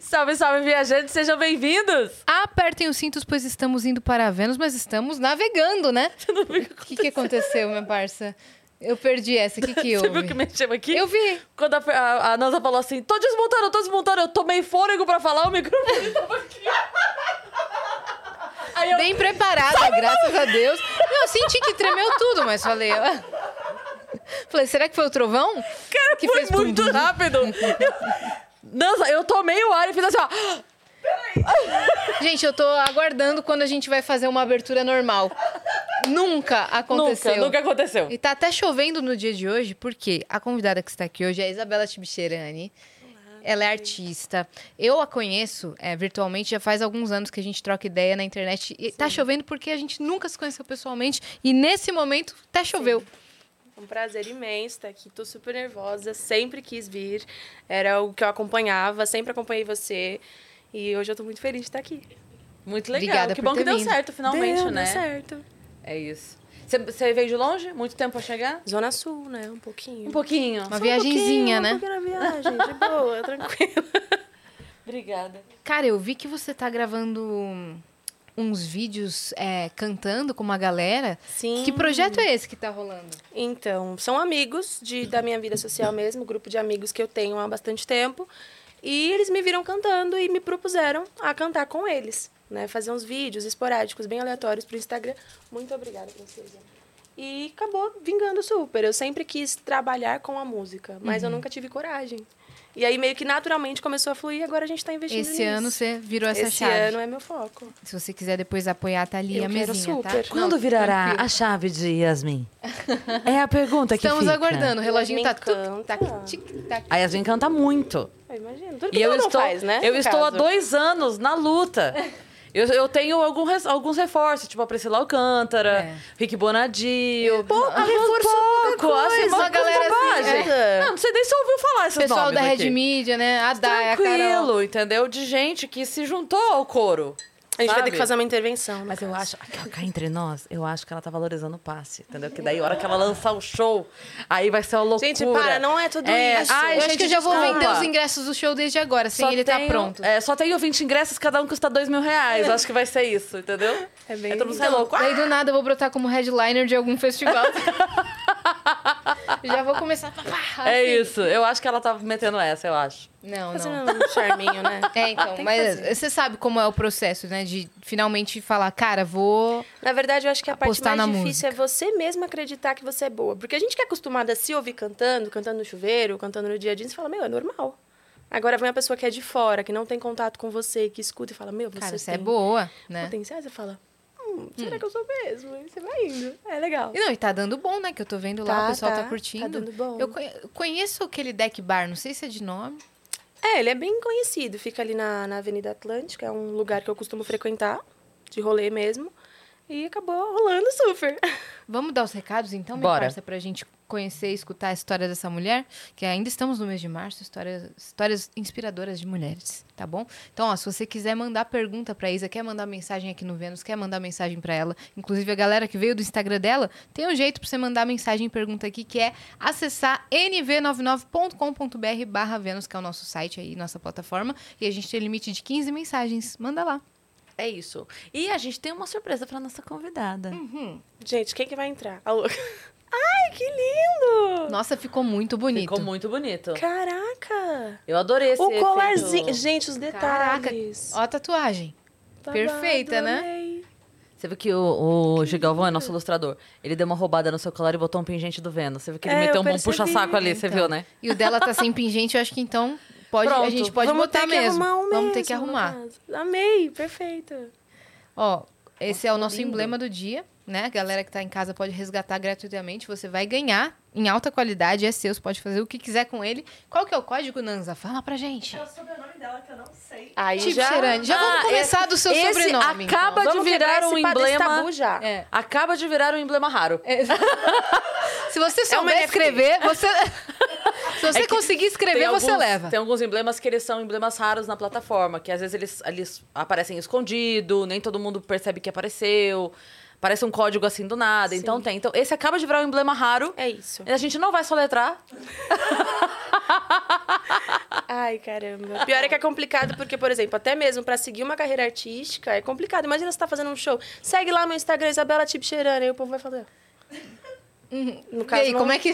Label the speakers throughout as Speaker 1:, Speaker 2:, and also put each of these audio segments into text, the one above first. Speaker 1: Salve, salve, viajantes, sejam bem-vindos!
Speaker 2: Apertem os cintos, pois estamos indo para Vênus, mas estamos navegando, né? O que, que aconteceu, minha parça? Eu perdi essa, o que, que
Speaker 1: Você viu que
Speaker 2: houve?
Speaker 1: mexeu aqui?
Speaker 2: Eu vi.
Speaker 1: Quando a, a, a Nanda falou assim, tô desmontando, tô desmontando, eu tomei fôlego pra falar, o microfone tava aqui. Aí eu...
Speaker 2: Bem preparada, graças a Deus. Eu senti que tremeu tudo, mas falei. ó. Falei, será que foi o trovão?
Speaker 1: Cara,
Speaker 2: que
Speaker 1: foi
Speaker 2: fez
Speaker 1: muito
Speaker 2: tum-tum.
Speaker 1: rápido. Eu- Nanda, eu tomei o ar e fiz assim, ó.
Speaker 2: Gente, eu tô aguardando quando a gente vai fazer uma abertura normal. Nunca aconteceu.
Speaker 1: Nunca, nunca aconteceu.
Speaker 2: E tá até chovendo no dia de hoje, porque a convidada que está aqui hoje é a Isabela Tibcherani. Ela é artista. Eu a conheço é, virtualmente já faz alguns anos que a gente troca ideia na internet. E tá chovendo porque a gente nunca se conheceu pessoalmente. E nesse momento, até choveu.
Speaker 3: É Um prazer imenso estar aqui. Tô super nervosa, sempre quis vir. Era o que eu acompanhava, sempre acompanhei você. E hoje eu tô muito feliz de estar aqui.
Speaker 1: Muito legal.
Speaker 2: Obrigada
Speaker 1: que
Speaker 2: por
Speaker 1: bom
Speaker 2: ter
Speaker 1: que deu
Speaker 2: vindo.
Speaker 1: certo, finalmente,
Speaker 3: Deu,
Speaker 1: né?
Speaker 3: Deu certo.
Speaker 1: É isso. Você- Você veio de longe? Muito tempo pra chegar?
Speaker 3: Zona Sul, né? Um pouquinho.
Speaker 1: Um pouquinho.
Speaker 2: Uma
Speaker 3: Só
Speaker 2: viagenzinha,
Speaker 3: um pouquinho,
Speaker 2: né?
Speaker 3: Um pouquinho na viagem, de boa, tranquilo.
Speaker 1: Obrigada.
Speaker 2: Cara, eu vi que você tá gravando uns vídeos é, cantando com uma galera.
Speaker 3: Sim.
Speaker 2: Que projeto é esse que tá rolando?
Speaker 3: Então, são amigos de, da minha vida social mesmo, grupo de amigos que eu tenho há bastante tempo. E eles me viram cantando e me propuseram a cantar com eles, né? Fazer uns vídeos esporádicos, bem aleatórios pro Instagram. Muito obrigada, princesa. E acabou vingando super. Eu sempre quis trabalhar com a música, mas
Speaker 1: Uhum.
Speaker 3: eu nunca tive coragem. E aí meio que naturalmente começou a fluir, agora a gente tá investindo
Speaker 2: Esse
Speaker 3: nisso.
Speaker 2: ano você virou essa
Speaker 3: Esse
Speaker 2: chave.
Speaker 3: ano é meu foco.
Speaker 2: Se você quiser depois apoiar, tá ali
Speaker 3: Eu
Speaker 2: a
Speaker 3: quero
Speaker 2: mesinha, tá?
Speaker 3: super.
Speaker 2: Não,
Speaker 1: Quando virará
Speaker 2: tranquilo.
Speaker 1: a chave de Yasmin? É a pergunta que
Speaker 2: Estamos
Speaker 1: fica.
Speaker 2: aguardando. O reloginho tá
Speaker 3: Yasmin
Speaker 2: tuc,
Speaker 3: canta.
Speaker 2: tac, tic, tac.
Speaker 1: A Yasmin canta muito.
Speaker 3: Eu imagino. Tudo que
Speaker 1: E eu
Speaker 3: ela não
Speaker 1: estou,
Speaker 3: faz, né?
Speaker 1: eu
Speaker 3: no
Speaker 1: estou há
Speaker 3: caso.
Speaker 1: dois anos na luta. Eu, eu tenho algum res- alguns reforços, tipo a Priscila Alcântara,
Speaker 2: É.
Speaker 1: Rick Bonadio.
Speaker 2: Pouco reforço,
Speaker 1: pouco,
Speaker 2: pouca
Speaker 1: assim,
Speaker 2: coisa,
Speaker 1: uma
Speaker 2: a galera
Speaker 1: bobagem.
Speaker 2: assim,
Speaker 3: é.
Speaker 1: Não, não sei nem se ouviu falar esses
Speaker 2: Pessoal
Speaker 1: nomes
Speaker 2: da Red
Speaker 1: aqui.
Speaker 2: Media, né? A Dai, a Carol.
Speaker 1: Tranquilo, entendeu? De gente que se juntou ao coro.
Speaker 3: A gente vai ter
Speaker 1: sabe?
Speaker 3: que fazer uma intervenção. no
Speaker 1: Mas eu
Speaker 3: caso.
Speaker 1: acho, cá- cá entre nós, eu acho que ela tá valorizando o passe, entendeu? Que daí, a hora que ela lançar o show, aí vai ser uma loucura.
Speaker 3: Gente, para, não é tudo isso.
Speaker 1: Ai,
Speaker 2: eu
Speaker 1: gente,
Speaker 2: acho que eu já vou
Speaker 1: desculpa.
Speaker 2: vender os ingressos do show desde agora, sem
Speaker 1: Só
Speaker 2: ele tá
Speaker 1: tenho-
Speaker 2: pronto.
Speaker 1: É, só tenho 20 ingressos, cada um custa dois mil reais. Acho que vai ser isso, entendeu?
Speaker 3: É bem
Speaker 1: Aí todo mundo sai
Speaker 3: então,
Speaker 1: louco. Ah,
Speaker 2: Daí do nada eu vou brotar como headliner de algum festival. já vou começar. pá, pá,
Speaker 1: é
Speaker 2: assim.
Speaker 1: isso, eu acho que ela tá metendo essa, eu acho.
Speaker 2: Não, não.
Speaker 3: Fazendo um charminho, né?
Speaker 2: É, então,
Speaker 3: Tem que
Speaker 2: mas
Speaker 3: fazer.
Speaker 2: você sabe como é o processo, né? De finalmente falar, cara, vou.
Speaker 3: Na verdade, eu acho que a parte
Speaker 2: Apostar
Speaker 3: mais
Speaker 2: na
Speaker 3: difícil é você mesmo acreditar que você é boa. Porque a gente que é acostumada a se ouvir cantando, cantando no chuveiro, cantando no dia a dia, você fala, meu, é normal. Agora vem uma pessoa que é de fora, que não tem contato com você, que escuta e fala, meu, você,
Speaker 2: Cara, você
Speaker 3: tem
Speaker 2: é boa, né?
Speaker 3: potencial. Você fala, hum, será que eu sou mesmo? E você vai indo. É legal.
Speaker 2: E não, e tá dando bom, né? Que eu tô vendo lá, o
Speaker 3: Tá,
Speaker 2: pessoal tá,
Speaker 3: tá,
Speaker 2: curtindo.
Speaker 3: tá dando bom.
Speaker 2: Eu conhe- conheço aquele deck bar, não sei se é de nome.
Speaker 3: É, ele é bem conhecido. Fica ali na, na Avenida Atlântica, é um lugar que eu costumo frequentar, de rolê mesmo. E acabou rolando super.
Speaker 2: Vamos dar os recados então, minha
Speaker 1: Bora.
Speaker 2: parça, pra gente conhecer e escutar a história dessa mulher, que ainda estamos no mês de março, histórias, histórias inspiradoras de mulheres, tá bom? Então, ó, se você quiser mandar pergunta pra Isa, quer mandar mensagem aqui no Vênus, quer mandar mensagem pra ela, inclusive a galera que veio do Instagram dela, tem um jeito pra você mandar mensagem e pergunta aqui, que é acessar nv99.com.br barra Vênus, que é o nosso site aí, nossa plataforma, e a gente tem limite de 15 mensagens. Manda lá.
Speaker 1: É isso. E a gente tem uma surpresa pra nossa convidada.
Speaker 3: Gente, quem que vai entrar? A louca. Ai, que lindo!
Speaker 2: Nossa, ficou muito bonito.
Speaker 1: Ficou muito bonito.
Speaker 3: Caraca!
Speaker 1: Eu adorei esse
Speaker 3: o colarzinho.
Speaker 1: efeito.
Speaker 3: Gente, os detalhes.
Speaker 2: Ó a tatuagem.
Speaker 3: Babado,
Speaker 2: perfeita, né?
Speaker 3: amei.
Speaker 1: Você viu que o, o Gigalvão é nosso ilustrador. Ele deu uma roubada no seu colar e botou um pingente do Vênus. Você viu que ele
Speaker 3: É,
Speaker 1: meteu
Speaker 3: eu
Speaker 1: um bom
Speaker 3: percebi.
Speaker 1: puxa-saco ali, você
Speaker 2: Então,
Speaker 1: viu, né?
Speaker 2: E o dela tá sem pingente, eu acho que então pode, a
Speaker 1: Pronto.
Speaker 2: gente pode
Speaker 3: Vamos
Speaker 2: botar
Speaker 3: ter que
Speaker 2: mesmo.
Speaker 3: arrumar um
Speaker 2: Vamos ter que
Speaker 3: mesmo, no
Speaker 2: arrumar.
Speaker 3: caso. Amei, perfeito.
Speaker 2: Ó, esse é o nosso
Speaker 1: lindo.
Speaker 2: emblema do dia, né? A galera que tá em casa pode resgatar gratuitamente, você vai ganhar em alta qualidade, é seu, você pode fazer o que quiser com ele. Qual que é o código, Nanza? Fala pra gente.
Speaker 3: Aí
Speaker 2: Tipo,
Speaker 3: já...
Speaker 2: Xerani, já vamos
Speaker 1: Ah,
Speaker 2: começar do seu
Speaker 1: esse
Speaker 2: sobrenome. então.
Speaker 1: acaba
Speaker 3: Vamos
Speaker 1: de virar
Speaker 3: quebrar
Speaker 1: um
Speaker 3: esse pa- desse
Speaker 1: emblema.
Speaker 3: tabu já.
Speaker 2: É.
Speaker 1: Acaba de virar um emblema raro.
Speaker 2: Se você
Speaker 3: uma
Speaker 2: souber
Speaker 3: NFT.
Speaker 2: escrever, você... Se você
Speaker 1: É que
Speaker 2: conseguir escrever,
Speaker 1: Tem
Speaker 2: você
Speaker 1: alguns-
Speaker 2: leva.
Speaker 1: Tem alguns emblemas que eles são emblemas raros na plataforma, que às vezes eles, eles aparecem escondido, nem todo mundo percebe que apareceu. Parece um código assim do nada, então tem. Então, esse acaba de virar um emblema raro.
Speaker 3: É isso.
Speaker 1: A gente não vai soletrar.
Speaker 3: Ai, caramba. Pior é que é complicado, porque, por exemplo, até mesmo pra seguir uma carreira artística é complicado. Imagina você tá fazendo um show. Segue lá meu Instagram, Isabela Tibcherana, aí o povo vai falar. No caso,
Speaker 2: e aí,
Speaker 3: não,
Speaker 2: como é que.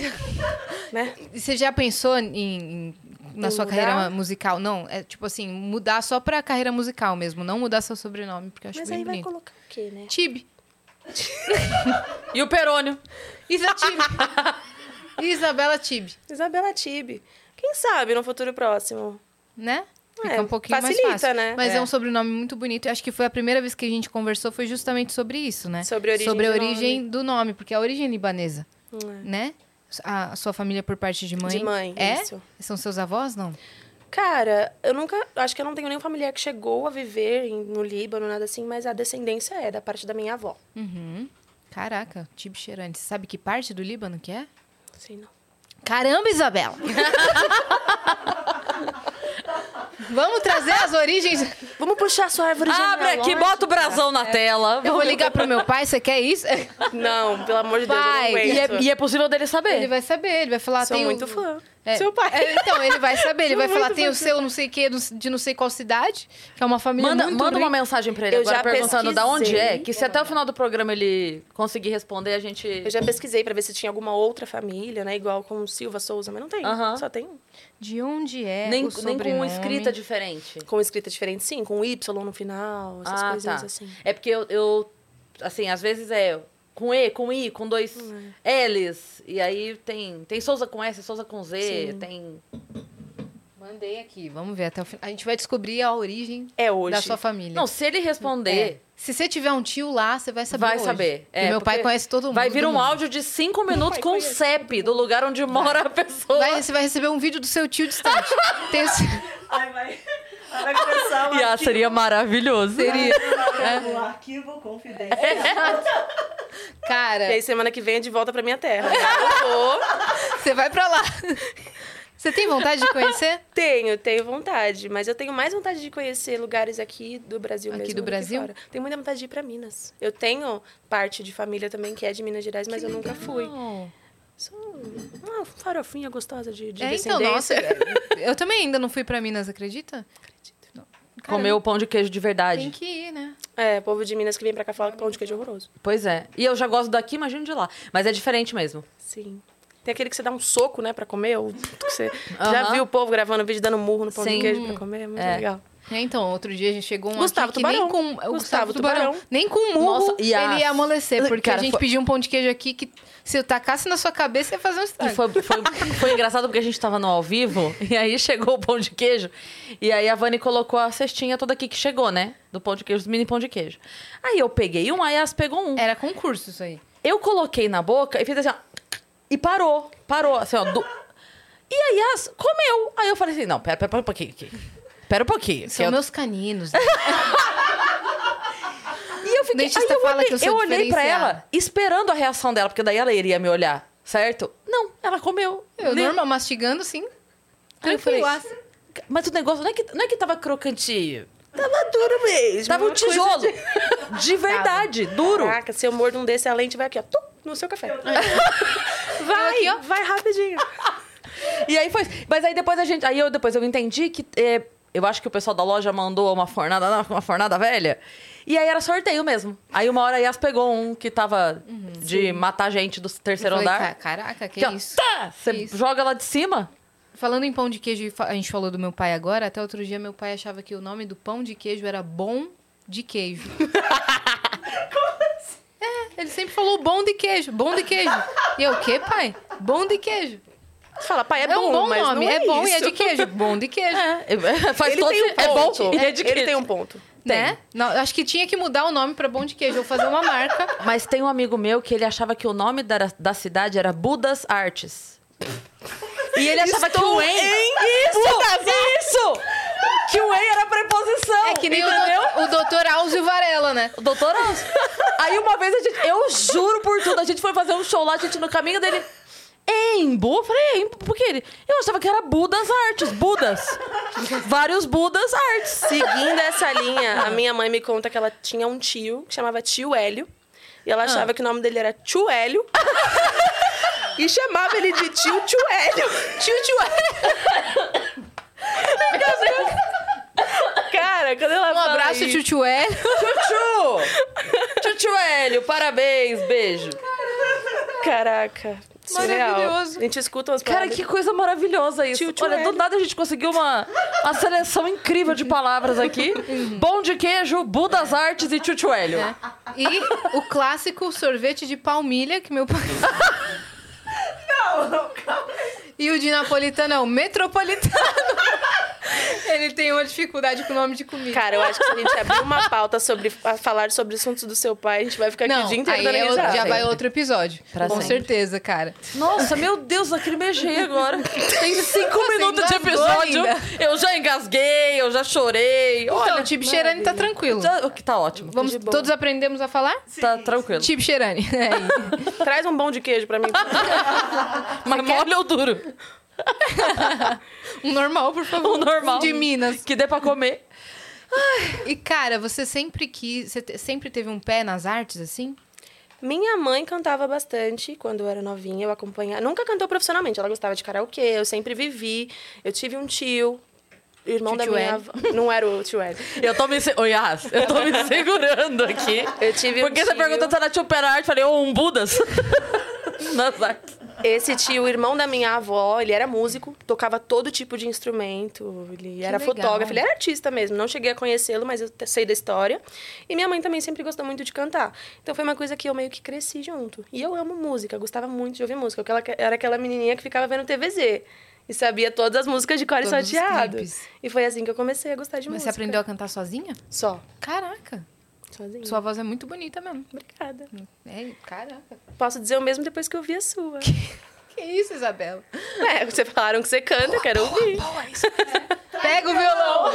Speaker 3: né?
Speaker 2: Você já pensou em, em- na
Speaker 3: Em
Speaker 2: sua
Speaker 3: mudar?
Speaker 2: carreira musical? Não, é tipo assim, mudar só pra carreira musical mesmo, não mudar seu sobrenome, porque eu acho
Speaker 3: Mas
Speaker 2: bem
Speaker 3: aí vai
Speaker 2: bonito.
Speaker 3: colocar o quê, né?
Speaker 2: Tibe.
Speaker 1: E o Perônio?
Speaker 2: Isa Tibe. Isabela Tibe,
Speaker 3: Isabela Tibe. Quem sabe no futuro próximo?
Speaker 2: né? Fica
Speaker 3: É,
Speaker 2: um pouquinho
Speaker 3: facilita,
Speaker 2: mais fácil.
Speaker 3: né?
Speaker 2: Mas é.
Speaker 1: É.
Speaker 2: um sobrenome muito bonito. Eu acho que foi a primeira vez que a gente conversou, foi justamente sobre isso, né?
Speaker 3: Sobre a origem
Speaker 2: sobre a
Speaker 3: do
Speaker 2: origem do nome, porque é a origem libanesa, né? A sua família por parte de mãe.
Speaker 3: De mãe,
Speaker 2: É?
Speaker 3: isso.
Speaker 2: São seus avós, não?
Speaker 3: Cara, eu nunca. Acho que eu não tenho nenhum familiar que chegou a viver em- no Líbano, nada assim, mas a descendência é da parte da minha avó.
Speaker 2: Uhum. Caraca, Tibe Cheirante. Você sabe que parte do Líbano que é?
Speaker 3: Sei não.
Speaker 2: Caramba, Isabela! Vamos trazer as origens.
Speaker 3: Vamos puxar a sua árvore
Speaker 1: Abre aqui, bota o brasão na tela.
Speaker 2: É. Eu vou ligar pro meu pai, você quer isso?
Speaker 3: Não, pelo amor de Deus,
Speaker 2: Pai,
Speaker 3: eu
Speaker 1: E
Speaker 3: não
Speaker 1: é,
Speaker 3: aguento.
Speaker 1: e um- é possível dele
Speaker 2: Ele
Speaker 1: saber.
Speaker 2: vai saber, ele vai falar.
Speaker 3: Sou
Speaker 2: tem
Speaker 3: muito
Speaker 2: o...
Speaker 3: fã.
Speaker 2: É,
Speaker 3: Seu pai.
Speaker 2: é, então, ele vai saber, ele
Speaker 3: Sou
Speaker 2: vai falar:
Speaker 3: muito
Speaker 2: tem o
Speaker 3: fã.
Speaker 2: seu não sei o quê, do- de não sei qual cidade, que é uma família
Speaker 1: Manda,
Speaker 2: muito
Speaker 1: manda uma
Speaker 2: rica.
Speaker 1: mensagem pra ele
Speaker 3: Eu
Speaker 1: agora
Speaker 3: já
Speaker 1: perguntando da onde é,
Speaker 3: pesquisei.
Speaker 1: que se até o final do programa ele conseguir responder, a gente.
Speaker 3: Eu já pesquisei pra ver se tinha alguma outra família, né? Igual com Silva Souza, mas não tem.
Speaker 1: Aham.
Speaker 3: Só tem um.
Speaker 2: De onde é?
Speaker 1: nem,
Speaker 2: o
Speaker 1: nem com
Speaker 2: sobrenome.
Speaker 1: uma escrita diferente.
Speaker 3: com escrita diferente, sim, com Y no final, essas
Speaker 1: Ah,
Speaker 3: coisinhas
Speaker 1: tá.
Speaker 3: assim.
Speaker 1: É porque eu, eu, Assim, às vezes é com E, com I, com dois
Speaker 2: Hum.
Speaker 1: L's. E aí tem, tem Souza com S, Souza com Z, tem.
Speaker 2: Mandei aqui, vamos ver até o final. A gente vai descobrir a origem
Speaker 3: É hoje.
Speaker 2: da sua família.
Speaker 1: Não, se ele responder.
Speaker 2: É. Se você tiver um tio lá, você vai saber.
Speaker 1: Vai
Speaker 2: hoje.
Speaker 1: saber. É,
Speaker 2: Porque meu pai
Speaker 1: porque
Speaker 2: conhece todo mundo.
Speaker 1: Vai vir
Speaker 2: do
Speaker 1: um
Speaker 2: mundo.
Speaker 1: áudio de cinco minutos com o
Speaker 3: conhece.
Speaker 1: CEP do lugar onde mora a pessoa.
Speaker 2: Vai- você vai receber um vídeo do seu tio distante. Tem esse-
Speaker 4: Ai, vai. Vai começar o
Speaker 1: E ah,
Speaker 4: arquivo.
Speaker 1: seria maravilhoso. Seria.
Speaker 4: O arquivo confidencial.
Speaker 2: Cara,
Speaker 3: E aí, semana que vem, é de volta pra minha terra.
Speaker 2: você vai pra lá. Você tem vontade de conhecer?
Speaker 3: tenho, tenho vontade. Mas eu tenho mais vontade de conhecer lugares aqui do Brasil
Speaker 2: Aqui
Speaker 3: mesmo.
Speaker 2: do
Speaker 3: que
Speaker 2: Brasil?
Speaker 3: fora. Tenho muita vontade de ir pra Minas. Eu tenho parte de família também que é de Minas Gerais, mas eu nunca fui.
Speaker 2: Não.
Speaker 3: Sou uma farofinha gostosa de, de
Speaker 2: É, então, nossa.
Speaker 3: descendência.
Speaker 2: Eu também ainda não fui pra Minas, acredita? Cara,
Speaker 1: Comer o pão de queijo de verdade.
Speaker 2: Tem que ir, né?
Speaker 3: É, povo de Minas que vem pra cá fala que pão de queijo é horroroso.
Speaker 1: Pois é. E eu já gosto daqui, imagino de lá. Mas é diferente mesmo.
Speaker 3: Sim. Tem aquele que você dá um soco, né, pra comer. Ou que você... Já
Speaker 1: Aham.
Speaker 3: viu o povo gravando vídeo dando murro no pão
Speaker 1: Sim.
Speaker 3: de queijo pra comer? É muito
Speaker 1: É.
Speaker 3: legal.
Speaker 2: É, Então, outro dia a gente chegou um
Speaker 3: Gustavo
Speaker 2: aqui que nem
Speaker 3: Tubarão.
Speaker 2: com o Gustavo
Speaker 3: Gustavo
Speaker 2: Tubarão,
Speaker 3: Tubarão.
Speaker 2: nem com um murro
Speaker 1: Nossa, e a-
Speaker 2: ele ia amolecer, porque
Speaker 1: Cara,
Speaker 2: a gente
Speaker 1: foi-
Speaker 2: pediu um pão de queijo aqui que se eu tacasse na sua cabeça ia fazer um
Speaker 1: E
Speaker 2: estrago.
Speaker 1: foi, foi, foi engraçado porque a gente tava no ao vivo e aí chegou o pão de queijo. E aí a Vani colocou a cestinha toda aqui que chegou, né? Do pão de queijo, do mini pão de queijo. Aí eu peguei um, aí as pegou um.
Speaker 2: Era concurso isso aí.
Speaker 1: Eu coloquei na boca e fiz assim, ó. E parou. Parou, assim, ó. do- E a Yas comeu. Aí eu falei assim, não, pera, pera, pera um pouquinho. aqui. Pera um pouquinho. que
Speaker 2: São
Speaker 1: eu-
Speaker 2: meus caninos. né?
Speaker 1: E eu fiquei...
Speaker 2: Dentista
Speaker 1: aí eu
Speaker 2: fala
Speaker 1: olhei,
Speaker 2: que eu sou
Speaker 1: olhei pra
Speaker 2: diferenciada.
Speaker 1: ela, esperando a reação dela, porque daí ela iria me olhar, certo? Não, ela comeu.
Speaker 2: Eu
Speaker 1: Nem-
Speaker 2: normal, mastigando, assim. sim.
Speaker 1: Aí eu falei,
Speaker 2: Tranquilaço.
Speaker 1: Mas o negócio não é que, não é que tava crocante.
Speaker 3: Tava duro mesmo.
Speaker 1: Tava um
Speaker 3: uma coisa
Speaker 1: tijolo. De, verdade, duro.
Speaker 3: Caraca, se eu mordo um desse, a lente vai aqui, ó, tum, no seu café. vai,
Speaker 2: Aqui, ó.
Speaker 3: vai rapidinho.
Speaker 1: E aí foi. Mas aí depois a gente. Aí eu depois eu entendi que. é, eu acho que o pessoal da loja mandou uma fornada, não, uma fornada velha. E aí era sorteio mesmo. Aí uma hora a Yas pegou um que tava
Speaker 3: Uhum,
Speaker 1: de matar gente do terceiro
Speaker 2: Eu falei,
Speaker 1: andar.
Speaker 3: "Tá,
Speaker 2: "Ca- Caraca, que
Speaker 1: Que, ó,
Speaker 2: isso.
Speaker 1: tá! Você
Speaker 2: isso.
Speaker 1: joga lá de cima.
Speaker 2: Falando em pão de queijo, e fa- a gente falou do meu pai agora. Até outro dia, meu pai achava que o nome do pão de queijo era bom de queijo. É, ele sempre falou bom de queijo, bom de queijo. E eu, o quê, pai? Bom de queijo.
Speaker 3: Você fala, pai, é,
Speaker 2: É, um bom
Speaker 3: mas
Speaker 2: nome,
Speaker 3: não
Speaker 2: é,
Speaker 3: é,
Speaker 2: bom e é
Speaker 3: isso.
Speaker 2: de queijo. Bom de queijo,
Speaker 1: É, faz
Speaker 3: Ele
Speaker 1: todo
Speaker 3: tem um
Speaker 1: É bom
Speaker 3: ponto.
Speaker 1: e é de
Speaker 3: Ele
Speaker 1: queijo.
Speaker 3: tem um ponto.
Speaker 2: né? Não, eu acho que tinha que mudar o nome pra bom de queijo, ou fazer uma marca.
Speaker 1: Mas tem um amigo meu que ele achava que o nome da, da cidade era Budas Artes. E ele achava que o
Speaker 3: Estou
Speaker 1: em...
Speaker 3: em
Speaker 1: Isso! Isso! Que o em era preposição.
Speaker 2: É que nem o,
Speaker 1: entendeu?
Speaker 2: do, o doutor Alzio Varela, né?
Speaker 1: O doutor Anso. Aí uma vez a gente... Eu juro por tudo. A gente foi fazer um show lá, a gente no caminho dele... Embu? Eu falei, Embu, por que ele? Eu achava que era Budas Artes. Budas. Vários Budas Artes.
Speaker 3: Seguindo essa linha, a minha mãe me conta que ela tinha um tio que chamava Tio Hélio. E ela achava que o nome dele era Tio Hélio. e chamava ele de Tio Tio Hélio.
Speaker 1: Tio, tio.
Speaker 3: é, quando ela
Speaker 2: Um
Speaker 3: fala
Speaker 2: abraço,
Speaker 3: isso-
Speaker 2: Tchutchu Hélio.
Speaker 1: Chuchu! Chuchu Hélio, parabéns, beijo.
Speaker 3: Caraca, surreal.
Speaker 2: Maravilhoso.
Speaker 3: A gente escuta umas
Speaker 1: Cara,
Speaker 3: palavras.
Speaker 1: que coisa maravilhosa isso.
Speaker 3: Tio, tio
Speaker 1: Olha, do
Speaker 3: Hélio.
Speaker 1: nada a gente conseguiu uma, uma seleção incrível de palavras aqui.
Speaker 2: Uhum.
Speaker 1: Bom de queijo, Budas Artes e Chuchu Hélio.
Speaker 2: É. E o clássico sorvete de palmilha, que meu pai.
Speaker 4: Não,
Speaker 2: E o de napolitano é o metropolitano. Ele tem uma dificuldade com o nome de comida.
Speaker 3: Cara, eu acho que se a gente abrir uma pauta sobre a falar sobre assuntos do seu pai, a gente vai ficar aqui o dia inteiro
Speaker 2: aí
Speaker 3: dando
Speaker 2: é outro-
Speaker 3: risada.
Speaker 2: já vai outro episódio.
Speaker 1: Pra
Speaker 2: com
Speaker 1: sempre.
Speaker 2: certeza, cara.
Speaker 1: Nossa, meu Deus, aquele mexei agora. Tem cinco
Speaker 2: Você
Speaker 1: minutos de
Speaker 2: engasgou
Speaker 1: episódio.
Speaker 2: ainda.
Speaker 1: Eu já engasguei, eu já chorei.
Speaker 2: Então,
Speaker 1: Olha,
Speaker 2: Tip Xerani tá tranquilo.
Speaker 1: já- o que tá ótimo.
Speaker 2: Vamos,
Speaker 3: de boa.
Speaker 2: todos aprendemos a falar?
Speaker 1: Tá tranquilo.
Speaker 2: Tip Xerani. É isso.
Speaker 3: Traz um bom de queijo pra mim.
Speaker 1: Mas mole ou duro?
Speaker 2: Um normal, por favor.
Speaker 1: Um normal.
Speaker 2: de Minas.
Speaker 1: Que dê pra comer.
Speaker 2: E, cara, você sempre quis. Você te- sempre teve um pé nas artes, assim?
Speaker 3: Minha mãe cantava bastante quando eu era novinha, eu acompanhava. Nunca cantou profissionalmente, ela gostava de karaokê, eu sempre vivi. Eu tive um tio, irmão da
Speaker 2: Tio
Speaker 3: minha
Speaker 2: Hélio.
Speaker 3: avó. Não era o tio Hélio.
Speaker 1: Eu tô me... se- Oi, Yas, eu tô me segurando aqui.
Speaker 3: Eu tive
Speaker 1: Porque
Speaker 3: um
Speaker 1: você
Speaker 3: tio...
Speaker 1: perguntou se era tio Perarte, falei, ô, um Budas. Nas artes.
Speaker 3: Esse tio, irmão da minha avó, ele era músico, tocava todo tipo de instrumento, ele era
Speaker 2: legal.
Speaker 3: fotógrafo, ele era artista mesmo. Não cheguei a conhecê-lo, mas eu te- sei da história. E minha mãe também sempre gostou muito de cantar. Então foi uma coisa que eu meio que cresci junto. E eu amo música, eu gostava muito de ouvir música. Eu aquela- era aquela menininha que ficava vendo TVZ e sabia todas as músicas de cor e
Speaker 2: Todos os
Speaker 3: salteado.
Speaker 2: clipes.
Speaker 3: E foi assim que eu comecei a gostar de
Speaker 2: Mas
Speaker 3: música.
Speaker 2: você aprendeu a cantar sozinha?
Speaker 3: Só,
Speaker 2: Caraca.
Speaker 3: sozinha.
Speaker 2: Sua voz é muito bonita mesmo.
Speaker 3: Obrigada.
Speaker 2: É, caraca.
Speaker 3: Posso dizer o mesmo depois que eu vi a sua.
Speaker 2: Que isso, Isabela?
Speaker 3: é, você falaram que você canta, eu quero ouvir.
Speaker 2: Pega o violão.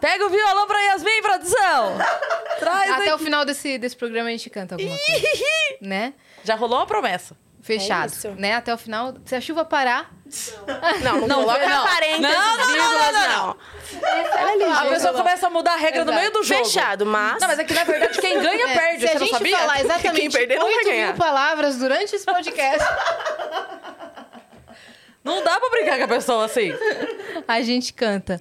Speaker 1: Pega o violão pra Yasmin, produção! Traz
Speaker 2: Até
Speaker 1: aí.
Speaker 2: o final desse, desse programa a gente canta alguma coisa. né?
Speaker 1: Já rolou uma promessa.
Speaker 2: Fechado.
Speaker 3: isso.
Speaker 2: né? Até o final. Se a chuva parar,
Speaker 3: Não, não,
Speaker 1: Não,
Speaker 3: coloca
Speaker 1: não.
Speaker 3: parênteses,
Speaker 1: Não, não, não,
Speaker 3: vírgulas,
Speaker 1: não,
Speaker 3: não.
Speaker 1: não.
Speaker 3: Ela é ligeira.
Speaker 1: A pessoa começa a mudar a regra no
Speaker 2: Exato.
Speaker 1: meio do jogo.
Speaker 3: Fechado, mas...
Speaker 1: Não, mas é que na verdade quem ganha
Speaker 2: É,
Speaker 1: perde,
Speaker 2: Se
Speaker 1: você
Speaker 2: a
Speaker 1: não
Speaker 2: gente
Speaker 1: sabia?
Speaker 2: falar exatamente
Speaker 3: Quem perder não vai
Speaker 2: 8 mil
Speaker 3: ganhar.
Speaker 2: palavras durante esse podcast,
Speaker 1: Não dá pra brincar com a pessoa assim.
Speaker 2: a gente canta.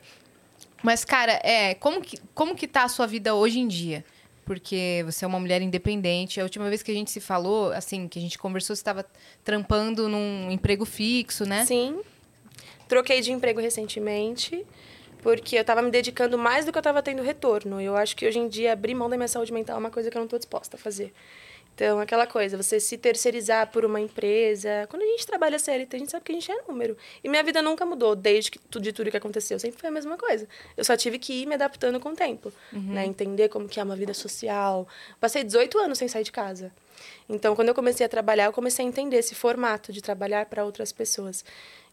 Speaker 2: Mas, cara, é, como, que, como que tá a sua vida hoje em dia? Porque você é uma mulher independente. A última vez que a gente se falou, assim, que a gente conversou, você estava trampando num emprego fixo, né?
Speaker 3: Sim. Troquei de emprego recentemente, porque eu tava me dedicando mais do que eu tava tendo retorno. Eu acho que hoje em dia abrir mão da minha saúde mental é uma coisa que eu não tô disposta a fazer. Então, aquela coisa, você se terceirizar por uma empresa. Quando a gente trabalha CLT, a gente sabe que a gente é número. E minha vida nunca mudou desde que, tu- de tudo que aconteceu. Sempre foi a mesma coisa. Eu só tive que ir me adaptando com o tempo. Né? Entender como que é uma vida social. Passei 18 anos sem sair de casa. Então, quando eu comecei a trabalhar, eu comecei a entender esse formato de trabalhar para outras pessoas.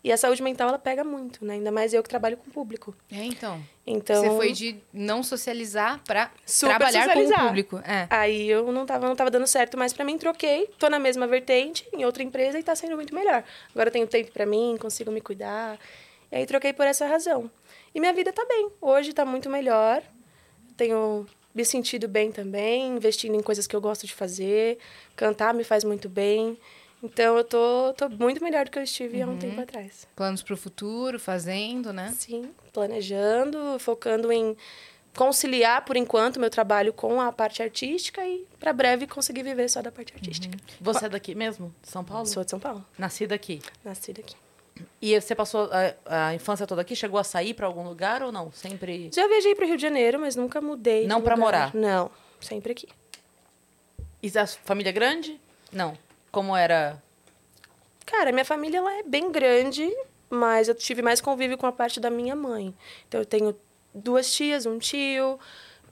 Speaker 3: E a saúde mental, ela pega muito, né? Ainda mais eu que trabalho com o público.
Speaker 2: É, então.
Speaker 3: Então,
Speaker 2: Você foi de não socializar pra
Speaker 3: Super
Speaker 2: trabalhar com o
Speaker 3: socializar.
Speaker 2: público. É.
Speaker 3: aí eu não tava, não tava dando certo mais para mim, troquei, tô na mesma vertente, em outra empresa e tá sendo muito melhor. Agora eu tenho tempo para mim, consigo me cuidar. E aí troquei por essa razão. E minha vida tá bem. Hoje tá muito melhor. Tenho me sentido bem também, investindo em coisas que eu gosto de fazer. Cantar me faz muito bem. Então eu tô, tô muito melhor do que eu estive
Speaker 2: Uhum.
Speaker 3: há um tempo atrás.
Speaker 2: Planos pro futuro, fazendo, né?
Speaker 3: Sim, planejando, focando em conciliar por enquanto meu trabalho com a parte artística e para breve conseguir viver só da parte artística.
Speaker 1: Você é daqui mesmo? De São Paulo?
Speaker 3: Sou de São Paulo,
Speaker 1: Nascida aqui.
Speaker 3: nascida aqui.
Speaker 1: E você passou a, a infância toda aqui? Chegou a sair pra algum lugar ou não? Sempre.
Speaker 3: Já viajei para o Rio de Janeiro, mas nunca mudei. de
Speaker 1: Não pra
Speaker 3: lugar.
Speaker 1: morar?
Speaker 3: Não, sempre aqui.
Speaker 1: E a é família grande? Não. Como era?
Speaker 3: Cara, minha família ela é bem grande, mas eu tive mais convívio com a parte da minha mãe. Então eu tenho duas tias, um tio,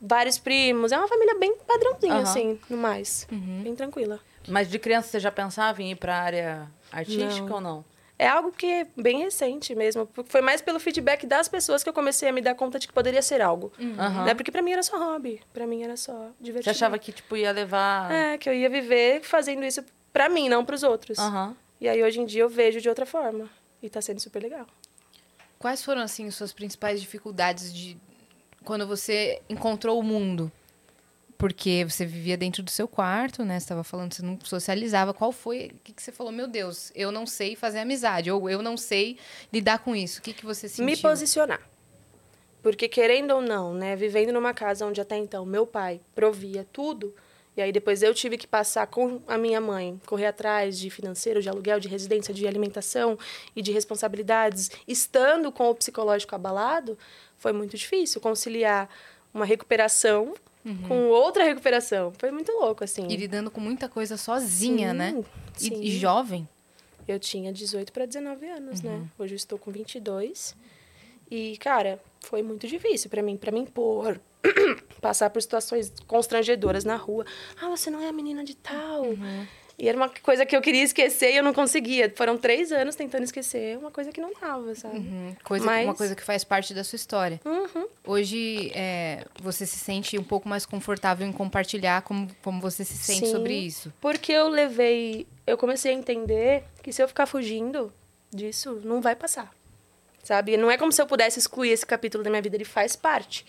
Speaker 3: vários primos. É uma família bem padrãozinha
Speaker 1: Aham. Uhum.
Speaker 3: assim, no mais, bem tranquila.
Speaker 1: Mas de criança você já pensava em ir pra área artística
Speaker 3: Não.
Speaker 1: ou não?
Speaker 3: É algo que é bem recente mesmo. porque Foi mais pelo feedback das pessoas que eu comecei a me dar conta de que poderia ser algo.
Speaker 1: Aham.
Speaker 3: Né? Porque pra mim era só hobby. Pra mim era só divertido.
Speaker 1: Uhum. Você achava que, tipo, ia levar.
Speaker 3: É, que eu ia viver fazendo isso pra mim, não pros outros.
Speaker 1: Aham.
Speaker 3: E aí, hoje em dia, eu vejo de outra forma. E tá sendo super legal.
Speaker 2: Quais foram, assim, suas principais dificuldades de quando você encontrou o mundo? Porque você vivia dentro do seu quarto, né? Você estava falando que você não socializava. Qual foi? O que, que você falou? Meu Deus, eu não sei fazer amizade. Ou eu não sei lidar com isso. O que, que você sentiu?
Speaker 3: Me posicionar. Porque, querendo ou não, né, vivendo numa casa onde até então meu pai provia tudo, e aí depois eu tive que passar com a minha mãe, correr atrás de financeiro, de aluguel, de residência, de alimentação e de responsabilidades, estando com o psicológico abalado, foi muito difícil conciliar uma recuperação com outra recuperação. Foi muito louco, assim.
Speaker 2: Uhum. E lidando com muita coisa sozinha,
Speaker 3: Sim,
Speaker 2: né? E-
Speaker 3: sim.
Speaker 2: E, jovem.
Speaker 3: Eu tinha 18 para 19 anos, né? Hoje eu estou com 22. E, cara, foi muito difícil para mim, para me impor, passar por situações constrangedoras na rua. Ah, você não é a menina de tal. E era uma coisa que eu queria esquecer e eu não conseguia. Foram três anos tentando esquecer uma coisa que não dava, sabe?
Speaker 2: Uhum. Coisa,
Speaker 3: Mas-
Speaker 2: Uma coisa que faz parte da sua história.
Speaker 3: Uhum.
Speaker 2: Hoje é, você se sente um pouco mais confortável em compartilhar como, como você se sente
Speaker 3: Sim.
Speaker 2: sobre isso.
Speaker 3: Porque eu levei. Eu comecei a entender que se eu ficar fugindo disso, não vai passar. Sabe? Não é como se eu pudesse excluir esse capítulo da minha vida, ele faz parte.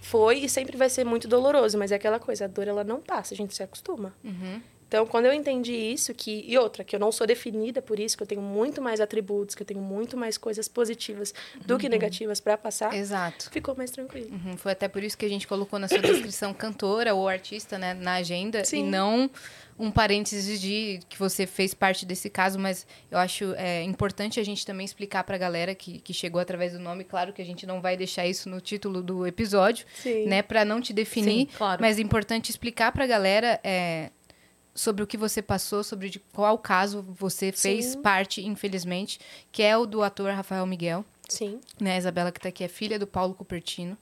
Speaker 3: Foi e sempre vai ser muito doloroso, mas é aquela coisa, a dor ela não passa, a gente se acostuma.
Speaker 2: Uhum.
Speaker 3: Então, quando eu entendi isso, que e outra, que eu não sou definida por isso, que eu tenho muito mais atributos, que eu tenho muito mais coisas positivas do que negativas pra passar,
Speaker 2: Exato.
Speaker 3: ficou mais tranquilo.
Speaker 2: Uhum, Foi até por isso que a gente colocou na sua descrição cantora ou artista, né, na agenda e
Speaker 3: Sim.
Speaker 2: não um parênteses de que você fez parte desse caso, mas eu acho é, importante a gente também explicar pra galera que, que chegou através do nome, claro que a gente não vai deixar isso no título do episódio,
Speaker 3: Sim.
Speaker 2: né, Pra não te definir,
Speaker 1: Sim, claro.
Speaker 2: mas é importante explicar pra galera é, sobre o que você passou, sobre de qual caso você fez
Speaker 3: Sim.
Speaker 2: parte, infelizmente, que é o do ator Rafael Miguel
Speaker 3: Sim.
Speaker 2: né, a Isabela que está aqui é filha do Paulo Cupertino.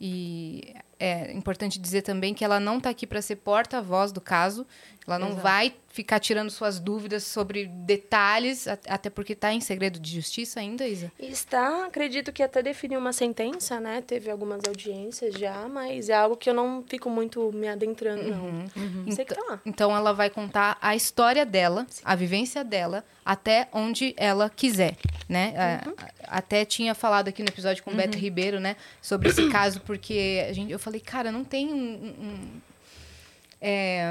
Speaker 2: E é importante dizer também que ela não está aqui para ser porta-voz do caso. Ela não
Speaker 1: Exato.
Speaker 2: vai ficar tirando suas dúvidas sobre detalhes, a- até porque está em segredo de justiça ainda, Isa.
Speaker 3: E Está, acredito que até definiu uma sentença, né? Teve algumas audiências já, mas é algo que eu não fico muito me adentrando, não. Sei que tá lá.
Speaker 2: Uhum, Então ela vai contar a história dela, a vivência dela, até onde ela quiser, né? A-
Speaker 3: Uhum.
Speaker 2: a- Até tinha falado aqui no episódio com o Beto Ribeiro, né? Sobre esse caso, porque a gente, eu falei, cara, não tem um, um- é,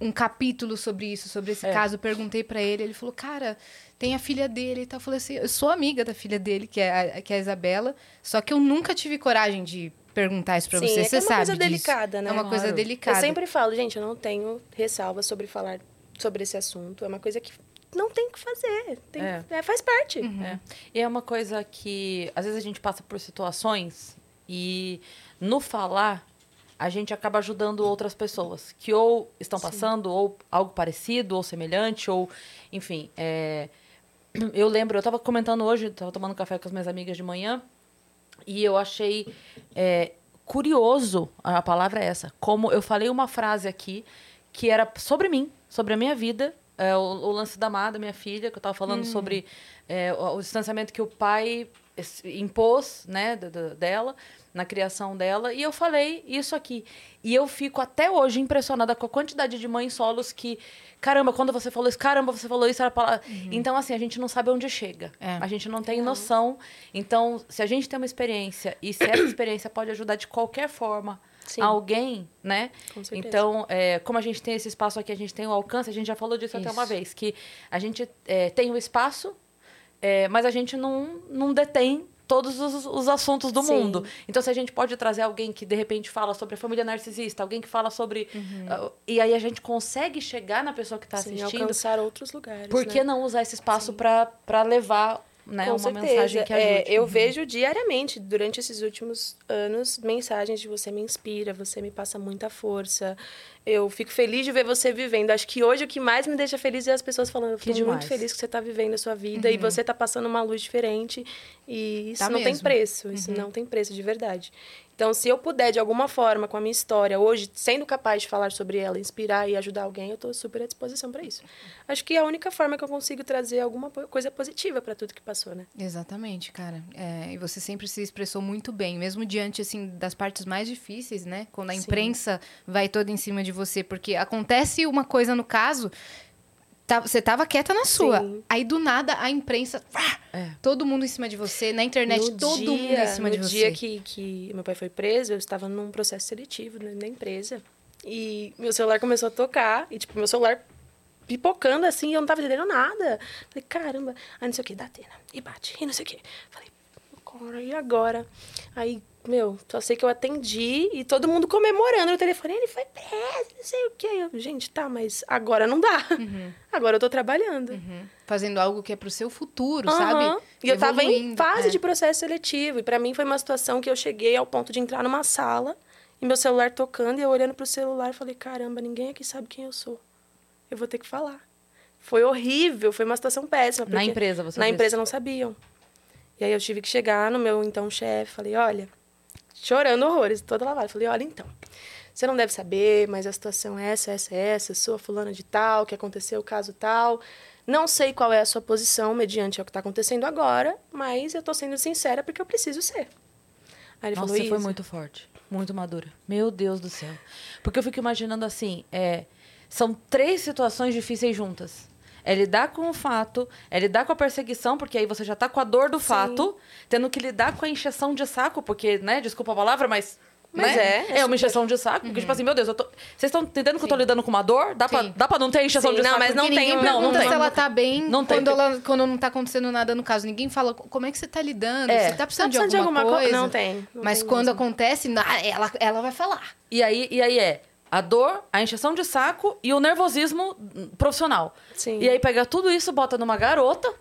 Speaker 2: um capítulo sobre isso, sobre
Speaker 3: É.
Speaker 2: esse caso. Eu perguntei pra ele, ele falou, cara, tem a filha dele e tal. Eu falei assim, eu sou amiga da filha dele, que é a, que é a Isabela, só que eu nunca tive coragem de perguntar isso pra
Speaker 3: Sim,
Speaker 2: você.
Speaker 3: é que
Speaker 2: você
Speaker 3: é uma
Speaker 2: sabe
Speaker 3: coisa
Speaker 2: disso.
Speaker 3: delicada, né?
Speaker 2: É uma coisa
Speaker 1: Claro.
Speaker 2: delicada.
Speaker 3: Eu sempre falo, gente, eu não tenho ressalva sobre falar sobre esse assunto. É uma coisa que não tem o que fazer. Tem-
Speaker 1: É.
Speaker 3: é, faz parte.
Speaker 2: Uhum.
Speaker 1: É. E é uma coisa que às vezes a gente passa por situações e no falar a gente acaba ajudando outras pessoas que ou estão passando ou algo parecido ou semelhante ou enfim. é, Eu lembro, eu tava comentando hoje, tava tomando café com as minhas amigas de manhã e eu achei é, curioso, a palavra é essa, como eu falei uma frase aqui que era sobre mim, sobre a minha vida, é, o, o lance da Amada, minha filha, que eu tava falando sobre é, o, o distanciamento que o pai es- impôs, né, do- do- dela, na criação dela, e eu falei isso aqui. E eu fico até hoje impressionada com a quantidade de mães solos que, caramba, quando você falou isso, caramba, você falou isso, era a palavra... Então, assim, a gente não sabe onde chega.
Speaker 2: É.
Speaker 1: A gente não tem noção. Então, se a gente tem uma experiência e se essa experiência pode ajudar de qualquer forma
Speaker 3: Sim.
Speaker 1: alguém, né?
Speaker 3: Com certeza.
Speaker 1: Então, é, como a gente tem esse espaço aqui, a gente tem o alcance, a gente já falou disso até
Speaker 2: Isso.
Speaker 1: uma vez, que a gente é, tem o espaço, é, mas a gente não, não detém todos os, os assuntos do
Speaker 3: Sim.
Speaker 1: mundo. Então, se a gente pode trazer alguém que, de repente, fala sobre a família narcisista, alguém que fala sobre... ah, e aí a gente consegue chegar na pessoa que
Speaker 2: tá
Speaker 1: está
Speaker 3: Uhum. Sim,
Speaker 1: assistindo,
Speaker 3: alcançar outros lugares.
Speaker 1: por que
Speaker 3: né?
Speaker 1: não usar esse espaço para levar né,
Speaker 3: Com
Speaker 1: uma
Speaker 3: certeza.
Speaker 1: mensagem que
Speaker 3: É,
Speaker 1: ajude? Uhum.
Speaker 3: eu vejo diariamente, durante esses últimos anos, mensagens de você me inspira, você me passa muita força. Eu fico feliz de ver você vivendo. Acho que hoje o que mais me deixa feliz é as pessoas falando, eu
Speaker 1: Que
Speaker 3: fico
Speaker 1: demais. Uhum.
Speaker 3: muito feliz que você está vivendo a sua vida e você está passando uma luz diferente. E isso
Speaker 2: Tá
Speaker 3: não tem
Speaker 2: mesmo.
Speaker 3: preço, isso não tem preço de verdade. Então, se eu puder, de alguma forma, com a minha história, hoje, sendo capaz de falar sobre ela, inspirar e ajudar alguém, eu estou super à disposição para isso. Acho que é a única forma que eu consigo trazer alguma po- coisa positiva para tudo que passou, né?
Speaker 2: Exatamente, cara. É, e você sempre se expressou muito bem, mesmo diante assim das partes mais difíceis, né? Quando a
Speaker 3: Sim.
Speaker 2: imprensa vai toda em cima de você, porque acontece uma coisa no caso, tá- você tava quieta na sua.
Speaker 3: Sim.
Speaker 2: Aí do nada a imprensa, pá,
Speaker 1: É.
Speaker 2: todo mundo em cima de você, na internet
Speaker 3: No
Speaker 2: todo
Speaker 3: dia-
Speaker 2: mundo em cima
Speaker 3: no
Speaker 2: de você.
Speaker 3: dia que, que meu pai foi preso, eu estava num processo seletivo né, na empresa. E meu celular começou a tocar. E, tipo, meu celular pipocando assim, eu não tava entendendo nada. Falei, caramba. Aí não sei o que, da Atena. E bate, e não sei o que. Falei, agora, e agora? Aí, meu, só sei que eu atendi e todo mundo comemorando no telefone. Ele foi preso, não sei o quê. Eu, gente, tá, mas agora não dá.
Speaker 2: Uhum.
Speaker 3: Agora eu tô trabalhando.
Speaker 2: Fazendo algo que é pro seu futuro,
Speaker 3: Aham.
Speaker 2: sabe?
Speaker 3: E eu tava em
Speaker 2: Evoluindo,
Speaker 3: fase
Speaker 2: é.
Speaker 3: de processo seletivo. E pra mim foi uma situação que eu cheguei ao ponto de entrar numa sala e meu celular tocando e eu olhando pro celular e falei: caramba, ninguém aqui sabe quem eu sou. Eu vou ter que falar. Foi horrível, foi uma situação péssima.
Speaker 1: Na
Speaker 3: porque
Speaker 1: empresa, você
Speaker 3: Na
Speaker 1: disse.
Speaker 3: empresa não sabiam. E aí eu tive que chegar no meu então chefe, falei: olha, chorando horrores, toda lavada. Falei: olha, então. Você não deve saber, mas a situação é essa, essa, essa. Eu sou a fulana de tal, que aconteceu o caso tal. Não sei qual é a sua posição mediante ao que está acontecendo agora, mas eu tô sendo sincera porque eu preciso ser. Aí ele
Speaker 1: Nossa,
Speaker 3: falou
Speaker 1: você
Speaker 3: isso.
Speaker 1: foi muito forte, muito madura. Meu Deus do céu. Porque eu fico imaginando assim, é, são três situações difíceis juntas. É lidar com o fato, é lidar com a perseguição, porque aí você já tá com a dor do fato, tendo que lidar com a injeção de saco, porque, né, desculpa a palavra, mas...
Speaker 3: Mas
Speaker 1: né,
Speaker 3: é, é
Speaker 1: É, uma injeção de saco, porque, tipo assim, meu Deus, eu tô... Vocês estão entendendo que eu tô lidando com uma dor? Dá pra,
Speaker 2: Sim.
Speaker 1: dá pra não ter injeção
Speaker 3: Sim,
Speaker 1: de
Speaker 3: não,
Speaker 1: saco?
Speaker 3: mas não
Speaker 2: E
Speaker 1: Porque
Speaker 3: tem,
Speaker 2: ninguém
Speaker 1: ninguém
Speaker 3: não,
Speaker 2: pergunta
Speaker 1: tem.
Speaker 2: se ela tá bem
Speaker 1: Não tem.
Speaker 2: quando, ela, quando não tá acontecendo nada no caso. Ninguém fala como é que você tá lidando,
Speaker 1: É.
Speaker 2: você tá precisando,
Speaker 3: Tá precisando
Speaker 2: de, alguma
Speaker 3: co-
Speaker 2: coisa.
Speaker 3: Não tem, não
Speaker 2: Mas
Speaker 3: tem
Speaker 2: quando
Speaker 3: mesmo.
Speaker 2: acontece, na- ela, ela vai falar.
Speaker 1: E aí, e aí é a dor, a injeção de saco e o nervosismo hum, profissional.
Speaker 3: Sim.
Speaker 1: E aí pega tudo isso, bota numa garota,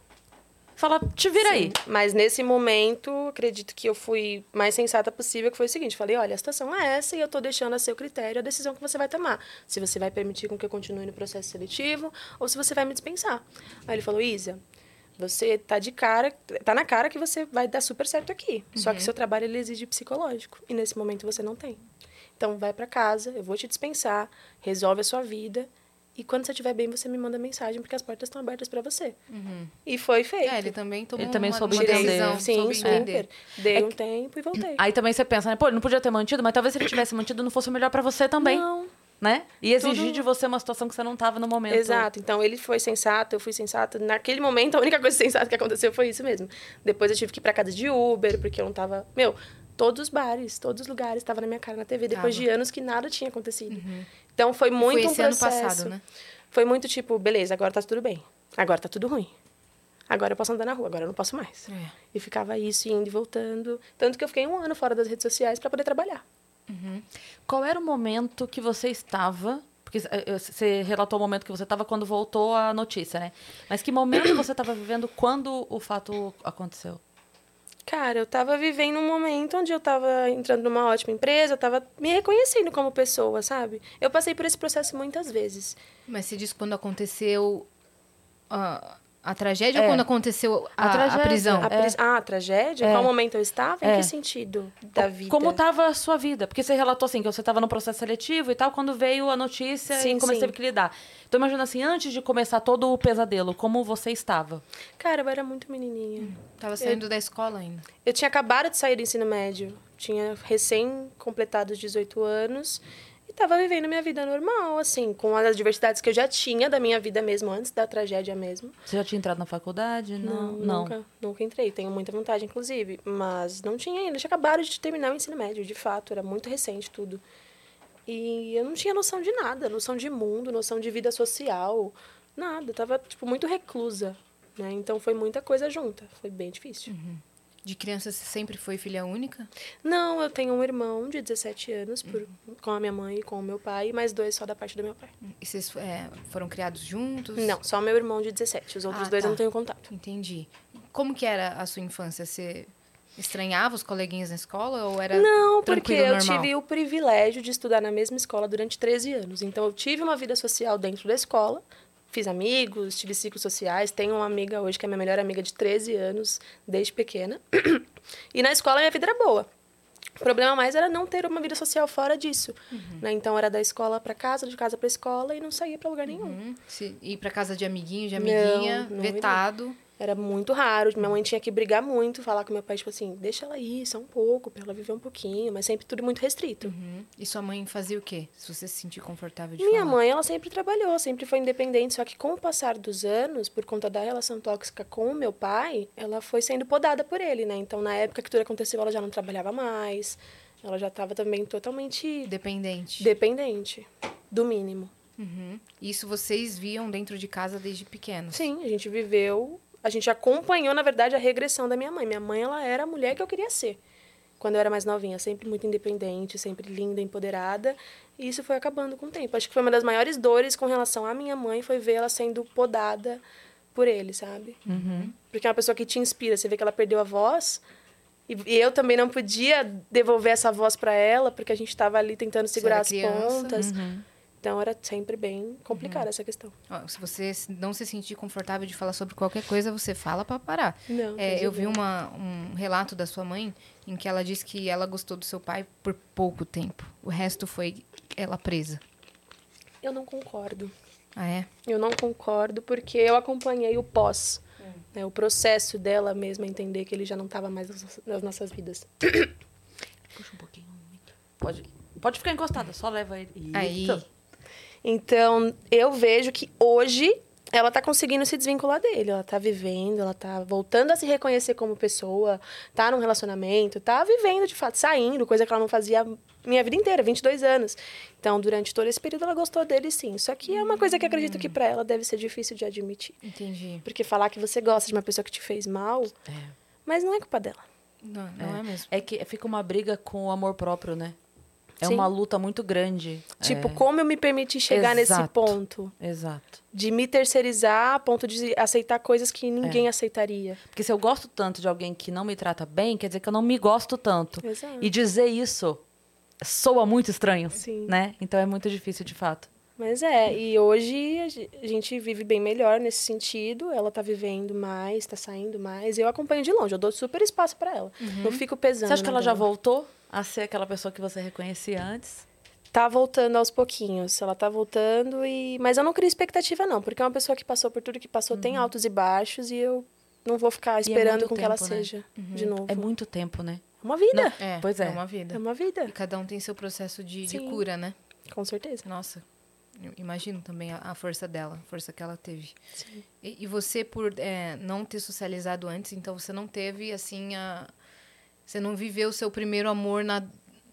Speaker 1: fala, te vira aí.
Speaker 3: Mas nesse momento, acredito que eu fui mais sensata possível, que foi o seguinte: falei, olha, a situação é essa e eu tô deixando a seu critério a decisão que você vai tomar. Se você vai permitir com que eu continue no processo seletivo ou se você vai me dispensar. Aí ele falou, Isa. Você tá de cara, tá na cara que você vai dar super certo aqui. Só
Speaker 2: Uhum.
Speaker 3: que seu trabalho ele exige psicológico e nesse momento você não tem. Então vai pra casa, eu vou te dispensar, resolve a sua vida e quando você estiver bem você me manda mensagem porque as portas estão abertas pra você. E foi feito.
Speaker 2: É, ele também tomou
Speaker 1: Ele também
Speaker 2: uma,
Speaker 1: soube
Speaker 2: uma
Speaker 1: entender.
Speaker 2: decisão.
Speaker 3: Sim,
Speaker 2: soube
Speaker 3: super.
Speaker 2: entender. É
Speaker 3: Dei um tempo e voltei.
Speaker 1: Aí também você pensa, né? Pô, ele não podia ter mantido, mas talvez se ele tivesse mantido não fosse o melhor pra você também,
Speaker 3: Não,
Speaker 1: né? E exigir
Speaker 3: Tudo-
Speaker 1: de você uma situação que você não tava no momento.
Speaker 3: exato. Então ele foi sensato, eu fui sensata. Naquele momento, a única coisa sensata que aconteceu foi isso mesmo. Depois eu tive que ir pra casa de Uber, porque eu não tava. Meu, todos os bares, todos os lugares estavam na minha cara na TV depois
Speaker 2: Tava. Uhum.
Speaker 3: de anos que nada tinha acontecido. Então foi muito
Speaker 2: Foi esse
Speaker 3: um
Speaker 2: ano
Speaker 3: processo.
Speaker 2: passado, né?
Speaker 3: Foi muito tipo, beleza, agora tá tudo bem. Agora tá tudo ruim. Agora eu posso andar na rua, agora eu não posso mais.
Speaker 2: É.
Speaker 3: E ficava isso, indo e voltando. Tanto que eu fiquei um ano fora das redes sociais pra poder trabalhar.
Speaker 1: Qual era o momento que você estava? Porque eh, eh, você relatou o momento que você estava quando voltou a notícia, né? Mas que momento você estava vivendo quando o fato aconteceu?
Speaker 3: Cara, eu tava vivendo um momento onde eu tava entrando numa ótima empresa, eu tava me reconhecendo como pessoa, sabe? Eu passei por esse processo muitas vezes.
Speaker 2: Mas se diz quando aconteceu a, a tragédia
Speaker 1: É.
Speaker 2: ou quando aconteceu a,
Speaker 1: A tragédia.
Speaker 2: a prisão?
Speaker 3: A pris- Ah, a tragédia?
Speaker 1: É.
Speaker 3: Qual momento eu estava? Em
Speaker 1: É.
Speaker 3: que sentido da vida?
Speaker 1: Como tá? estava a sua vida? Porque você relatou assim que você estava no processo seletivo e tal, quando veio a notícia
Speaker 3: Sim,
Speaker 1: e como você
Speaker 3: sim.
Speaker 1: teve que lidar. Então imagina assim, antes de começar todo o pesadelo, como você estava?
Speaker 3: Cara, eu era muito menininha.
Speaker 2: Tava saindo da escola ainda.
Speaker 3: Eu tinha acabado de sair do ensino médio. Tinha recém completado os 18 anos. E tava vivendo minha vida normal, assim, com as adversidades que eu já tinha da minha vida mesmo, antes da tragédia mesmo.
Speaker 1: Você já tinha entrado na faculdade? Não, não.
Speaker 3: Nunca, nunca entrei. Tenho muita vontade, inclusive. Mas não tinha ainda. Tinha acabado de terminar o ensino médio, de fato. Era muito recente tudo. E eu não tinha noção de nada. Noção de mundo, noção de vida social. Nada. Eu tava, tipo, muito reclusa. Né? Então foi muita coisa junta. Foi bem difícil.
Speaker 2: Uhum. De criança você sempre foi filha única?
Speaker 3: Não, eu tenho um irmão de 17 anos por-
Speaker 2: Uhum.
Speaker 3: com a minha mãe e com o meu pai. E mais dois só da parte do meu pai.
Speaker 2: E vocês é, foram criados juntos?
Speaker 3: Não, só meu irmão de 17. Os outros
Speaker 2: Ah,
Speaker 3: dois
Speaker 2: tá.
Speaker 3: eu não tenho contato.
Speaker 2: Entendi. Como que era a sua infância? Você estranhava os coleguinhas na escola ou era
Speaker 3: Não, porque
Speaker 2: tranquilo,
Speaker 3: eu
Speaker 2: normal?
Speaker 3: tive o privilégio de estudar na mesma escola durante 13 anos. Então, eu tive uma vida social dentro da escola. Fiz amigos, tive ciclos sociais. Tenho uma amiga hoje que é minha melhor amiga de 13 anos, desde pequena. E na escola, minha vida era boa. O problema mais era não ter uma vida social fora disso.
Speaker 2: Uhum.
Speaker 3: né? Então, era da escola para casa, de casa para escola e não saía para lugar nenhum.
Speaker 2: Hum, se ir pra casa de amiguinho, de amiguinha,
Speaker 3: Não, não ia.
Speaker 2: vetado.
Speaker 3: Era muito raro. Minha mãe tinha que brigar muito, falar com meu pai, tipo assim, deixa ela ir só um pouco, para ela viver um pouquinho, mas sempre tudo muito restrito.
Speaker 2: Uhum. E sua mãe fazia o quê? Se você se sentir confortável de
Speaker 3: Minha
Speaker 2: falar.
Speaker 3: mãe, ela sempre trabalhou, sempre foi independente, só que com o passar dos anos, por conta da relação tóxica com o meu pai, ela foi sendo podada por ele, né? Então, na época que tudo aconteceu, ela já não trabalhava mais, ela já estava também totalmente
Speaker 2: Dependente.
Speaker 3: dependente, do mínimo.
Speaker 2: Uhum. Isso vocês viam dentro de casa desde pequenos?
Speaker 3: Sim, a gente viveu a gente acompanhou, na verdade, a regressão da minha mãe. Minha mãe, ela era a mulher que eu queria ser. Quando eu era mais novinha, sempre muito independente, sempre linda, empoderada. E isso foi acabando com o tempo. Acho que foi uma das maiores dores com relação à minha mãe, foi ver ela sendo podada por ele, sabe?
Speaker 2: Uhum.
Speaker 3: Porque é uma pessoa que te inspira. Você vê que ela perdeu a voz. E, e eu também não podia devolver essa voz para ela, porque a gente tava ali tentando segurar
Speaker 2: era
Speaker 3: as
Speaker 2: criança. Uhum.
Speaker 3: pontas. Então era sempre bem complicada essa questão.
Speaker 2: Ó, Se você se- não se sentir confortável de falar sobre qualquer coisa, você fala pra parar.
Speaker 3: Não,
Speaker 2: É,
Speaker 3: entendi
Speaker 2: eu vi
Speaker 3: bem.
Speaker 2: uma- um relato da sua mãe em que ela disse que ela gostou do seu pai por pouco tempo. O resto foi ela presa.
Speaker 3: Eu não concordo.
Speaker 2: Ah, é?
Speaker 3: Eu não concordo porque eu acompanhei o pós, né, o processo dela mesma entender que ele já não estava mais nas nossas- nas nossas vidas.
Speaker 1: Puxa um pouquinho. Pode, pode ficar encostada, só leva ele.
Speaker 2: Aí.
Speaker 1: Isso.
Speaker 3: Então, eu vejo que hoje ela tá conseguindo se desvincular dele, ela tá vivendo, ela tá voltando a se reconhecer como pessoa, tá num relacionamento, tá vivendo de fato, saindo, coisa que ela não fazia a minha vida inteira, 22 anos. Então, durante todo esse período ela gostou dele sim. Só que é uma coisa que eu acredito que pra ela deve ser difícil de admitir,
Speaker 2: Entendi.
Speaker 3: porque falar que você gosta de uma pessoa que te fez mal,
Speaker 1: É.
Speaker 3: mas não é culpa dela.
Speaker 2: Não, não é. mesmo.
Speaker 1: É que fica uma briga com o amor próprio, né? É
Speaker 3: Sim.
Speaker 1: uma luta muito grande.
Speaker 3: Tipo,
Speaker 1: É,
Speaker 3: como eu me permiti chegar nesse
Speaker 1: Exato.
Speaker 3: ponto?
Speaker 1: Exato.
Speaker 3: De me terceirizar a ponto de aceitar coisas que ninguém
Speaker 1: É.
Speaker 3: aceitaria.
Speaker 1: Porque se eu gosto tanto de alguém que não me trata bem, quer dizer que eu não me gosto tanto.
Speaker 3: Exato.
Speaker 1: E dizer isso soa muito estranho,
Speaker 3: Sim.
Speaker 1: né? Então é muito difícil, de fato.
Speaker 3: Mas é, e hoje a ge- a gente vive bem melhor nesse sentido. Ela tá vivendo mais, tá saindo mais. Eu acompanho de longe, eu dou super espaço pra ela. Não fico pesando.
Speaker 1: Uhum. Você acha que
Speaker 3: na
Speaker 1: ela já
Speaker 3: dela.
Speaker 1: voltou a ser aquela pessoa que você reconhecia antes?
Speaker 3: Tá voltando aos pouquinhos. Ela tá voltando e. Mas eu não crio expectativa, não, porque é uma pessoa que passou por tudo que passou, tem altos e baixos, e eu não vou ficar esperando
Speaker 1: Uhum. é muito
Speaker 3: com que ela
Speaker 1: tempo, né?
Speaker 3: seja de novo.
Speaker 1: É muito tempo, né?
Speaker 3: É uma vida.
Speaker 2: É,
Speaker 1: Pois é.
Speaker 2: é uma
Speaker 3: É
Speaker 2: vida.
Speaker 3: uma vida,
Speaker 2: E cada um tem seu processo de, de
Speaker 3: Sim.
Speaker 2: cura, né?
Speaker 3: com certeza.
Speaker 2: Nossa, eu imagino também a, a força dela, a força que ela teve. E, e você, por é, não ter socializado antes, então você não teve, assim, a... Você não viveu o seu primeiro amor na,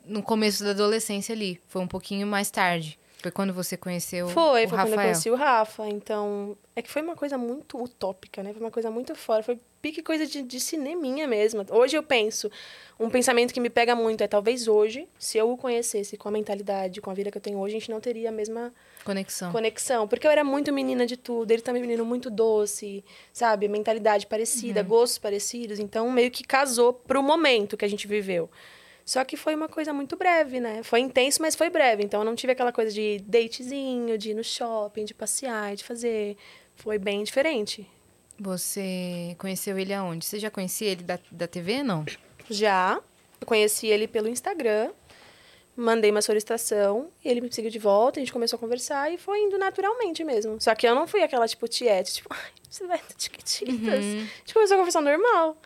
Speaker 2: no começo da adolescência ali. Foi um pouquinho mais tarde. Foi quando você conheceu
Speaker 3: Foi,
Speaker 2: o
Speaker 3: foi quando eu
Speaker 2: Rafael.
Speaker 3: conheci o Rafa. Então, é que foi uma coisa muito utópica, né? Foi uma coisa muito fora. Foi pique coisa de, de cineminha mesmo. Hoje eu penso, um pensamento que me pega muito é talvez hoje, se eu o conhecesse com a mentalidade, com a vida que eu tenho hoje, a gente não teria a mesma
Speaker 2: Conexão.
Speaker 3: conexão. Porque eu era muito menina de tudo, ele também é um menino muito doce, sabe? Mentalidade parecida, gostos parecidos. Então, meio que casou pro momento que a gente viveu. Só que foi uma coisa muito breve, né? Foi intenso, mas foi breve. Então, eu não tive aquela coisa de datezinho, de ir no shopping, de passear, de fazer. Foi bem diferente.
Speaker 2: Você conheceu ele aonde? Você já conhecia ele da, da TV, não?
Speaker 3: Já, eu conheci ele pelo Instagram, mandei uma solicitação, ele me seguiu de volta, a gente começou a conversar e foi indo naturalmente mesmo. Só que eu não fui aquela, tipo, tiete, tipo, ai, você vai no Tiquititas. A gente começou a conversar normal.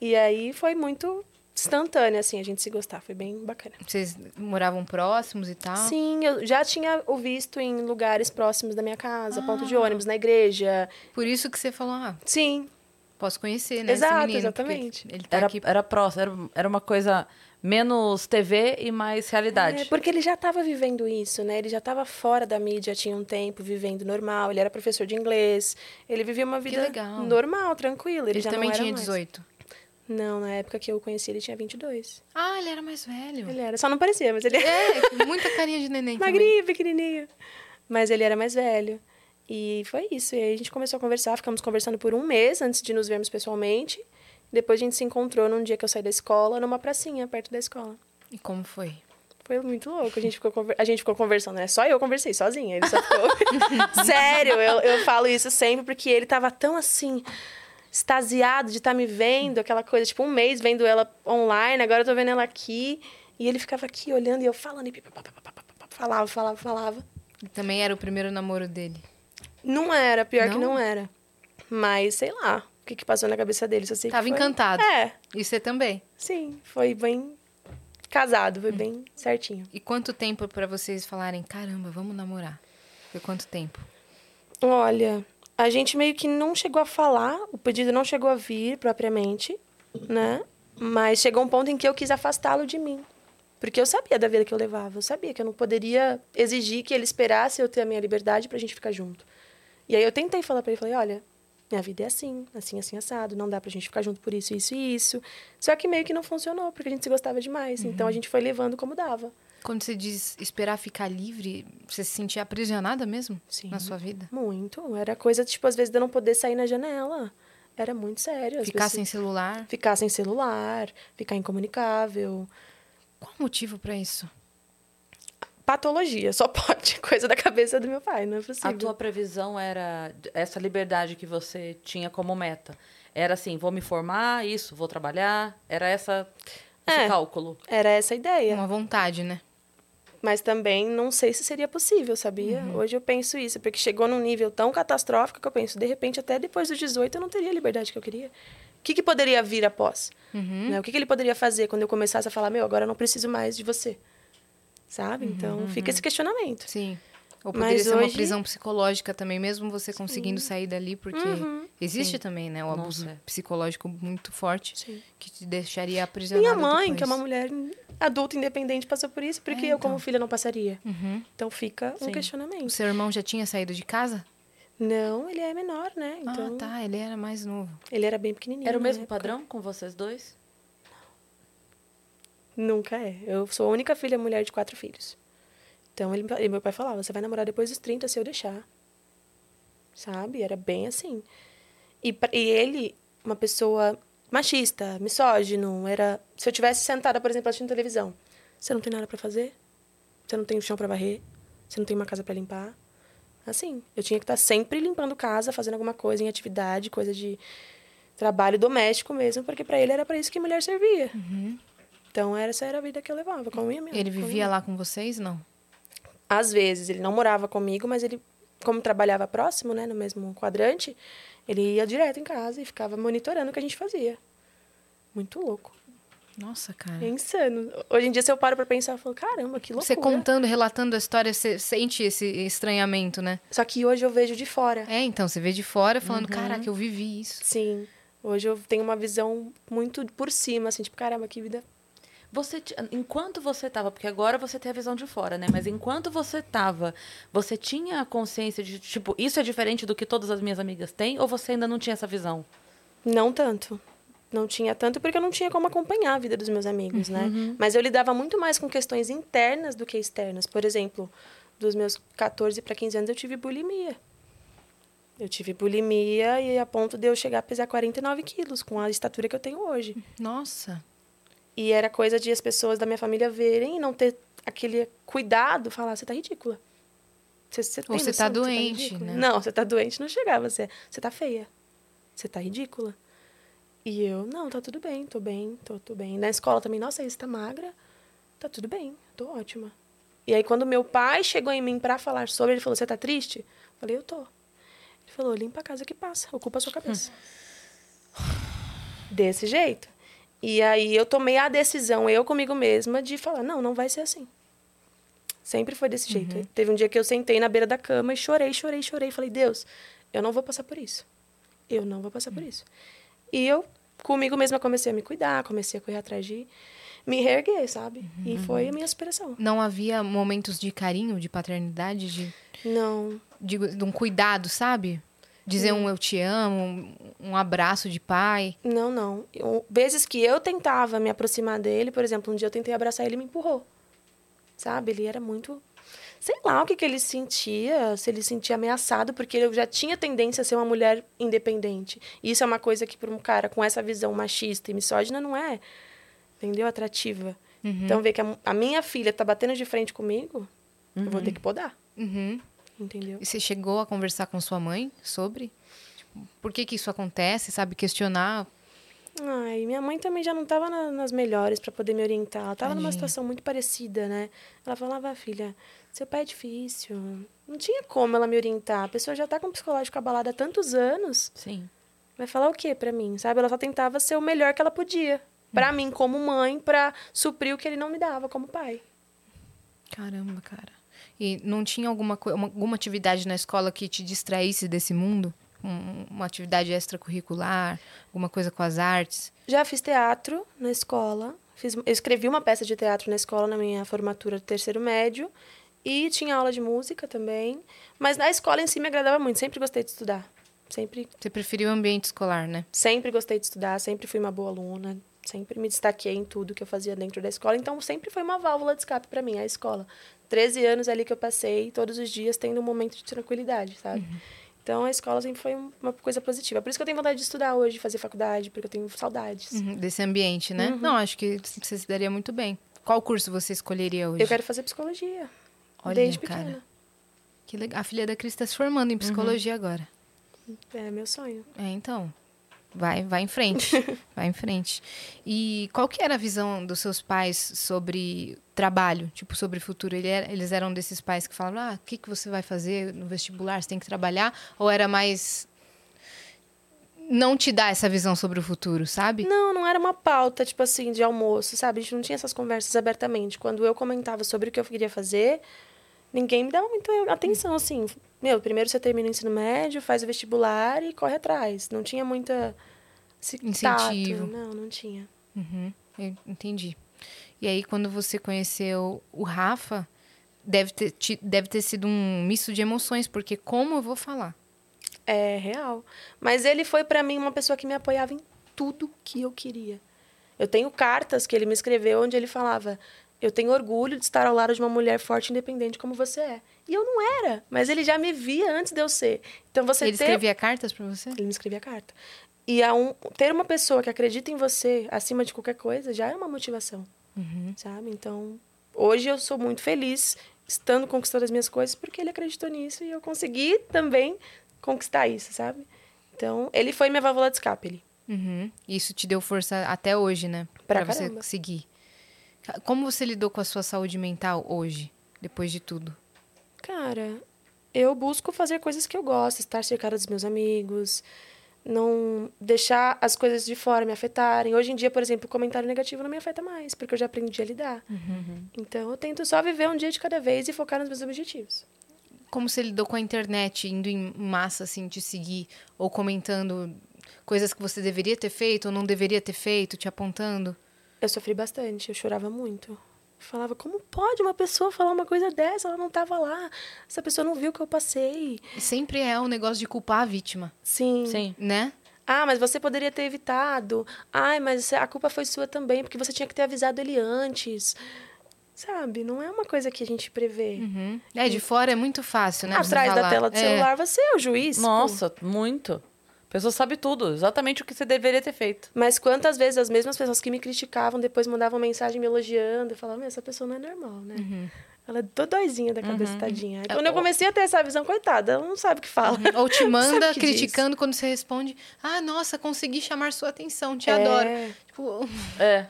Speaker 3: E aí foi muito instantâneo, assim, a gente se gostar, foi bem bacana.
Speaker 2: Vocês moravam próximos e tal?
Speaker 3: Sim, eu já tinha o visto em lugares próximos da minha casa, ponto de ônibus, na igreja.
Speaker 2: Por isso que você falou, ah,
Speaker 3: Sim,
Speaker 2: posso conhecer, né?
Speaker 3: Exato,
Speaker 2: esse menino, porque
Speaker 3: exatamente.
Speaker 2: Ele, ele tá
Speaker 1: Era,
Speaker 2: aqui
Speaker 1: era próximo, era, era uma coisa menos TV e mais realidade.
Speaker 3: É, porque ele já estava vivendo isso, né? Ele já estava fora da mídia, tinha um tempo vivendo normal. Ele era professor de inglês. Ele vivia uma vida
Speaker 2: legal.
Speaker 3: normal, tranquila. Ele,
Speaker 2: Ele,
Speaker 3: já
Speaker 2: também
Speaker 3: não era
Speaker 2: tinha
Speaker 3: mais.
Speaker 2: 18.
Speaker 3: Não, na época que eu o conheci, ele tinha 22.
Speaker 2: Ah, ele era mais velho.
Speaker 3: Ele era, só não parecia, mas ele era
Speaker 2: É, muita carinha de neném também.
Speaker 3: magrinho, pequenininho. Mas ele era mais velho. E foi isso. E aí a gente começou a conversar, ficamos conversando por um mês antes de nos vermos pessoalmente. Depois a gente se encontrou num dia que eu saí da escola, numa pracinha perto da escola.
Speaker 2: E como foi?
Speaker 3: Foi muito louco. A gente ficou, conver- a gente ficou conversando, né? Só eu conversei sozinha. Ele só ficou. Sério, eu, eu falo isso sempre porque ele tava tão assim, extasiado de estar me vendo, aquela coisa, tipo, um mês vendo ela online, agora eu tô vendo ela aqui. E ele ficava aqui olhando e eu falando, e pipapá, pá, pá, pá, falava, falava, falava.
Speaker 2: E Também era o primeiro namoro dele.
Speaker 3: Não era, pior que
Speaker 2: Não?
Speaker 3: não era. Mas sei lá, o que, que passou na cabeça dele. Só sei que
Speaker 2: Tava
Speaker 3: foi-
Speaker 2: encantado.
Speaker 3: É,
Speaker 2: E você também.
Speaker 3: sim, foi bem casado,
Speaker 2: Hum.
Speaker 3: foi bem certinho.
Speaker 2: E quanto tempo pra vocês falarem, caramba, vamos namorar? Foi quanto tempo?
Speaker 3: Olha, a gente meio que não chegou a falar, o pedido não chegou a vir propriamente, né? Mas chegou um ponto em que eu quis afastá-lo de mim. Porque eu sabia da vida que eu levava, eu sabia que eu não poderia exigir que ele esperasse eu ter a minha liberdade pra gente ficar junto. E aí eu tentei falar pra ele, falei, olha, minha vida é assim, assim, assim, assado, não dá pra gente ficar junto por isso, isso e isso. Só que meio que não funcionou, porque a gente se gostava demais. Então a gente foi levando como dava.
Speaker 2: Quando você diz esperar ficar livre, você se sentia aprisionada mesmo
Speaker 3: Sim.
Speaker 2: na sua vida?
Speaker 3: Muito. Era coisa, tipo, às vezes de eu não poder sair na janela. Era muito sério. às
Speaker 2: Ficar
Speaker 3: vezes-
Speaker 2: sem celular?
Speaker 3: Ficar sem celular, ficar incomunicável.
Speaker 2: Qual o motivo pra isso?
Speaker 3: Patologia, só pode. Coisa da cabeça do meu pai, não é possível.
Speaker 1: A tua previsão era essa liberdade que você tinha como meta. Era assim, vou me formar, isso, vou trabalhar. Era essa esse
Speaker 3: É.
Speaker 1: cálculo.
Speaker 3: Era essa a ideia.
Speaker 2: Uma vontade, né?
Speaker 3: Mas também não sei se seria possível, sabia?
Speaker 2: Uhum.
Speaker 3: Hoje eu penso isso, porque chegou num nível tão catastrófico que eu penso, de repente, até depois dos 18 eu não teria a liberdade que eu queria. O que, que poderia vir após?
Speaker 2: Uhum.
Speaker 3: né? O que, que ele poderia fazer quando eu começasse a falar, meu, agora eu não preciso mais de você? Sabe?
Speaker 2: Uhum,
Speaker 3: Então fica esse questionamento.
Speaker 2: Sim. Ou
Speaker 3: Mas
Speaker 2: poderia ser uma
Speaker 3: hoje-
Speaker 2: prisão psicológica também, mesmo você conseguindo sair dali, porque
Speaker 3: Uhum.
Speaker 2: existe também, né? O abuso
Speaker 1: Nossa, é.
Speaker 2: psicológico muito forte
Speaker 3: Sim.
Speaker 2: que te deixaria aprisionada.
Speaker 3: Minha mãe,
Speaker 2: depois.
Speaker 3: que é uma mulher adulta, independente, passou por isso, porque
Speaker 2: É,
Speaker 3: eu, como
Speaker 2: então.
Speaker 3: filha, não passaria.
Speaker 2: Uhum.
Speaker 3: Então fica um
Speaker 2: Sim. O
Speaker 3: questionamento.
Speaker 2: seu irmão já tinha saído de casa?
Speaker 3: Não, ele é menor, né? Então,
Speaker 2: Ah, tá. Ele era mais novo.
Speaker 3: ele era bem pequenininho.
Speaker 1: Era o
Speaker 3: na
Speaker 1: mesmo
Speaker 3: época.
Speaker 1: padrão com vocês dois?
Speaker 3: Nunca é. Eu sou a única filha mulher de quatro filhos. Então, ele, e meu pai falava, você vai namorar depois dos 30 se eu deixar. Sabe? Era bem assim. E, pra- e ele, uma pessoa machista, misógino, era... Se eu tivesse sentada, por exemplo, assistindo televisão, você não tem nada pra fazer? Você não tem o chão pra varrer? Você não tem uma casa pra limpar? Assim, eu tinha que estar sempre limpando casa, fazendo alguma coisa em atividade, coisa de trabalho doméstico mesmo, porque pra ele era pra isso que mulher servia. Então, era- essa era a vida que eu levava com a minha mãe.
Speaker 2: Uhum. Ele vivia lá com vocês? Não.
Speaker 3: Às vezes, ele não morava comigo, mas ele, como trabalhava próximo, né, no mesmo quadrante, ele ia direto em casa e ficava monitorando o que a gente fazia. Muito louco.
Speaker 2: Nossa, cara.
Speaker 3: É insano. Hoje em dia, se eu paro pra pensar, eu falo, caramba, que loucura.
Speaker 2: Você contando, relatando a história, você sente esse estranhamento, né?
Speaker 3: Só que hoje eu vejo de fora.
Speaker 2: É, então, você vê de fora falando,
Speaker 3: Uhum.
Speaker 2: caraca, eu vivi isso.
Speaker 3: Sim. Hoje eu tenho uma visão muito por cima, assim, tipo, caramba, que vida.
Speaker 1: Você, ti- enquanto você tava, porque agora você tem a visão de fora, né? Mas enquanto você tava, você tinha a consciência de, tipo, isso é diferente do que todas as minhas amigas têm? Ou você ainda não tinha essa visão?
Speaker 3: Não tanto. Não tinha tanto porque eu não tinha como acompanhar a vida dos meus amigos, né? Mas eu lidava muito mais com questões internas do que externas. Por exemplo, dos meus 14 para 15 anos eu tive bulimia. Eu tive bulimia e a ponto de eu chegar a pesar 49 quilos com a estatura que eu tenho hoje.
Speaker 2: Nossa.
Speaker 3: E era coisa de as pessoas da minha família verem e não ter aquele cuidado, falar, você tá ridícula. Você, você tem
Speaker 2: Ou você
Speaker 3: noção
Speaker 2: tá
Speaker 3: que você
Speaker 2: doente,
Speaker 3: ridícula?"
Speaker 2: né?
Speaker 3: Não, você tá doente, não chegava. Você, você tá feia. Você tá ridícula. E eu, não, tá tudo bem, tô bem, tô, tô bem. Na escola também, nossa, você tá magra. Tá tudo bem, tô ótima. E aí, quando meu pai chegou em mim pra falar sobre, ele falou, você tá triste? Eu falei, eu tô. Ele falou, limpa a casa que passa, ocupa a sua cabeça. Desse jeito. E aí eu tomei a decisão, eu comigo mesma, de falar, não, não vai ser assim. Sempre foi desse jeito. Teve um dia que eu sentei na beira da cama e chorei, chorei, chorei. Falei, Deus, eu não vou passar por isso. Eu não vou passar por isso. E eu, comigo mesma, comecei a me cuidar, comecei a correr atrás de... Me reerguei, sabe? E foi a minha aspiração.
Speaker 2: Não havia momentos de carinho, de paternidade, de,
Speaker 3: Não,
Speaker 2: digo, de um cuidado, sabe? Dizer um eu te amo, um, um abraço de pai.
Speaker 3: não, não. Eu- vezes que eu tentava me aproximar dele, por exemplo, um dia eu tentei abraçar ele e me empurrou. Sabe? Ele era muito. Sei lá o que, que ele sentia, se ele se sentia ameaçado, porque eu já tinha tendência a ser uma mulher independente. E isso é uma coisa que, para um cara com essa visão machista e misógina, não é, entendeu? Atrativa. Então, ver que a, a minha filha tá batendo de frente comigo, eu vou ter que podar,
Speaker 2: Uhum.
Speaker 3: entendeu?
Speaker 2: E você chegou a conversar com sua mãe sobre? Tipo, por que que isso acontece, sabe? Questionar.
Speaker 3: Ai, minha mãe também já não estava nas melhores para poder me orientar. Ela tava numa
Speaker 2: Tadinha.
Speaker 3: situação muito parecida, né? Ela falava, "Ah, filha, seu pai é difícil. Não tinha como ela me orientar. A pessoa já tá com o psicológico abalado há tantos anos.
Speaker 1: Sim.
Speaker 3: Vai falar o quê pra mim, sabe? Ela só tentava ser o melhor que ela podia. Pra mim, como mãe, pra suprir o que ele não me dava como pai.
Speaker 2: Caramba, cara. E não tinha alguma, coi- uma- alguma atividade na escola que te distraísse desse mundo? Um- uma atividade extracurricular? Alguma coisa com as artes?
Speaker 3: Já fiz teatro na escola. Fiz, eu escrevi uma peça de teatro na escola, na minha formatura do terceiro médio. E tinha aula de música também. Mas na escola em si me agradava muito. Sempre gostei de estudar. Sempre,
Speaker 2: Você preferiu o ambiente escolar, né?
Speaker 3: sempre gostei de estudar, sempre fui uma boa aluna, sempre me destaquei em tudo que eu fazia dentro da escola. Então, sempre foi uma válvula de escape para mim, a escola. 13 anos ali que eu passei, todos os dias tendo um momento de tranquilidade, sabe? Então, a escola sempre foi um- uma coisa positiva. Por isso que eu tenho vontade de estudar hoje, fazer faculdade, porque eu tenho saudades.
Speaker 2: Uhum, Desse ambiente, né? Não, acho que você se daria muito bem. Qual curso você escolheria hoje?
Speaker 3: Eu quero fazer psicologia,
Speaker 2: Olha,
Speaker 3: desde
Speaker 2: cara.
Speaker 3: pequena.
Speaker 2: Que legal. A filha da Cris está se formando em psicologia agora.
Speaker 3: É meu sonho.
Speaker 2: É, então. Vai, vai em frente. vai em frente. E qual que era a visão dos seus pais sobre trabalho? Tipo, sobre futuro? Ele era- eles eram desses pais que falavam, ah, o que, que você vai fazer no vestibular? Você tem que trabalhar? Ou era mais... Não te dá essa visão sobre o futuro, sabe?
Speaker 3: Não, não era uma pauta, tipo assim, de almoço, sabe? A gente não tinha essas conversas abertamente. Quando eu comentava sobre o que eu queria fazer, ninguém me dava muita atenção, assim. Meu, primeiro você termina o ensino médio, faz o vestibular e corre atrás. Não tinha muita... esse
Speaker 2: Incentivo.
Speaker 3: tato. Não, não tinha.
Speaker 2: Uhum, eu entendi. E aí, quando você conheceu o Rafa, deve ter, ti- deve ter sido um misto de emoções, porque como eu vou falar?
Speaker 3: É real. Mas ele foi pra mim uma pessoa que me apoiava em tudo que eu queria. Eu tenho cartas que ele me escreveu onde ele falava: "Eu tenho orgulho de estar ao lado de uma mulher forte e independente como você é". E eu não era, mas ele já me via antes de eu ser. Então você
Speaker 2: Ele
Speaker 3: ter-
Speaker 2: escrevia cartas pra você?
Speaker 3: ele me escrevia carta. E a um, ter uma pessoa que acredita em você acima de qualquer coisa já é uma motivação, sabe? Então, hoje eu sou muito feliz estando conquistando as minhas coisas porque ele acreditou nisso e eu consegui também conquistar isso, sabe? Então, ele foi minha válvula de escape. Ele.
Speaker 2: Uhum. Isso te deu força até hoje, né?
Speaker 3: Pra
Speaker 2: você
Speaker 3: caramba.
Speaker 2: seguir. Ca- Como você lidou com a sua saúde mental hoje, depois de tudo?
Speaker 3: Cara, eu busco fazer coisas que eu gosto, estar cercada dos meus amigos, não deixar as coisas de fora me afetarem. Hoje em dia, por exemplo, comentário negativo não me afeta mais, porque eu já aprendi a lidar. Então, eu tento só viver um dia de cada vez e focar nos meus objetivos.
Speaker 2: Como você lidou com a internet indo em massa, assim, te seguir? Ou comentando coisas que você deveria ter feito ou não deveria ter feito, te apontando?
Speaker 3: Eu sofri bastante, eu chorava muito. Falava, como pode uma pessoa falar uma coisa dessa? Ela não estava lá. Essa pessoa não viu o que eu passei.
Speaker 2: Sempre é um negócio de culpar a vítima.
Speaker 3: Sim.
Speaker 1: Sim.
Speaker 2: né?
Speaker 3: Ah, mas você poderia ter evitado. Ai, mas a culpa foi sua também, porque você tinha que ter avisado ele antes. Sabe? Não é uma coisa que a gente prevê.
Speaker 2: É, de fora é muito fácil, né?
Speaker 3: Uhum. Atrás
Speaker 2: Você
Speaker 3: da
Speaker 2: falar.
Speaker 3: tela do
Speaker 2: É.
Speaker 3: celular, você é o juiz. pô.
Speaker 1: Nossa, muito. A pessoa sabe tudo, exatamente o que você deveria ter feito.
Speaker 3: Mas quantas vezes as mesmas pessoas que me criticavam depois mandavam mensagem me elogiando? Eu falava, "Meu, essa pessoa não é normal, né?
Speaker 2: Uhum.
Speaker 3: Ela é dodóizinha da cabeça, tadinha.
Speaker 2: É,
Speaker 3: Aí, quando eu comecei a ter essa visão, coitada, ela não sabe o que fala.
Speaker 2: Uhum. Ou te
Speaker 3: Sabe
Speaker 2: manda
Speaker 3: o que diz.
Speaker 2: criticando quando você responde: Ah, nossa, consegui chamar sua atenção, te
Speaker 3: É.
Speaker 2: adoro. Tipo,
Speaker 1: É.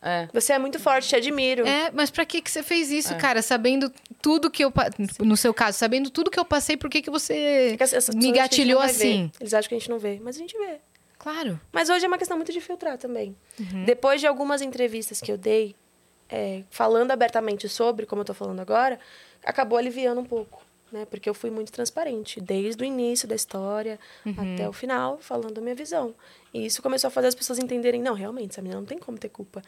Speaker 1: É.
Speaker 3: Você é muito forte, te admiro.
Speaker 2: é, mas pra que, que você fez isso, cara? Sabendo tudo que eu. pa- No seu caso, sabendo tudo que eu passei, por que, que você.
Speaker 3: Porque essas pessoas
Speaker 2: Me
Speaker 3: acham É que a gente
Speaker 2: gatilhou
Speaker 3: não vai ver.
Speaker 2: assim.
Speaker 3: Eles acham que a gente não vê, mas a gente vê.
Speaker 2: Claro.
Speaker 3: Mas hoje é uma questão muito de filtrar também. Depois de algumas entrevistas que eu dei, é, falando abertamente sobre, como eu tô falando agora, acabou aliviando um pouco, né? Porque eu fui muito transparente, desde o início da história até o final, falando a minha visão. E isso começou a fazer as pessoas entenderem, não, realmente, essa menina não tem como ter culpa.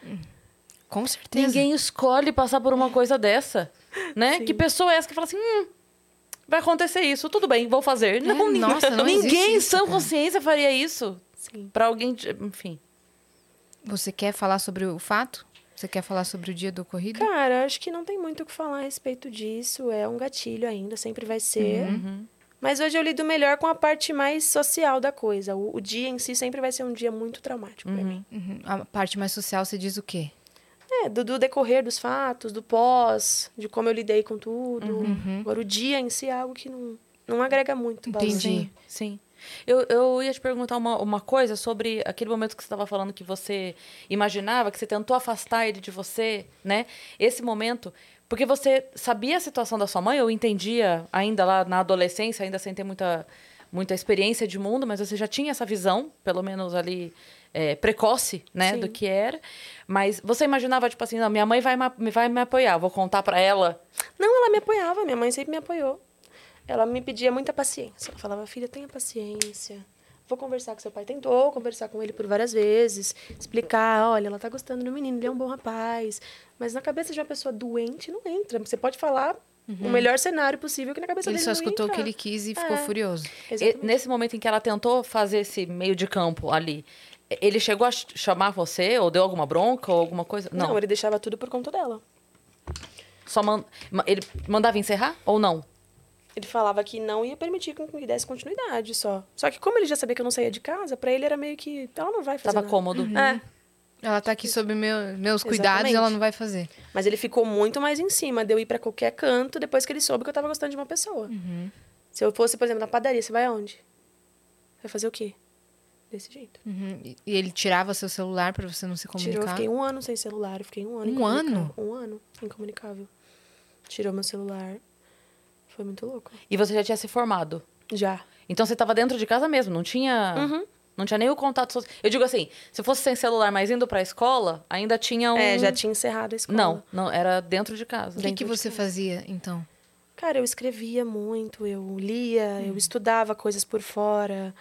Speaker 2: Com certeza.
Speaker 1: Ninguém escolhe passar por uma coisa dessa, né? Que pessoa é essa que fala assim, hum, vai acontecer isso, tudo bem, vou fazer. É, Não, ninguém-
Speaker 2: nossa, não existe
Speaker 1: ninguém em
Speaker 2: isso,
Speaker 1: sã
Speaker 2: cara.
Speaker 1: consciência faria isso
Speaker 3: Sim.
Speaker 1: pra alguém, de- enfim.
Speaker 2: Você quer falar sobre o fato? Você quer falar sobre o dia do ocorrido?
Speaker 3: Cara, acho que não tem muito o que falar a respeito disso. É um gatilho ainda, sempre vai ser. Mas hoje eu lido melhor com a parte mais social da coisa. O, o dia em si sempre vai ser um dia muito traumático pra mim.
Speaker 2: Uhum. A parte mais social, você diz o quê?
Speaker 3: É, do, do decorrer dos fatos, do pós, de como eu lidei com tudo.
Speaker 2: Uhum.
Speaker 3: Agora, o dia em si é algo que não, não agrega muito. valor.
Speaker 2: Entendi.
Speaker 1: Sim, sim. Eu, eu ia te perguntar uma, uma coisa sobre aquele momento que você estava falando que você imaginava, que você tentou afastar ele de você, né? Esse momento. Porque você sabia a situação da sua mãe, eu entendia ainda lá na adolescência, ainda sem ter muita, muita experiência de mundo, mas você já tinha essa visão, pelo menos ali, é, precoce, né?
Speaker 3: Sim.
Speaker 1: Do que era. Mas você imaginava, tipo assim, não, minha mãe vai, ma- vai me apoiar, vou contar pra ela.
Speaker 3: Não, ela me apoiava, minha mãe sempre me apoiou. Ela me pedia muita paciência. Ela falava, filha, tenha paciência. Vou conversar com seu pai. Tentou conversar com ele por várias vezes, explicar, olha, ela tá gostando do menino, ele é um bom rapaz. Mas na cabeça de uma pessoa doente não entra. Você pode falar o melhor cenário possível que na cabeça
Speaker 2: Uhum. Ele
Speaker 3: dele
Speaker 2: só
Speaker 3: não ia
Speaker 2: escutou o que
Speaker 3: entrar.
Speaker 2: ele quis e ficou
Speaker 3: É.
Speaker 2: furioso.
Speaker 1: E,
Speaker 3: Exatamente.
Speaker 1: nesse momento em que ela tentou fazer esse meio de campo ali, ele chegou a ch- chamar você ou deu alguma bronca ou alguma coisa? Não.
Speaker 3: Não, ele deixava tudo por conta dela.
Speaker 1: Só man... ma- ele mandava encerrar ou não?
Speaker 3: Ele falava que não ia permitir que me desse continuidade só. Só que como ele já sabia que eu não saía de casa, pra ele era meio que... Ela não vai fazer
Speaker 1: Tava
Speaker 3: nada.
Speaker 1: cômodo.
Speaker 3: É.
Speaker 2: Ela tá aqui sob meu- meus cuidados e
Speaker 3: Exatamente.
Speaker 2: ela não vai fazer.
Speaker 3: Mas ele ficou muito mais em cima de eu ir pra qualquer canto depois que ele soube que eu tava gostando de uma pessoa. Se eu fosse, por exemplo, na padaria, você vai aonde? Vai fazer o quê? Desse jeito.
Speaker 2: Uhum. E e ele tirava seu celular pra você não se
Speaker 3: Tirou, eu
Speaker 2: comunicar.
Speaker 3: fiquei um ano sem celular, eu fiquei um ano
Speaker 2: Um
Speaker 3: incomunicável. Um ano incomunicável. Tirou meu celular. Foi muito louco.
Speaker 1: E você já tinha se formado.
Speaker 3: Já.
Speaker 1: Então você tava dentro de casa mesmo, não tinha.
Speaker 3: Uhum.
Speaker 1: Não tinha nem o contato social. Eu digo assim, se fosse sem celular, mas indo pra escola, ainda tinha um.
Speaker 3: É, já tinha encerrado a escola.
Speaker 1: Não, não, era dentro de casa.
Speaker 2: O que, que você fazia, então?
Speaker 3: Cara, eu escrevia muito, eu lia,
Speaker 2: Hum.
Speaker 3: eu estudava coisas por fora.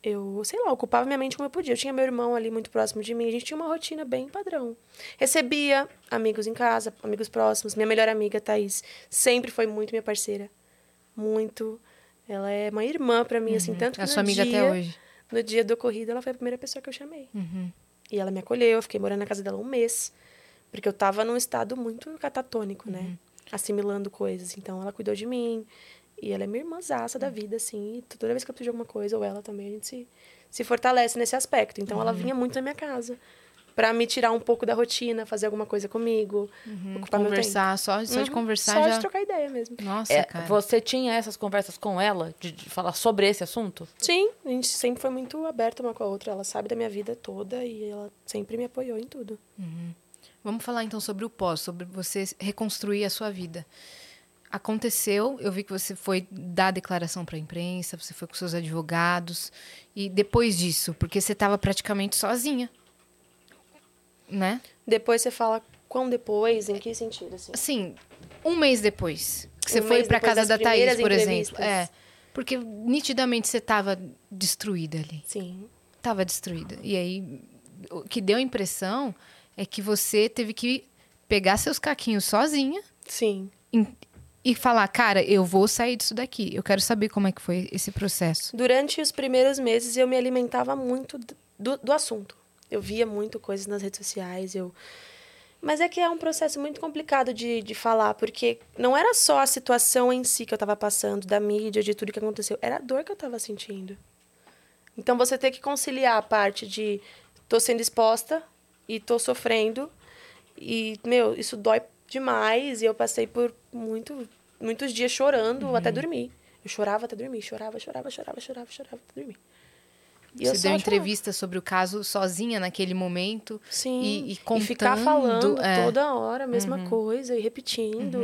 Speaker 3: Eu, sei lá, ocupava minha mente como eu podia. Eu tinha meu irmão ali muito próximo de mim. A gente tinha uma rotina bem padrão. Recebia amigos em casa, amigos próximos. Minha melhor amiga, Thaís, sempre foi muito minha parceira. Muito. Ela é uma irmã pra mim, assim, tanto que
Speaker 2: É
Speaker 3: no
Speaker 2: sua amiga
Speaker 3: dia,
Speaker 2: até hoje.
Speaker 3: No dia do ocorrido, ela foi a primeira pessoa que eu chamei.
Speaker 2: Uhum.
Speaker 3: E ela me acolheu, eu fiquei morando na casa dela um mês. Porque eu tava num estado muito catatônico,
Speaker 2: Uhum.
Speaker 3: né? Assimilando coisas. Então ela cuidou de mim. E ela é minha irmãzaça
Speaker 2: Uhum.
Speaker 3: da vida, assim. E toda vez que eu preciso de alguma coisa, ou ela também, a gente se, se fortalece nesse aspecto. Então
Speaker 2: Uhum.
Speaker 3: ela vinha muito na minha casa. Pra me tirar um pouco da rotina, fazer alguma coisa comigo, ocupar
Speaker 2: Uhum.
Speaker 3: meu tempo.
Speaker 2: Conversar, só, só de
Speaker 3: Uhum.
Speaker 2: conversar
Speaker 3: Só
Speaker 2: já.
Speaker 3: de trocar ideia mesmo.
Speaker 2: Nossa,
Speaker 1: É,
Speaker 2: cara.
Speaker 1: você tinha essas conversas com ela, de, de falar sobre esse assunto?
Speaker 3: Sim, a gente sempre foi muito aberta uma com a outra. Ela sabe da minha vida toda e ela sempre me apoiou em tudo.
Speaker 2: Vamos falar então sobre o pós, sobre você reconstruir a sua vida. Aconteceu, eu vi que você foi dar a declaração para a imprensa, você foi com seus advogados. E depois disso, porque você estava praticamente sozinha. Né?
Speaker 3: Depois você fala quão depois, em que sentido, assim?
Speaker 2: Assim, um mês depois que você
Speaker 3: Um
Speaker 2: foi
Speaker 3: mês
Speaker 2: para
Speaker 3: depois
Speaker 2: casa da
Speaker 3: das
Speaker 2: Thaís,
Speaker 3: primeiras
Speaker 2: por exemplo.
Speaker 3: entrevistas.
Speaker 2: É. Porque nitidamente você estava destruída ali.
Speaker 3: Sim.
Speaker 2: Tava destruída. E aí, o que deu a impressão é que você teve que pegar seus caquinhos sozinha
Speaker 3: Sim.
Speaker 2: em- e falar, cara, eu vou sair disso daqui. Eu quero saber como é que foi esse processo.
Speaker 3: Durante os primeiros meses, eu me alimentava muito d- do, do assunto. Eu via muito coisas nas redes sociais, eu... Mas é que é um processo muito complicado de, de falar, porque não era só a situação em si que eu estava passando, da mídia, de tudo que aconteceu. Era a dor que eu estava sentindo. Então, você ter que conciliar a parte de tô sendo exposta e tô sofrendo. E, meu, isso dói demais. E eu passei por muito, muitos dias chorando
Speaker 2: Uhum.
Speaker 3: até dormir. Eu chorava até dormir. Chorava, chorava, chorava, chorava, chorava até dormir. E
Speaker 2: você
Speaker 3: eu só
Speaker 2: deu
Speaker 3: chorava.
Speaker 2: entrevista sobre o caso sozinha naquele momento.
Speaker 3: Sim.
Speaker 2: e- e contando,
Speaker 3: ficar falando
Speaker 2: é.
Speaker 3: toda hora a mesma coisa e repetindo.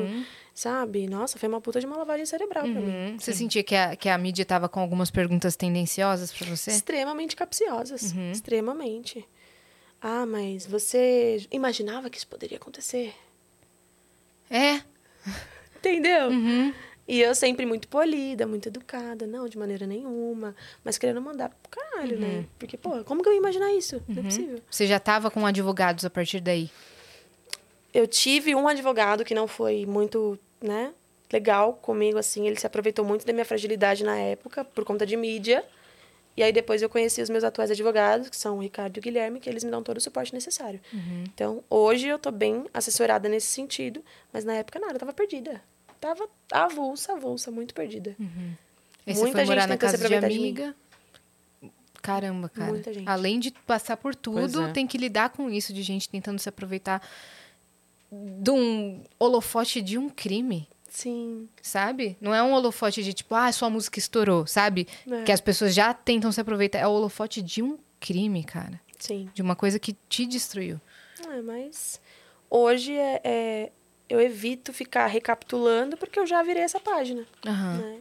Speaker 3: Sabe? Nossa, foi uma puta de uma lavagem cerebral pra mim.
Speaker 2: Uhum. Você sentia que a, que a mídia tava com algumas perguntas tendenciosas para você?
Speaker 3: Extremamente capciosas. Extremamente. Ah, mas você imaginava que isso poderia acontecer?
Speaker 2: É.
Speaker 3: Entendeu?
Speaker 2: Uhum.
Speaker 3: E eu sempre muito polida, muito educada, não, de maneira nenhuma. Mas querendo mandar pro caralho, né? Porque, pô, como que eu ia imaginar isso? Não é possível.
Speaker 2: Você já tava com advogados a partir daí?
Speaker 3: Eu tive um advogado que não foi muito, né, legal comigo, assim. Ele se aproveitou muito da minha fragilidade na época, por conta de mídia. E aí depois eu conheci os meus atuais advogados, que são o Ricardo e o Guilherme, que eles me dão todo o suporte necessário. Então, hoje eu tô bem assessorada nesse sentido, mas na época nada, eu tava perdida. Tava avulsa, avulsa, muito perdida.
Speaker 2: Aí você
Speaker 3: Muita
Speaker 2: foi morar
Speaker 3: gente
Speaker 2: na
Speaker 3: tentou se
Speaker 2: casa de
Speaker 3: aproveitar de mim.
Speaker 2: amiga. Caramba, cara.
Speaker 3: Muita gente.
Speaker 2: Além de passar por
Speaker 1: Pois
Speaker 2: tudo,
Speaker 1: é.
Speaker 2: tem que lidar com isso de gente tentando se aproveitar de um holofote de um crime,
Speaker 3: Sim.
Speaker 2: sabe? Não é um holofote de tipo, ah, sua música estourou, sabe?
Speaker 3: É.
Speaker 2: Que as pessoas já tentam se aproveitar. É o holofote de um crime, cara.
Speaker 3: Sim.
Speaker 2: De uma coisa que te destruiu.
Speaker 3: É, mas hoje é, é- eu evito ficar recapitulando porque eu já virei essa página.
Speaker 2: Aham.
Speaker 3: né?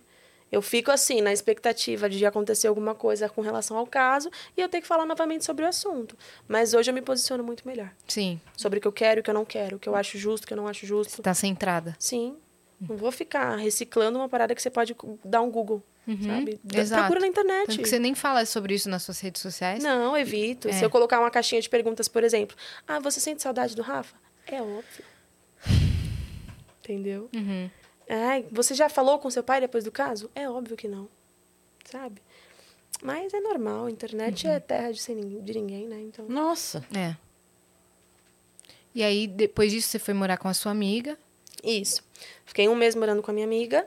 Speaker 3: Eu fico assim, na expectativa de acontecer alguma coisa com relação ao caso e eu ter que falar novamente sobre o assunto. Mas hoje eu me posiciono muito melhor
Speaker 2: Sim,
Speaker 3: sobre o que eu quero e o que eu não quero, o que eu acho justo, o que eu não acho
Speaker 2: você
Speaker 3: justo.
Speaker 2: tá centrada.
Speaker 3: Sim. Não vou ficar reciclando uma parada que você pode dar um Google, sabe? Tá Da-
Speaker 2: Uhum. exato.
Speaker 3: Procura na
Speaker 2: Tanto
Speaker 3: internet.
Speaker 2: que você nem fala sobre isso nas suas redes sociais.
Speaker 3: Não, evito.
Speaker 2: É.
Speaker 3: Se eu colocar uma caixinha de perguntas, por exemplo, ah, você sente saudade do Rafa? É óbvio. Entendeu?
Speaker 2: Uhum.
Speaker 3: Ai, você já falou com seu pai depois do caso? É óbvio que não. Sabe? Mas é normal, a internet
Speaker 2: Uhum.
Speaker 3: é terra de, sem nin- de ninguém, né? Então.
Speaker 1: Nossa.
Speaker 2: É. E aí, depois disso, você foi morar com a sua amiga.
Speaker 3: Isso. Fiquei um mês morando com a minha amiga.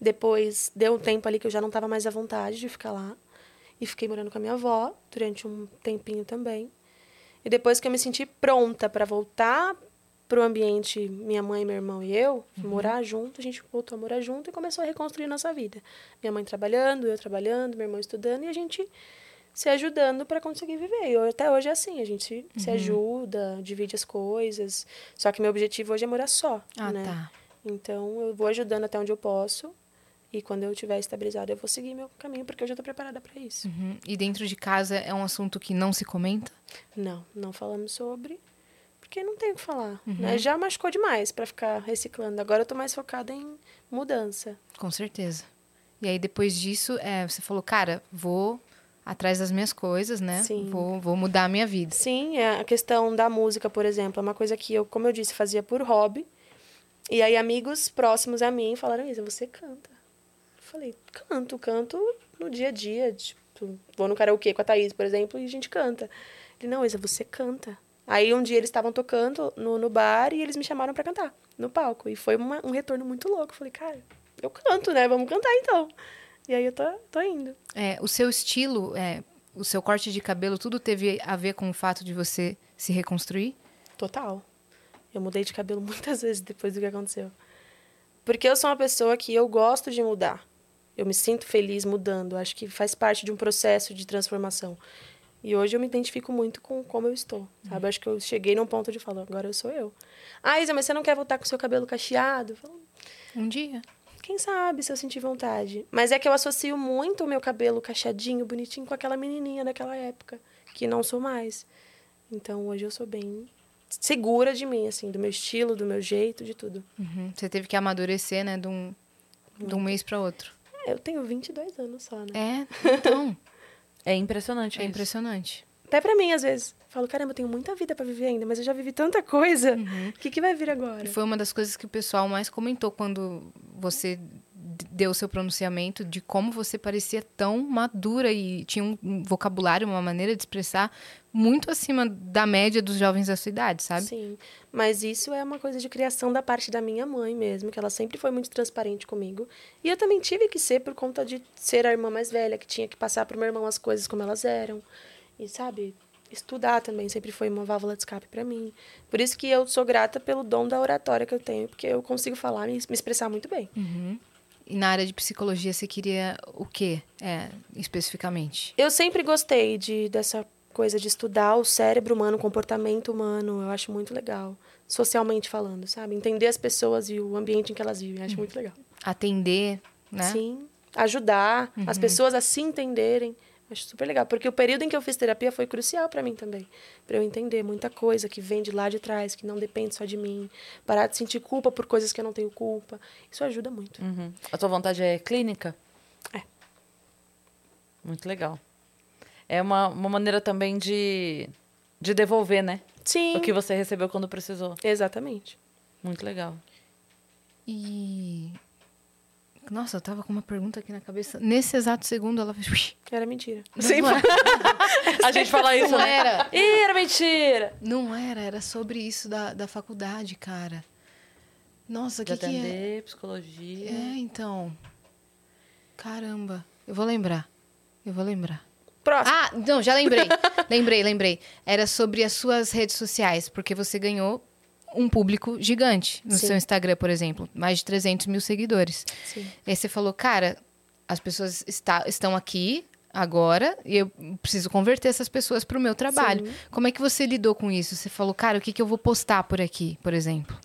Speaker 3: Depois deu um tempo ali que eu já não estava mais à vontade de ficar lá. E fiquei morando com a minha avó durante um tempinho também. E depois que eu me senti pronta para voltar pro ambiente, minha mãe, meu irmão e eu,
Speaker 2: Uhum.
Speaker 3: morar junto, a gente voltou a morar junto e começou a reconstruir nossa vida. Minha mãe trabalhando, eu trabalhando, meu irmão estudando e a gente se ajudando para conseguir viver. E ho- até hoje é assim, a gente se-
Speaker 2: Uhum.
Speaker 3: se ajuda, divide as coisas. Só que meu objetivo hoje é morar só,
Speaker 2: Ah,
Speaker 3: né?
Speaker 2: tá.
Speaker 3: Então, eu vou ajudando até onde eu posso. E quando eu tiver estabilizado, eu vou seguir meu caminho, porque eu já tô preparada para isso.
Speaker 2: Uhum. E dentro de casa é um assunto que não se comenta?
Speaker 3: Não, não falamos sobre, porque não tem o que falar. Né? Já machucou demais para ficar reciclando. Agora eu tô mais focada em mudança.
Speaker 2: Com certeza. E aí, depois disso, é, você falou, cara, vou atrás das minhas coisas, né?
Speaker 3: Sim.
Speaker 2: Vou, vou mudar a minha vida.
Speaker 3: Sim, é, a questão da música, por exemplo, é uma coisa que eu, como eu disse, fazia por hobby. E aí amigos próximos a mim falaram isso, você canta. Eu falei, canto, canto no dia a dia, tipo, vou no karaokê com a Thaís, por exemplo, e a gente canta. Ele, não, Isa, você canta. Aí um dia eles estavam tocando no, no bar e eles me chamaram pra cantar no palco. E foi uma- um retorno muito louco. Eu falei, cara, eu canto, né? Vamos cantar então. E aí eu tô, tô indo.
Speaker 2: É, o seu estilo, é, o seu corte de cabelo, tudo teve a ver com o fato de você se reconstruir?
Speaker 3: Total. Eu mudei de cabelo muitas vezes depois do que aconteceu. Porque eu sou uma pessoa que eu gosto de mudar. Eu me sinto feliz mudando. Acho que faz parte de um processo de transformação. E hoje eu me identifico muito com como eu estou, sabe? Acho que eu cheguei num ponto de falar, agora eu sou eu. Ah, Isa, mas você não quer voltar com seu cabelo cacheado? Eu falo,
Speaker 2: Um dia.
Speaker 3: quem sabe se eu sentir vontade. Mas é que eu associo muito o meu cabelo cacheadinho, bonitinho, com aquela menininha daquela época, que não sou mais. Então hoje eu sou bem segura de mim, assim, do meu estilo, do meu jeito, de tudo.
Speaker 2: Uhum. Você teve que amadurecer, né? De um, de um mês para outro.
Speaker 3: É, Eu tenho 22 anos só, né?
Speaker 2: É, então.
Speaker 1: É impressionante.
Speaker 2: é
Speaker 1: isso.
Speaker 2: impressionante.
Speaker 3: Até pra mim, às vezes. Falo, caramba, eu tenho muita vida pra viver ainda, mas eu já vivi tanta coisa. O que, que vai vir agora?
Speaker 2: E foi uma das coisas que o pessoal mais comentou quando você d- deu o seu pronunciamento de como você parecia tão madura e tinha um- um vocabulário, uma maneira de expressar muito acima da média dos jovens da sua idade, sabe?
Speaker 3: Sim, mas isso é uma coisa de criação da parte da minha mãe mesmo, que ela sempre foi muito transparente comigo. E eu também tive que ser por conta de ser a irmã mais velha, que tinha que passar pro meu irmão as coisas como elas eram. E sabe, estudar também sempre foi uma válvula de escape para mim. Por isso que eu sou grata pelo dom da oratória que eu tenho, porque eu consigo falar e me expressar muito bem.
Speaker 2: E na área de psicologia você queria o quê, é, especificamente?
Speaker 3: Eu sempre gostei de, dessa coisa de estudar o cérebro humano, o comportamento humano. Eu acho muito legal. Socialmente falando, sabe? Entender as pessoas e o ambiente em que elas vivem. Acho muito legal.
Speaker 2: Atender, né?
Speaker 3: Sim. Ajudar as pessoas a se entenderem. Acho super legal. Porque o período em que eu fiz terapia foi crucial para mim também. Para eu entender muita coisa que vem de lá de trás, que não depende só de mim. Parar de sentir culpa por coisas que eu não tenho culpa. Isso ajuda muito.
Speaker 1: Uhum. A tua vontade é clínica?
Speaker 3: É.
Speaker 1: Muito legal. É uma, uma maneira também de, de devolver, né?
Speaker 3: Sim.
Speaker 1: O que você recebeu quando precisou.
Speaker 3: Exatamente.
Speaker 1: Muito legal.
Speaker 2: E. Nossa, eu tava com uma pergunta aqui na cabeça. Nesse exato segundo ela fez.
Speaker 3: Era mentira.
Speaker 2: Não era.
Speaker 1: A gente fala isso,
Speaker 2: Não
Speaker 1: né?
Speaker 2: era.
Speaker 1: Ih, era mentira!
Speaker 2: Não era, era sobre isso da, da faculdade, cara. Nossa, o
Speaker 1: De
Speaker 2: que, que é?
Speaker 1: atender, né? psicologia.
Speaker 2: É, então. Caramba. Eu vou lembrar. Eu vou lembrar.
Speaker 3: Próximo.
Speaker 2: Ah, não, já lembrei. lembrei, lembrei. Era sobre as suas redes sociais, porque você ganhou um público gigante no
Speaker 3: Sim.
Speaker 2: seu Instagram, por exemplo. Mais de 300 mil seguidores.
Speaker 3: Sim.
Speaker 2: E aí você falou, cara, as pessoas está- estão aqui agora e eu preciso converter essas pessoas para o meu trabalho. Como é que você lidou com isso? Você falou, cara, o que, que eu vou postar por aqui, por exemplo?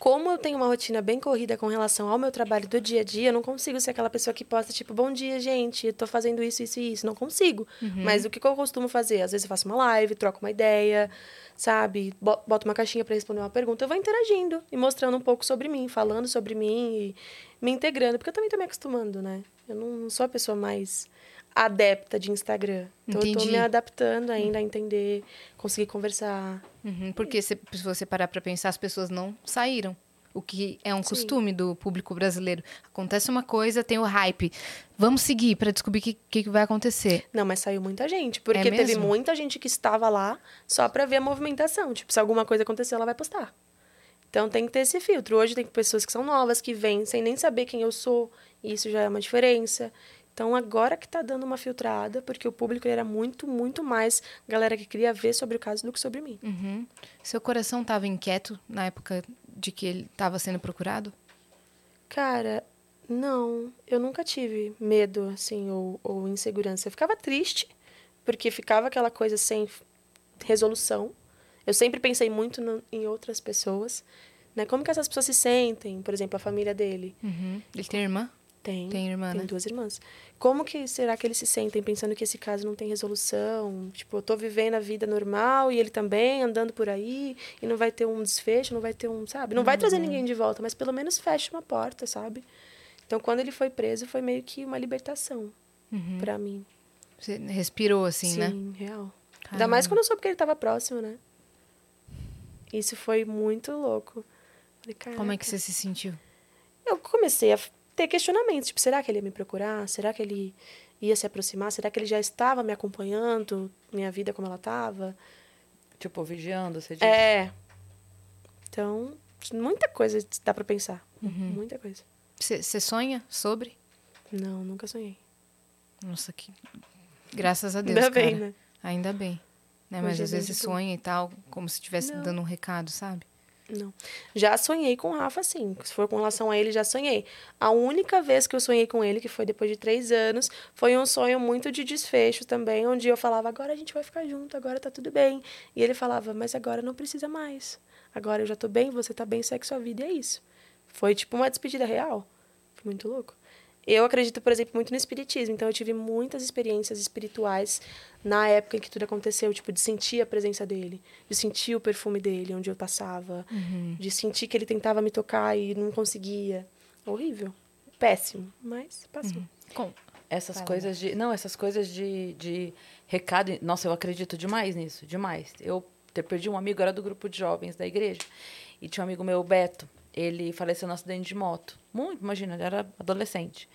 Speaker 3: Como eu tenho uma rotina bem corrida com relação ao meu trabalho do dia a dia, eu não consigo ser aquela pessoa que posta tipo, bom dia, gente, eu tô fazendo isso, isso e isso. Não consigo. Mas o que que eu costumo fazer? Às vezes eu faço uma live, troco uma ideia, sabe? Bo- Boto uma caixinha pra responder uma pergunta. Eu vou interagindo e mostrando um pouco sobre mim, falando sobre mim e me integrando. Porque eu também tô me acostumando, né? Eu não não sou a pessoa mais adepta de Instagram. Então eu
Speaker 2: Entendi.
Speaker 3: tô me adaptando ainda a entender, conseguir conversar.
Speaker 2: Uhum, porque se, se você parar para pensar, as pessoas não saíram. O que é um costume do público brasileiro. Acontece uma coisa, tem o hype. Vamos seguir para descobrir o que, que que vai acontecer.
Speaker 3: Não, mas saiu muita gente. Porque
Speaker 2: É
Speaker 3: teve
Speaker 2: mesmo?
Speaker 3: muita gente que estava lá só pra ver a movimentação. Tipo, se alguma coisa acontecer, ela vai postar. Então tem que ter esse filtro. Hoje tem pessoas que são novas, que vêm sem nem saber quem eu sou. E isso já é uma diferença. Então agora que tá dando uma filtrada, porque o público era muito, muito mais galera que queria ver sobre o caso do que sobre mim.
Speaker 2: Uhum. Seu coração estava inquieto na época de que ele estava sendo procurado?
Speaker 3: Cara, não. Eu nunca tive medo, assim, ou, ou insegurança. Eu ficava triste, porque ficava aquela coisa sem f- resolução. Eu sempre pensei muito no- em outras pessoas. Né? Como que essas pessoas se sentem? Por exemplo, a família dele.
Speaker 2: Uhum. Ele tem irmã?
Speaker 3: Tem,
Speaker 2: Tem irmã,
Speaker 3: tem
Speaker 2: né?
Speaker 3: duas irmãs. Como que será que eles se sentem pensando que esse caso não tem resolução? Tipo, eu tô vivendo a vida normal e ele também andando por aí e não vai ter um desfecho, não vai ter um, sabe? Não vai trazer
Speaker 2: Uhum.
Speaker 3: ninguém de volta, mas pelo menos fecha uma porta, sabe? Então, quando ele foi preso, foi meio que uma libertação
Speaker 2: Uhum.
Speaker 3: pra mim.
Speaker 2: Você respirou assim, né?
Speaker 3: real. Ainda
Speaker 2: Caramba.
Speaker 3: mais quando eu soube que ele tava próximo, né? Isso foi muito louco. Falei,
Speaker 2: Como é que
Speaker 3: "Caraca."
Speaker 2: você se sentiu?
Speaker 3: eu comecei a f- ter questionamentos, tipo, será que ele ia me procurar? Será que ele ia se aproximar? Será que ele já estava me acompanhando, minha vida como ela estava?
Speaker 1: Tipo, vigiando, você diz.
Speaker 3: É. Então, muita coisa dá pra pensar. Muita coisa.
Speaker 2: Você você sonha sobre?
Speaker 3: Não, nunca sonhei.
Speaker 2: Nossa, que. Graças a Deus.
Speaker 3: Ainda bem,
Speaker 2: cara.
Speaker 3: né?
Speaker 2: Ainda bem. Né?
Speaker 3: Hoje
Speaker 2: Mas
Speaker 3: é
Speaker 2: às vezes
Speaker 3: grande
Speaker 2: sonha e tal, como se estivesse
Speaker 3: Não.
Speaker 2: dando um recado, sabe?
Speaker 3: Não. Já sonhei com o Rafa, sim. Se for com relação a ele, já sonhei. A única vez que eu sonhei com ele, que foi depois de três anos, foi um sonho muito de desfecho também, onde eu falava, agora a gente vai ficar junto, agora tá tudo bem. E ele falava, mas agora não precisa mais. Agora eu já tô bem, você tá bem, segue sua vida, e é isso. Foi tipo uma despedida real. Foi muito louco. Eu acredito, por exemplo, muito no espiritismo, então eu tive muitas experiências espirituais na época em que tudo aconteceu, tipo, de sentir a presença dele, de sentir o perfume dele onde eu passava,
Speaker 1: Uhum.
Speaker 3: de sentir que ele tentava me tocar e não conseguia. Horrível. Péssimo, mas
Speaker 1: Uhum.
Speaker 3: passou.
Speaker 2: Com.
Speaker 1: Essas
Speaker 2: Fala,
Speaker 1: coisas de. Não, essas coisas de, de recado. Nossa, eu acredito demais nisso, demais. Eu te- perdi um amigo, era do grupo de jovens da igreja. E tinha um amigo meu, o Beto. Ele faleceu num acidente de moto. Muito, imagina, ele era adolescente.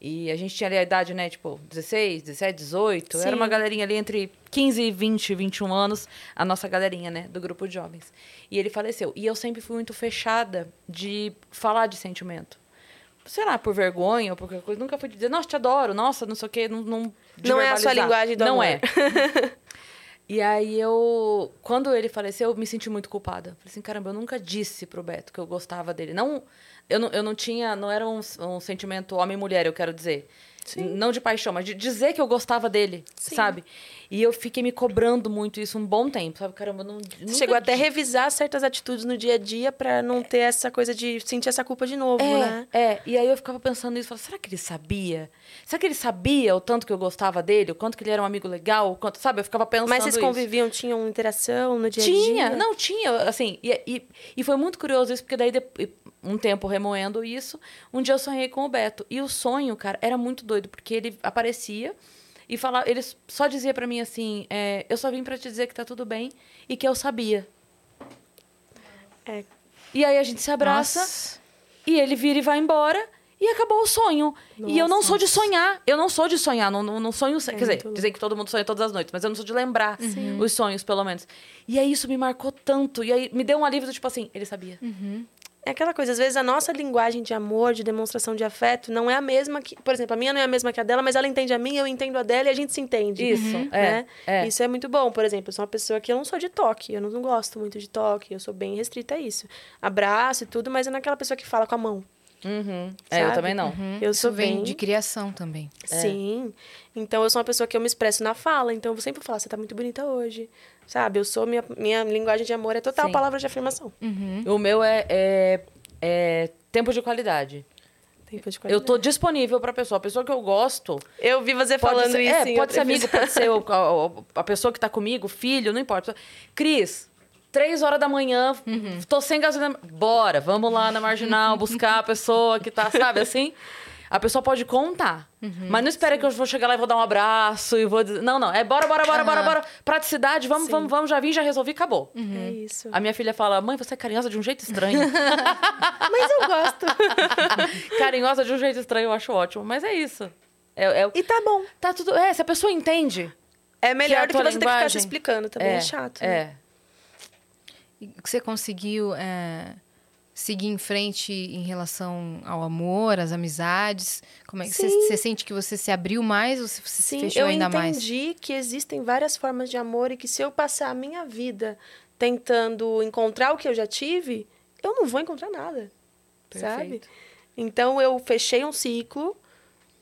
Speaker 1: E a gente tinha ali a idade, né? Tipo, 16, 17, 18. Era
Speaker 3: Sim.
Speaker 1: uma galerinha ali entre 15 e 20, 21 anos. A nossa galerinha, né? Do grupo de jovens. E ele faleceu. E eu sempre fui muito fechada de falar de sentimento sei lá, por vergonha ou por qualquer coisa, nunca fui dizer, nossa, te adoro, nossa, não sei o quê, não. Não, de
Speaker 3: Não é a
Speaker 1: verbalizar.
Speaker 3: sua linguagem do
Speaker 1: Não
Speaker 3: amor.
Speaker 1: é. e aí eu. Quando ele faleceu, eu me senti muito culpada. Falei assim, caramba, eu nunca disse pro Beto que eu gostava dele. Não. Eu não, eu não tinha. Não era um, um sentimento homem-mulher, eu quero dizer. Não de paixão, mas de dizer que eu gostava dele, sabe? E eu fiquei me cobrando muito isso um bom tempo, sabe? Caramba, eu não. nunca
Speaker 3: Chegou até a
Speaker 1: di-
Speaker 3: revisar certas atitudes no dia a dia pra não ter essa coisa de sentir essa culpa de novo,
Speaker 1: é,
Speaker 3: né?
Speaker 1: É, e aí eu ficava pensando nisso, falava, será que ele sabia? Será que ele sabia o tanto que eu gostava dele, o quanto que ele era um amigo legal, o quanto, sabe? Eu ficava pensando
Speaker 3: Mas vocês
Speaker 1: isso.
Speaker 3: conviviam, tinham interação no dia a dia?
Speaker 1: Tinha, não, tinha, assim, e, e, e foi muito curioso isso, porque daí, de- um tempo remoendo isso, um dia eu sonhei com o Beto, e o sonho, cara, era muito doido, porque ele aparecia e falava, ele só dizia pra mim assim, é, eu só vim pra te dizer que tá tudo bem e que eu sabia.
Speaker 3: É.
Speaker 1: E aí a gente se abraça,
Speaker 2: Nossa.
Speaker 1: e ele vira e vai embora. E acabou o sonho. E eu não sou de sonhar. Eu não sou de sonhar. Não, não, não sonho. quer dizer,
Speaker 3: É muito
Speaker 1: dizem que todo mundo sonha todas as noites, mas eu não sou de lembrar os sonhos, pelo menos. E aí isso me marcou tanto. E aí me deu um alívio do tipo assim, ele sabia.
Speaker 3: É aquela coisa, às vezes a nossa linguagem de amor, de demonstração de afeto, não é a mesma que. Por exemplo, a minha não é a mesma que a dela, mas ela entende a minha, eu entendo a dela e a gente se entende.
Speaker 1: Isso,
Speaker 3: né?
Speaker 1: é, é.
Speaker 3: Isso é muito bom. Por exemplo, eu sou uma pessoa que eu não sou de toque, eu não, não gosto muito de toque, eu sou bem restrita a isso. Abraço e tudo, mas eu não é aquela pessoa que fala com a mão.
Speaker 1: É, eu
Speaker 3: Sabe?
Speaker 1: também não.
Speaker 3: Eu
Speaker 2: Isso
Speaker 3: sou
Speaker 2: vem
Speaker 3: bem.
Speaker 2: de criação também.
Speaker 1: é.
Speaker 3: Sim. Então eu sou uma pessoa que eu me expresso na fala, então eu sempre vou falar, você tá muito bonita hoje. Sabe? Eu sou minha, minha linguagem de amor é total
Speaker 1: Sim. Hum.
Speaker 3: palavra de afirmação. Uhum.
Speaker 1: O meu é, é, é tempo de qualidade.
Speaker 3: Tempo de
Speaker 1: Eu tô disponível pra pessoa. A pessoa que eu gosto.
Speaker 3: Eu vi você
Speaker 1: Pode
Speaker 3: falando
Speaker 1: ser,
Speaker 3: isso.
Speaker 1: é,
Speaker 3: em
Speaker 1: pode
Speaker 3: outro
Speaker 1: ser amigo,
Speaker 3: episódio.
Speaker 1: pode ser o- o- a pessoa que tá comigo, filho, não importa. Cris, três horas da manhã,
Speaker 3: Uhum.
Speaker 1: tô sem gasolina. Bora, vamos lá na marginal buscar a pessoa que tá, sabe assim? A pessoa pode contar.
Speaker 3: Uhum.
Speaker 1: Mas não espera que eu vou chegar lá e vou dar um abraço e vou dizer. Não, não. É bora, bora, bora, bora, bora. Praticidade, vamos, vamos, vamos, já vim, já resolvi, acabou.
Speaker 3: É isso.
Speaker 1: A minha filha fala: mãe, você é carinhosa de um jeito estranho.
Speaker 3: Mas eu gosto.
Speaker 1: carinhosa de um jeito estranho, eu acho ótimo. Mas é isso. É, é, o-
Speaker 3: e tá bom.
Speaker 1: tá tudo. É, se a pessoa entende.
Speaker 3: É melhor
Speaker 1: a
Speaker 3: do que
Speaker 1: tua
Speaker 3: você ter que ficar se
Speaker 1: linguagem.
Speaker 3: explicando. Também é, chato. né?
Speaker 1: É.
Speaker 2: E que você conseguiu é, seguir em frente em relação ao amor, às amizades? Como é que você,
Speaker 3: Sim.
Speaker 2: você sente que você se abriu mais ou se você se
Speaker 3: Sim,
Speaker 2: fechou
Speaker 3: eu
Speaker 2: ainda mais?
Speaker 3: entendi É um que existem várias formas de amor e que se eu passar a minha vida tentando encontrar o que eu já tive, eu não vou encontrar nada. Sabe?
Speaker 1: Perfeito.
Speaker 3: Então eu fechei um ciclo,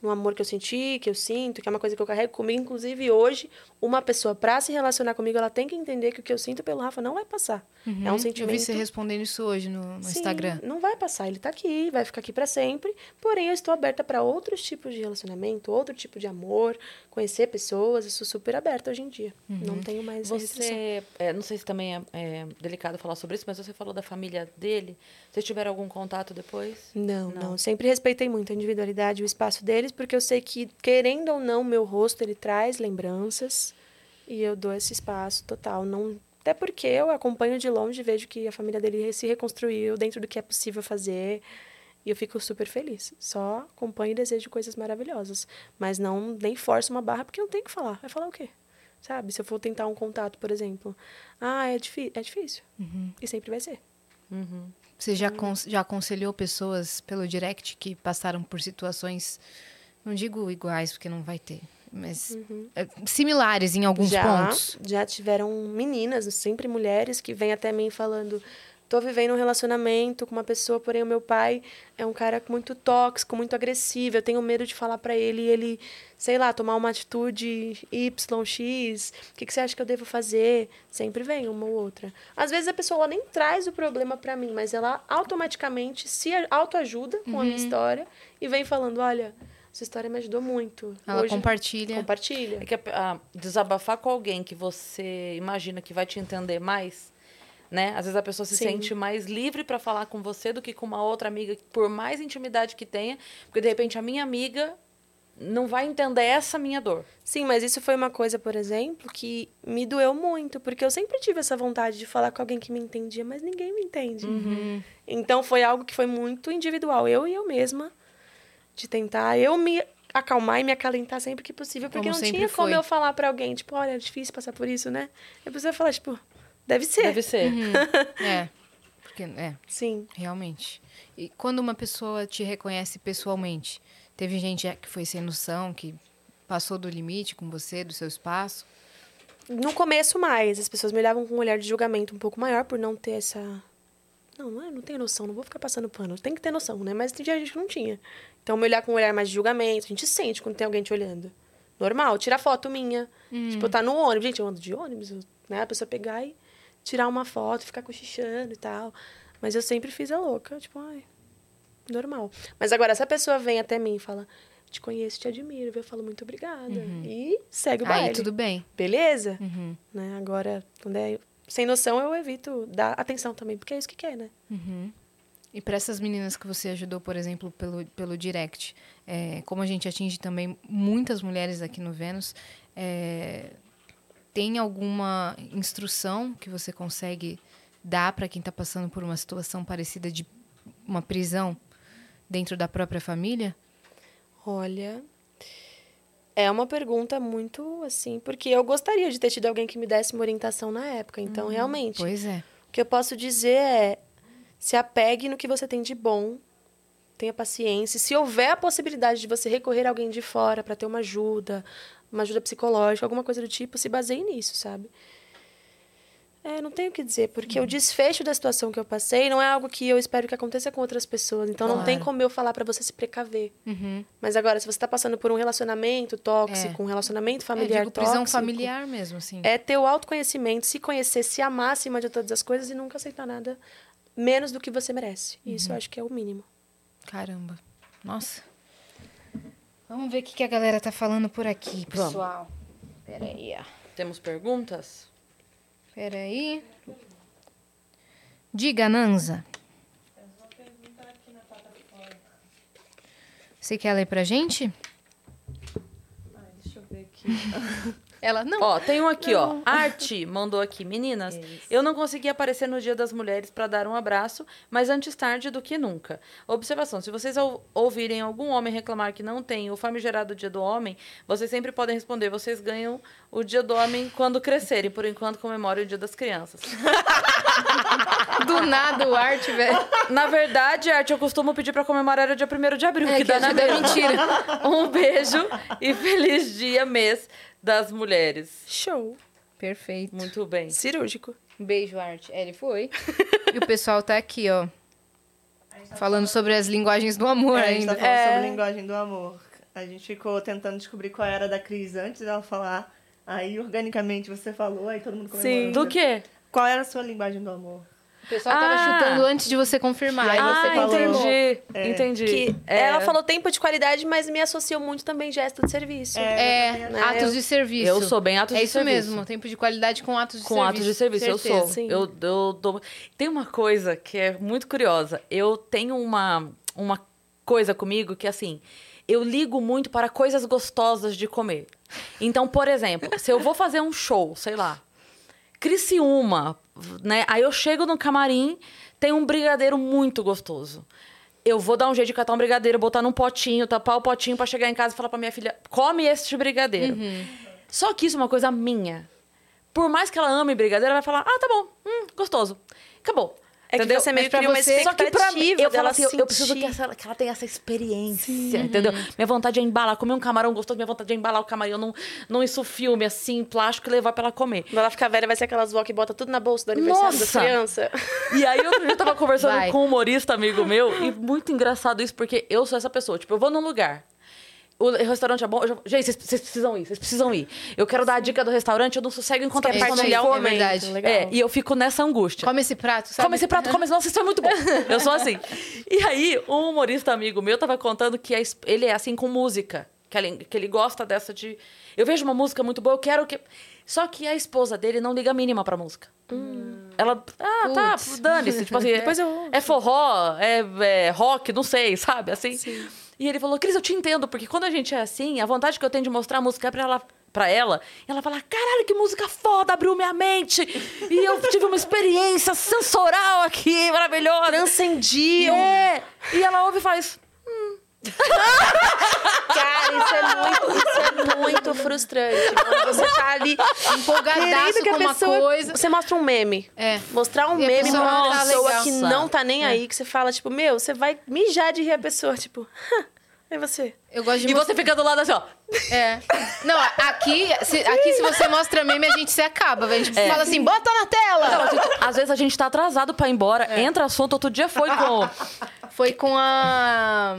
Speaker 3: um amor que eu senti, que eu sinto, que é uma coisa que eu carrego comigo. Inclusive, hoje, uma pessoa, pra se relacionar comigo, ela tem que entender que o que eu sinto pelo Rafa não vai passar.
Speaker 2: Uhum.
Speaker 3: É um
Speaker 2: Eu vi
Speaker 3: sentimento.
Speaker 2: você respondendo isso hoje no, no
Speaker 3: Sim,
Speaker 2: Instagram.
Speaker 3: Não vai passar, ele tá aqui, vai ficar aqui pra sempre. Porém, eu estou aberta pra outros tipos de relacionamento, outro tipo de amor, conhecer pessoas, eu sou super aberta hoje em dia. Não
Speaker 2: Uhum.
Speaker 3: tenho mais essa restrição.
Speaker 1: Você. é, não sei se também é, é delicado falar sobre isso, mas você falou da família dele. Vocês tiveram algum contato depois?
Speaker 3: Não, não,
Speaker 1: Não.
Speaker 3: Sempre respeitei muito a individualidade e o espaço deles, porque eu sei que, querendo ou não, meu rosto ele traz lembranças e eu dou esse espaço total. Não, até porque eu acompanho de longe e vejo que a família dele se reconstruiu dentro do que é possível fazer. E eu fico super feliz. Só acompanho e desejo coisas maravilhosas. Mas não nem forço uma barra, porque não tem o que falar. Vai falar o quê? Sabe? Se eu for tentar um contato, por exemplo. Ah, é, difí é difícil. E sempre vai ser.
Speaker 2: Você já, acon- já aconselhou pessoas pelo direct que passaram por situações, não digo iguais, porque não vai ter, mas é, similares em alguns
Speaker 3: Uhum. já,
Speaker 2: pontos?
Speaker 3: Já tiveram meninas, sempre mulheres, que vêm até mim falando: tô vivendo um relacionamento com uma pessoa, porém o meu pai é um cara muito tóxico, muito agressivo. Eu tenho medo de falar pra ele e ele, sei lá, tomar uma atitude Y, X. O que, que você acha que eu devo fazer? Sempre vem uma ou outra. Às vezes a pessoa ela nem traz o problema pra mim, mas ela automaticamente se a- autoajuda com a minha
Speaker 2: Uhum.
Speaker 3: história e vem falando: olha. Essa história me ajudou muito.
Speaker 2: Ela
Speaker 3: Hoje-
Speaker 2: compartilha.
Speaker 3: Compartilha.
Speaker 1: É que a- a- desabafar com alguém que você imagina que vai te entender mais, né? Às vezes a pessoa se
Speaker 3: Sim.
Speaker 1: sente mais livre pra falar com você do que com uma outra amiga, por mais intimidade que tenha, porque de repente a minha amiga não vai entender essa minha dor.
Speaker 3: Sim, mas isso foi uma coisa, por exemplo, que me doeu muito, porque eu sempre tive essa vontade de falar com alguém que me entendia, mas ninguém me entende.
Speaker 2: Uhum.
Speaker 3: Então foi algo que foi muito individual, eu e eu mesma, de tentar eu me acalmar e me acalentar sempre que possível, porque
Speaker 2: Como
Speaker 3: não
Speaker 2: sempre
Speaker 3: tinha como
Speaker 2: foi.
Speaker 3: eu falar pra alguém, tipo, olha, é difícil passar por isso, né? Eu precisava falar, tipo, deve ser.
Speaker 1: Deve ser.
Speaker 2: É, porque, é,
Speaker 3: Sim.
Speaker 2: realmente. E quando uma pessoa te reconhece pessoalmente, teve gente é, que foi sem noção, que passou do limite com você, do seu espaço?
Speaker 3: No começo, mais. As pessoas me olhavam com um olhar de julgamento um pouco maior por não ter essa. Não, não, é- não tenho noção, não vou ficar passando pano. Tem que ter noção, né? Mas tinha gente que não tinha. Então, me olhar com um olhar mais de julgamento, a gente sente quando tem alguém te olhando. Normal, tirar foto minha.
Speaker 2: Hum.
Speaker 3: Tipo, eu tá no ônibus. Gente, eu ando de ônibus, eu- né? A pessoa pegar e tirar uma foto, ficar cochichando e tal. Mas eu sempre fiz a louca. Tipo, ai, normal. Mas agora, se a pessoa vem até mim e fala, te conheço, te admiro, viu? eu falo muito obrigada. E segue o baile.
Speaker 2: Uhum. Aí tudo bem.
Speaker 3: Beleza? né? Agora, quando é sem noção, eu evito dar atenção também, porque é isso que quer, né?
Speaker 2: E para essas meninas que você ajudou, por exemplo, pelo, pelo direct, é, como a gente atinge também muitas mulheres aqui no Vênus, é, tem alguma instrução que você consegue dar para quem está passando por uma situação parecida de uma prisão dentro da própria família?
Speaker 3: Olha, é uma pergunta muito assim, porque eu gostaria de ter tido alguém que me desse uma orientação na época. Então, realmente,
Speaker 2: Pois é.
Speaker 3: o que eu posso dizer é: se apegue no que você tem de bom, tenha paciência. Se houver a possibilidade de você recorrer a alguém de fora para ter uma ajuda, uma ajuda psicológica, alguma coisa do tipo, se baseie nisso, sabe? É, não tenho o que dizer, porque
Speaker 2: Uhum.
Speaker 3: o desfecho da situação que eu passei não é algo que eu espero que aconteça com outras pessoas. Então não tem
Speaker 2: Claro.
Speaker 3: como eu falar para você se precaver.
Speaker 2: Uhum.
Speaker 3: Mas agora, se você tá passando por um relacionamento tóxico, um relacionamento familiar
Speaker 2: é, digo, prisão
Speaker 3: tóxico,
Speaker 2: familiar mesmo, assim.
Speaker 3: é ter o autoconhecimento, se conhecer, se amar acima de todas as coisas e nunca aceitar nada menos do que você merece. E Isso eu acho que é o mínimo.
Speaker 2: Caramba. Nossa. Vamos ver o que, que a galera tá falando por aqui, pessoal. Peraí, ó.
Speaker 1: Temos perguntas?
Speaker 2: Peraí. Diga, Nanza. Você quer ler pra gente?
Speaker 5: Deixa eu ver aqui.
Speaker 2: Ela, não.
Speaker 1: Ó, tem um aqui, ó. Arte mandou aqui. Meninas, eu não consegui aparecer no Dia das Mulheres pra dar um abraço, mas antes tarde do que nunca. Observação: se vocês ou- ouvirem algum homem reclamar que não tem o famigerado Dia do Homem, vocês sempre podem responder: vocês ganham o Dia do Homem quando crescerem. Por enquanto, comemorem o Dia das Crianças.
Speaker 2: Do nada o arte, velho.
Speaker 1: Na verdade, Arte, eu costumo pedir pra comemorar o dia 1 de abril,
Speaker 2: É,
Speaker 1: que,
Speaker 2: que
Speaker 1: dá
Speaker 2: acho
Speaker 1: na
Speaker 2: que é
Speaker 1: mesma. Um beijo e feliz dia, mês das mulheres.
Speaker 3: Show.
Speaker 2: Perfeito.
Speaker 1: Muito bem.
Speaker 3: Cirúrgico.
Speaker 2: Beijo, arte. É, ele foi. e o pessoal tá aqui, ó. Falando sobre as linguagens do amor
Speaker 5: É, a gente tá
Speaker 2: ainda.
Speaker 5: falando
Speaker 1: É.
Speaker 5: sobre linguagem do amor. A gente ficou tentando descobrir qual era da Cris antes dela falar. Aí, organicamente, você falou, aí todo mundo comemorou.
Speaker 1: Do quê?
Speaker 5: Qual era a sua linguagem do amor?
Speaker 2: O pessoal tava
Speaker 1: Ah.
Speaker 2: chutando antes de você confirmar.
Speaker 5: E aí
Speaker 2: você
Speaker 1: ah,
Speaker 5: falou-
Speaker 1: entendi.
Speaker 5: É.
Speaker 1: Entendi.
Speaker 3: Que
Speaker 1: É.
Speaker 3: Ela falou tempo de qualidade, mas me associou muito também gesto de serviço.
Speaker 2: É,
Speaker 3: né?
Speaker 2: atos de serviço.
Speaker 1: Eu sou bem atos
Speaker 2: É
Speaker 1: de
Speaker 2: isso
Speaker 1: serviço.
Speaker 2: mesmo, tempo de qualidade com atos de
Speaker 1: Com
Speaker 2: serviço.
Speaker 1: atos de serviço, eu sou.
Speaker 2: certeza.
Speaker 3: Sim.
Speaker 1: Eu, eu dou- Tem uma coisa que é muito curiosa. Eu tenho uma, uma coisa comigo que, assim, eu ligo muito para coisas gostosas de comer. Então, por exemplo, se eu vou fazer um show, sei lá, Criciúma, né? Aí eu chego no camarim, tem um brigadeiro muito gostoso. Eu vou dar um jeito de catar um brigadeiro, botar num potinho, tapar o potinho pra chegar em casa e falar pra minha filha: come este brigadeiro.
Speaker 3: Uhum.
Speaker 1: Só que isso é uma coisa minha. Por mais que ela ame brigadeiro, ela vai falar: ah, tá bom, hum, gostoso. Acabou.
Speaker 3: É que
Speaker 1: Entendeu?
Speaker 3: você meio
Speaker 2: Mas pra
Speaker 3: cria uma
Speaker 2: você-
Speaker 1: Só que pra mim,
Speaker 3: expectativa
Speaker 1: eu falo
Speaker 3: dela
Speaker 1: assim, eu- eu preciso que,
Speaker 3: sentir.
Speaker 1: essa- que ela tenha essa experiência, entendeu? Minha vontade é embalar, comer um camarão gostoso, minha vontade é embalar o camarão, não, não isso filme assim, plástico e levar pra ela comer.
Speaker 3: Quando ela ficar velha, vai ser aquelas vó que bota tudo na bolsa do aniversário
Speaker 1: Nossa!
Speaker 3: da criança. É,
Speaker 1: E aí outro dia eu tava conversando
Speaker 2: Vai.
Speaker 1: com um humorista amigo meu, e muito engraçado isso, porque eu sou essa pessoa. Tipo, eu vou num lugar. O restaurante é bom. eu já- Gente, vocês vocês precisam ir, vocês precisam ir. Eu quero dar a dica do restaurante, eu não sossego enquanto a
Speaker 2: Quer
Speaker 1: pessoa não
Speaker 2: partilhar
Speaker 1: me
Speaker 2: o
Speaker 1: come.
Speaker 2: momento,
Speaker 1: É,
Speaker 3: um legal.
Speaker 1: e eu fico nessa angústia.
Speaker 2: Come esse prato, sabe?
Speaker 1: Come esse prato, come esse. Nossa, isso é muito bom. Eu sou assim. E aí, um humorista amigo meu tava contando que a es- ele é assim com música. Que ele, que ele gosta dessa de. Eu vejo uma música muito boa, eu quero que. Só que a esposa dele não liga a mínima pra música.
Speaker 2: Hum.
Speaker 1: Ela. Ah,
Speaker 2: Puts.
Speaker 1: tá, dane-se. Tipo assim,
Speaker 3: Depois eu ouço.
Speaker 1: é forró, é, é rock, não sei, sabe? Assim. E ele falou, Cris, eu te entendo, porque quando a gente é assim, a vontade que eu tenho de mostrar a música é pra ela. Pra ela, e ela fala: caralho, que música foda, abriu minha mente. E eu tive uma experiência sensorial aqui, maravilhosa.
Speaker 3: Transcendi.
Speaker 1: É. E ela ouve e faz.
Speaker 3: Cara, isso é muito, isso é muito frustrante. Quando você tá ali
Speaker 2: Empolgadaço
Speaker 3: Ah, querendo que
Speaker 2: com
Speaker 3: a
Speaker 2: uma
Speaker 3: pessoa...
Speaker 2: coisa.
Speaker 3: Você mostra um meme.
Speaker 2: É.
Speaker 3: Mostrar um
Speaker 2: E a
Speaker 3: meme pra
Speaker 2: pessoa
Speaker 3: uma
Speaker 2: não tá É.
Speaker 3: pessoa
Speaker 1: legal.
Speaker 3: que não tá nem aí, que você fala, tipo, meu, você vai mijar de rir a pessoa, tipo, "Hã?" aí você.
Speaker 2: Eu gosto
Speaker 1: E
Speaker 2: de
Speaker 1: você fica do lado assim, ó.
Speaker 2: É. Não, a- aqui se, aqui se você mostra meme, a gente se acaba. velho. A gente fala assim, bota na tela!
Speaker 1: Às vezes a gente tá atrasado pra ir embora, entra assunto. Outro dia foi com.
Speaker 2: Foi com a,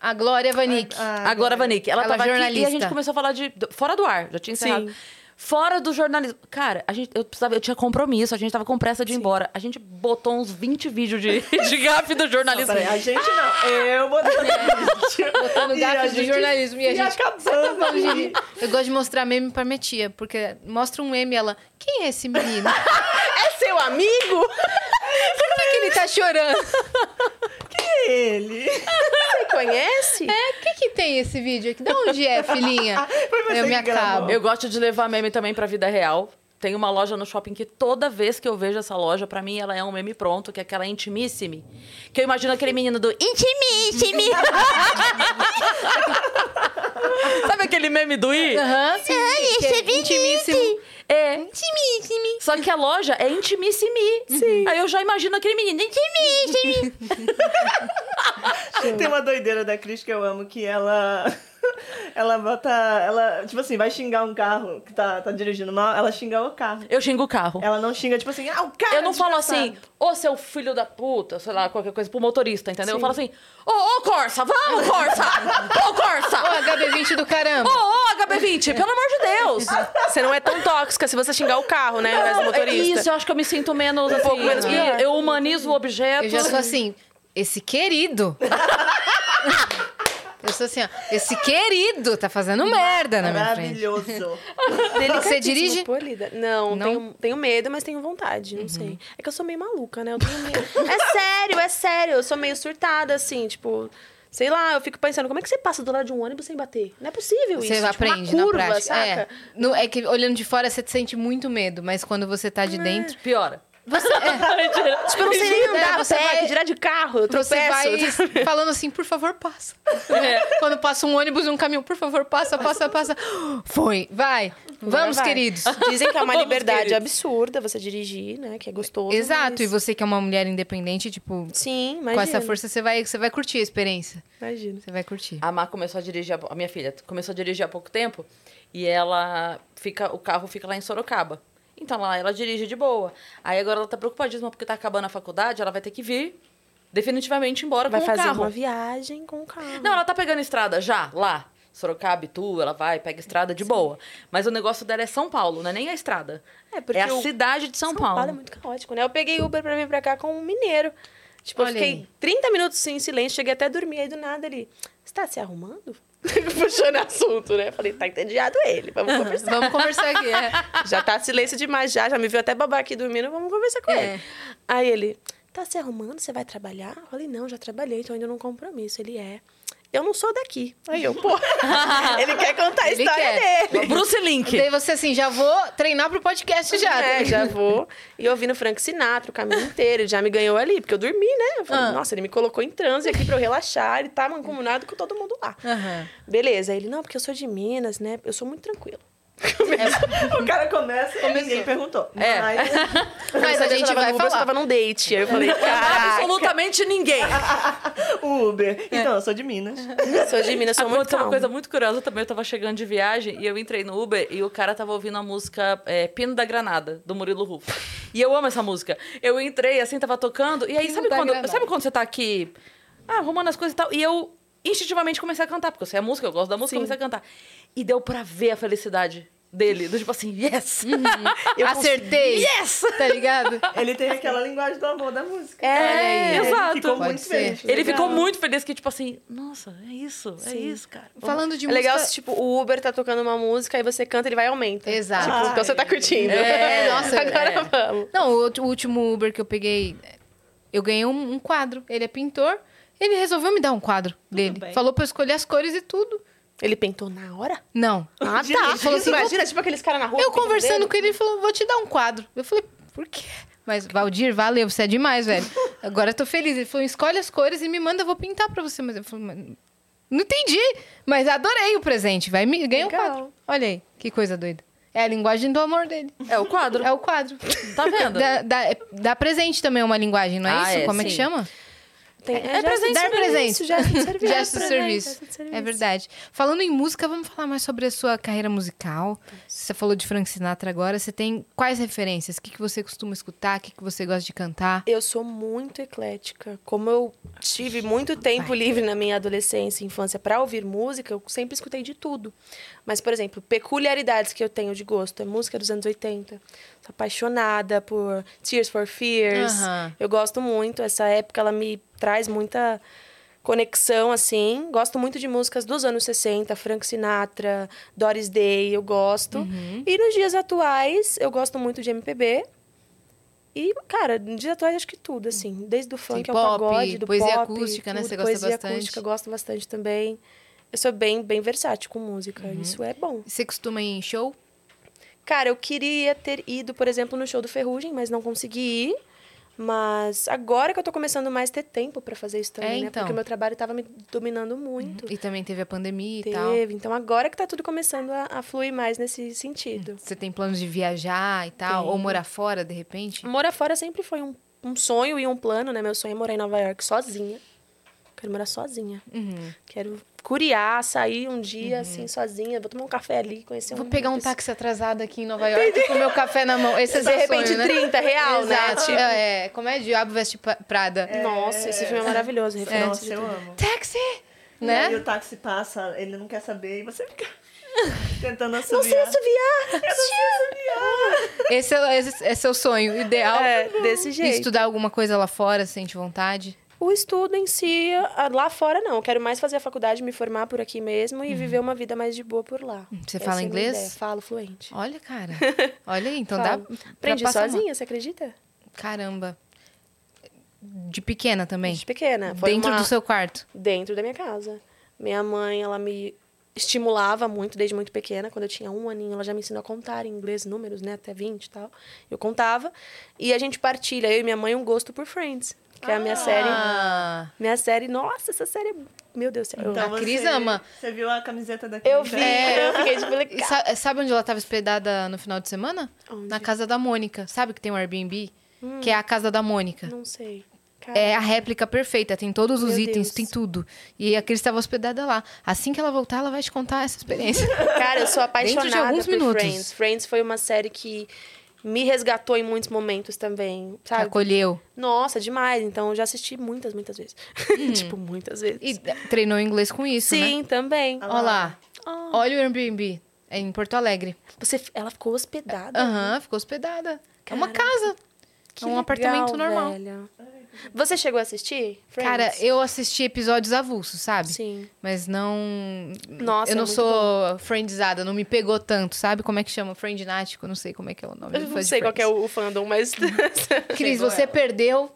Speaker 2: a Glória Vanik.
Speaker 5: Ah,
Speaker 1: Agora, Vanick, ela,
Speaker 2: Ela é
Speaker 1: tava aqui e a
Speaker 2: jornalista.
Speaker 1: gente começou a falar de... do- Fora do ar, já tinha encerrado.
Speaker 3: Sim.
Speaker 1: Fora do jornalismo. Cara, a gente, eu, precisava, eu tinha compromisso, a gente tava com pressa de ir embora. A gente botou uns 20 vídeos de, de gafe do jornalismo.
Speaker 5: Peraí, a gente não. Eu botando vídeo.
Speaker 2: Botando
Speaker 5: E a
Speaker 2: gafes do
Speaker 5: gente-
Speaker 2: jornalismo. E a
Speaker 5: e
Speaker 2: gente
Speaker 5: acabando ali.
Speaker 2: Eu gosto de mostrar meme pra minha tia, porque mostra um meme e ela, quem é esse menino?
Speaker 3: É seu amigo?
Speaker 2: Por que, que ele tá chorando?
Speaker 5: Ele.
Speaker 3: Você conhece?
Speaker 2: É, o que, que tem esse vídeo aqui? De onde é, filhinha?
Speaker 5: Foi você
Speaker 2: Eu me
Speaker 5: que gravou.
Speaker 2: acabo.
Speaker 1: Eu gosto de levar meme também pra vida real. Tem uma loja no shopping que toda vez que eu vejo essa loja, pra mim ela é um meme pronto, que é aquela Intimissime. Que eu imagino aquele menino do Intimissime. Sabe aquele meme do I?
Speaker 2: Aham, sim. que é intimíssimo.
Speaker 1: É. Só que a loja é intimissimi. Sim. Aí eu já imagino aquele menino. Intimissimi.
Speaker 5: Tem uma doideira da Cris que eu amo, que ela. Ela bota. Ela, tipo assim, vai xingar um carro que tá, tá dirigindo mal, ela xinga o carro.
Speaker 1: Eu xingo É o carro.
Speaker 5: Ela não xinga, tipo assim, ah, o cara.
Speaker 1: Eu não falo
Speaker 5: desgraçado."
Speaker 1: assim, ô seu filho da puta, sei lá, qualquer coisa pro motorista, entendeu? Eu falo assim, ô, ô Corsa, vamos, Corsa! Ô,
Speaker 2: Ô,
Speaker 1: Corsa!
Speaker 2: HB20 é do
Speaker 1: Ô,
Speaker 2: caramba.
Speaker 1: ô, HB20, pelo amor de Deus!
Speaker 3: Você não é tão tóxica se você xingar o carro, né? Ao invés do
Speaker 1: É
Speaker 3: motorista.
Speaker 1: isso, eu acho que eu me sinto menos, assim,
Speaker 3: pouco menos
Speaker 1: e
Speaker 3: pior.
Speaker 1: eu humanizo o objeto.
Speaker 2: Eu já sou assim, esse querido. Eu sou assim, ó, esse querido tá fazendo merda na minha frente.
Speaker 5: Maravilhoso.
Speaker 2: Você dirige?
Speaker 3: Polida. Não,
Speaker 2: Não? Uhum.
Speaker 3: Tenho, tenho medo, mas tenho vontade, não sei. É que eu sou meio maluca, né? Eu tenho medo. é sério, é sério. Eu sou meio surtada, assim, tipo... Sei lá, eu fico pensando, como é que você passa do lado de um ônibus sem bater? Não é possível
Speaker 2: Você
Speaker 3: isso.
Speaker 2: aprende
Speaker 3: tipo, uma curva,
Speaker 2: na prática.
Speaker 3: saca?
Speaker 2: É. No- é que olhando de fora você sente muito medo, mas quando você tá de
Speaker 3: É,
Speaker 2: dentro.
Speaker 1: Piora.
Speaker 2: Você, é,
Speaker 3: Tipo, eu não sei nem
Speaker 2: Jura?
Speaker 3: andar,
Speaker 2: Você
Speaker 3: você vai
Speaker 2: vai-
Speaker 3: tirar de carro, eu tropeço.
Speaker 2: você vai falando assim, por favor, passa.
Speaker 3: É.
Speaker 2: Quando passa um ônibus, um caminhão, por favor, passa, passa, passa. Foi, vai. Vamos,
Speaker 3: vai.
Speaker 2: queridos.
Speaker 3: Dizem que é uma
Speaker 1: Vamos,
Speaker 3: liberdade
Speaker 1: queridos.
Speaker 3: absurda você dirigir, né? Que é gostoso.
Speaker 2: Exato.
Speaker 3: mas-
Speaker 2: E você que é uma mulher independente, tipo,
Speaker 3: Sim, imagina.
Speaker 2: com essa força você vai, você vai curtir a experiência.
Speaker 3: Imagina.
Speaker 2: Você vai curtir.
Speaker 1: A Má começou a dirigir, há pou- a minha filha começou a dirigir há pouco tempo e ela fica, o carro fica lá em Sorocaba. Então lá ela dirige de boa. Aí agora ela tá preocupadíssima porque tá acabando a faculdade, ela vai ter que vir definitivamente embora
Speaker 2: tá
Speaker 3: Vai
Speaker 2: um
Speaker 1: com
Speaker 3: fazer
Speaker 1: o carro.
Speaker 3: uma viagem com o carro.
Speaker 2: é
Speaker 1: Não, ela tá pegando estrada já, lá. Sorocaba, Itu, ela vai, pega estrada de boa. Mas o negócio dela é São Paulo, não é nem a estrada.
Speaker 3: É, porque
Speaker 1: é a
Speaker 3: o-
Speaker 1: cidade de São,
Speaker 3: São
Speaker 1: Paulo.
Speaker 3: é muito caótico, né? Eu peguei Uber pra vir pra cá com um mineiro. Tipo,
Speaker 2: Olha
Speaker 3: eu fiquei
Speaker 2: aí.
Speaker 3: 30 minutos em silêncio, cheguei até a dormir, aí do nada ele... Você tá se arrumando? Puxando assunto, né? Eu Falei, tá entediado ele, vamos conversar.
Speaker 2: Vamos conversar aqui. É.
Speaker 3: já tá silêncio demais já, já me viu até babar aqui dormindo, vamos conversar com
Speaker 2: É.
Speaker 3: ele. Aí ele, tá se arrumando, você vai trabalhar? Eu falei, não, já trabalhei, tô indo num compromisso. Ele é... Eu não sou daqui. Aí eu, pô, ele quer contar a
Speaker 2: Ele
Speaker 3: história
Speaker 2: quer.
Speaker 3: dele.
Speaker 1: Bruce Link.
Speaker 2: Daí você assim, já vou treinar pro podcast já. tá
Speaker 3: É,
Speaker 2: ligado?
Speaker 3: já vou. E ouvindo Frank Sinatra o caminho inteiro. Ele já me ganhou ali, porque eu dormi, né? Eu falei,
Speaker 2: Ah.
Speaker 3: nossa, ele me colocou em transe aqui pra eu relaxar. Ele tá mancomunado com todo mundo lá.
Speaker 2: Aham.
Speaker 3: Beleza. Aí Ele, não, porque eu sou de Minas, né? Eu sou muito tranquilo.
Speaker 5: É, O cara começa e ninguém perguntou.
Speaker 1: É.
Speaker 5: Mas-
Speaker 2: Mas a
Speaker 3: Quando eu
Speaker 2: gente
Speaker 3: tava
Speaker 2: vai
Speaker 3: no Uber, Eu
Speaker 2: falar.
Speaker 3: tava num date. Aí eu falei, cara,
Speaker 1: é Absolutamente ninguém.
Speaker 5: O
Speaker 1: É.
Speaker 5: Uber. Então, eu sou de Minas.
Speaker 3: sou de Minas, sou
Speaker 1: Aconteceu
Speaker 2: é
Speaker 3: muito
Speaker 1: uma
Speaker 3: calma.
Speaker 1: coisa muito curiosa também. Eu tava chegando de viagem e eu entrei no Uber e o cara tava ouvindo a música é, Pino da Granada, do Murilo Rufo. E eu amo essa música. Eu entrei, assim, tava tocando. E aí,
Speaker 2: Pino
Speaker 1: sabe
Speaker 2: da
Speaker 1: quando,
Speaker 2: Granada.
Speaker 1: sabe quando você tá aqui ah, arrumando as coisas e tal? E eu instintivamente comecei a cantar, porque eu sei a música, eu gosto da música, comecei a cantar. E deu pra ver a felicidade dele. Do tipo assim, yes! Eu
Speaker 2: Acertei.
Speaker 1: consegui, Yes!
Speaker 2: Tá ligado?
Speaker 5: Ele tem aquela linguagem do amor da música.
Speaker 2: Olha aí.
Speaker 1: Assim. É,
Speaker 5: Ele
Speaker 1: exato.
Speaker 5: ficou
Speaker 2: Pode
Speaker 5: muito
Speaker 2: ser.
Speaker 5: feliz.
Speaker 1: Ele
Speaker 5: Legal.
Speaker 1: ficou muito feliz que, tipo assim, nossa, é isso, é isso, cara.
Speaker 2: Falando né? de
Speaker 3: É legal se,
Speaker 2: música...
Speaker 3: tipo, o Uber tá tocando uma música e você canta, ele vai e aumenta.
Speaker 2: Exato.
Speaker 3: Tipo, então você tá curtindo.
Speaker 2: É, nossa,
Speaker 3: Agora
Speaker 1: é.
Speaker 3: vamos.
Speaker 2: Não, o ult- o último Uber que eu peguei, eu ganhei um, um quadro. Ele é pintor, ele resolveu me dar um quadro dele.
Speaker 5: bem.
Speaker 2: Falou pra eu escolher as cores e tudo.
Speaker 3: Ele pintou na hora?
Speaker 2: Não.
Speaker 3: Ah,
Speaker 2: Ele falou assim,
Speaker 3: imagina, tipo aqueles caras na rua.
Speaker 2: Eu
Speaker 3: pintando
Speaker 2: conversando
Speaker 3: dedo.
Speaker 2: com ele, ele falou, vou te dar um quadro. Eu falei, por quê? Mas, Valdir, valeu, você é demais, velho. Agora eu tô feliz. Ele falou, escolhe as cores e me manda, eu vou pintar pra você. Mas eu falei, "Mas não entendi, mas adorei o presente. Vai, me ganha um
Speaker 3: Legal.
Speaker 2: quadro. Olha aí, que coisa doida. É a linguagem do amor dele.
Speaker 1: É o quadro.
Speaker 2: É o quadro.
Speaker 1: Tá vendo?
Speaker 2: Dá, dá- é- dá presente também é uma linguagem, não é
Speaker 1: Ah,
Speaker 2: isso?
Speaker 1: é,
Speaker 2: Como é que
Speaker 1: sim.
Speaker 2: chama?
Speaker 3: Tem,
Speaker 1: É
Speaker 3: já-
Speaker 1: presente,
Speaker 2: dar
Speaker 1: serviço,
Speaker 2: presente.
Speaker 3: gesto de
Speaker 2: Gesto
Speaker 3: serviço.
Speaker 2: de
Speaker 3: É presente,
Speaker 2: serviço.
Speaker 3: gesto de serviço.
Speaker 2: É verdade. Falando em música, vamos falar mais sobre a sua carreira musical. Você falou de Frank Sinatra agora. Você tem quais referências? O que, que você costuma escutar? O que, que você gosta de cantar?
Speaker 3: Eu sou muito eclética. Como eu tive muito tempo
Speaker 2: Vai.
Speaker 3: livre na minha adolescência e infância para ouvir música, eu sempre escutei de tudo. Mas, por exemplo, peculiaridades que eu tenho de gosto é música dos anos 80. Sou apaixonada por Tears for Fears.
Speaker 2: Aham.
Speaker 3: Eu gosto muito. Essa época ela me traz muita conexão, assim. Gosto muito de músicas dos anos 60, Frank Sinatra, Doris Day, eu gosto.
Speaker 2: Uhum.
Speaker 3: E nos dias atuais, eu gosto muito de MPB. E, cara, nos dias atuais acho que tudo, assim. Desde o funk ao
Speaker 2: pop,
Speaker 3: pagode, do
Speaker 2: poesia
Speaker 3: pop.
Speaker 2: acústica, né?
Speaker 3: tudo.
Speaker 2: Você gosta
Speaker 3: poesia
Speaker 2: bastante.
Speaker 3: acústica, eu gosto bastante também. Eu sou bem, bem versátil com música.
Speaker 2: Uhum.
Speaker 3: Isso é bom.
Speaker 2: Você costuma ir em show?
Speaker 3: Cara, eu queria ter ido, por exemplo, no show do Ferrugem, mas não consegui ir. Mas agora que eu tô começando mais ter tempo pra fazer isso também,
Speaker 2: É,
Speaker 3: né?
Speaker 2: então.
Speaker 3: Porque o meu trabalho tava me dominando muito.
Speaker 2: E também teve a pandemia e tal.
Speaker 3: Teve. Então agora que tá tudo começando a, a fluir mais nesse sentido.
Speaker 2: Você tem planos de viajar e tal?
Speaker 3: Tenho.
Speaker 2: Ou morar fora, de repente?
Speaker 3: Morar fora sempre foi um, um sonho e um plano, né? Meu sonho é morar em Nova York sozinha. Quero morar sozinha.
Speaker 2: Uhum.
Speaker 3: Quero curiar, sair um dia assim sozinha. Vou tomar um café ali, conhecer
Speaker 2: Vou
Speaker 3: um.
Speaker 2: pegar um táxi atrasado aqui em Nova York com meu café na mão. Esse é
Speaker 3: De
Speaker 2: seu
Speaker 3: repente,
Speaker 2: sonho, né?
Speaker 3: 30 real, né?
Speaker 2: Exato.
Speaker 3: Tipo,
Speaker 2: É, é, como é? Diabo Veste Pa- Prada.
Speaker 3: Nossa, esse filme é maravilhoso. referência
Speaker 5: Nossa,
Speaker 3: de
Speaker 1: É.
Speaker 5: eu
Speaker 3: tudo.
Speaker 5: amo.
Speaker 2: Táxi!
Speaker 5: E
Speaker 2: Né?
Speaker 5: aí o táxi passa, ele não quer saber e você fica tentando né?
Speaker 3: Não sei
Speaker 5: assoviar.
Speaker 3: assoviar!
Speaker 2: Esse é, esse é seu sonho ideal.
Speaker 3: É, desse
Speaker 2: E
Speaker 3: jeito.
Speaker 2: estudar alguma coisa lá fora, sente vontade?
Speaker 3: O estudo em si, a- lá fora não. Eu quero mais fazer a faculdade, me formar por aqui mesmo e viver uma vida mais de boa por lá.
Speaker 2: Uhum. Você
Speaker 3: Essa
Speaker 2: fala
Speaker 3: é a minha
Speaker 2: inglês?
Speaker 3: ideia. Falo fluente.
Speaker 2: Olha, cara. Olha aí, então dá.
Speaker 3: Falo.
Speaker 2: pra
Speaker 3: Aprendi
Speaker 2: passar
Speaker 3: sozinha, você acredita?
Speaker 2: uma- Caramba. de pequena também?
Speaker 3: Desde pequena. Foi
Speaker 2: Dentro
Speaker 3: uma-
Speaker 2: do seu quarto?
Speaker 3: Dentro da minha casa. Minha mãe, ela me estimulava muito desde muito pequena. Quando eu tinha um aninho, ela já me ensinou a contar em inglês números, né? Até 20 e tal. Eu contava. E a gente partilha, eu e minha mãe, um gosto por Friends. Que é a minha série.
Speaker 2: Ah,
Speaker 3: Minha série, nossa, essa série é... Meu Deus do céu. eu-
Speaker 2: Então, A Cris ama.
Speaker 5: Você viu a camiseta da Cris?
Speaker 3: Eu vi,
Speaker 2: É.
Speaker 3: eu fiquei tipo...
Speaker 2: e sa- sabe onde ela estava hospedada no final de semana?
Speaker 3: Onde? Hum.
Speaker 2: Na casa da Mônica. Sabe que tem um Airbnb? Que é a casa da Mônica.
Speaker 3: Não sei. Cara,
Speaker 2: É a réplica perfeita, tem todos os
Speaker 3: Meu
Speaker 2: itens,
Speaker 3: Deus.
Speaker 2: tem tudo. E a Cris estava hospedada lá. Assim que ela voltar, ela vai te contar essa experiência.
Speaker 3: cara, eu sou
Speaker 2: de
Speaker 3: apaixonada
Speaker 2: alguns
Speaker 3: por
Speaker 2: minutos.
Speaker 3: Friends. Friends foi uma série que me resgatou em muitos momentos também,
Speaker 2: Te
Speaker 3: sabe?
Speaker 2: acolheu.
Speaker 3: Nossa, demais. Então, eu já assisti muitas, muitas vezes. tipo, muitas vezes.
Speaker 2: E treinou inglês com isso, né?
Speaker 3: Sim, também.
Speaker 2: Olha lá.
Speaker 3: Ah.
Speaker 2: Olha o Airbnb. É em Porto Alegre.
Speaker 3: Você, f- ela ficou hospedada.
Speaker 2: Aham, ficou hospedada. É uma
Speaker 3: Caraca.
Speaker 2: casa.
Speaker 3: Que
Speaker 2: É um
Speaker 3: legal,
Speaker 2: apartamento normal.
Speaker 3: velho. Você chegou a assistir? Friends?
Speaker 2: Cara, eu assisti episódios avulsos, sabe?
Speaker 3: Sim.
Speaker 2: Mas não.
Speaker 3: Nossa,
Speaker 2: eu não
Speaker 3: é muito
Speaker 2: sou friendizada, não me pegou tanto, sabe? Como é que chama? Friendinático, não sei como é que é o nome.
Speaker 3: Eu
Speaker 2: do
Speaker 3: não
Speaker 2: fã de
Speaker 3: sei qual que é
Speaker 2: Friends.
Speaker 3: o é. o fandom, mas.
Speaker 2: Cris, você perdeu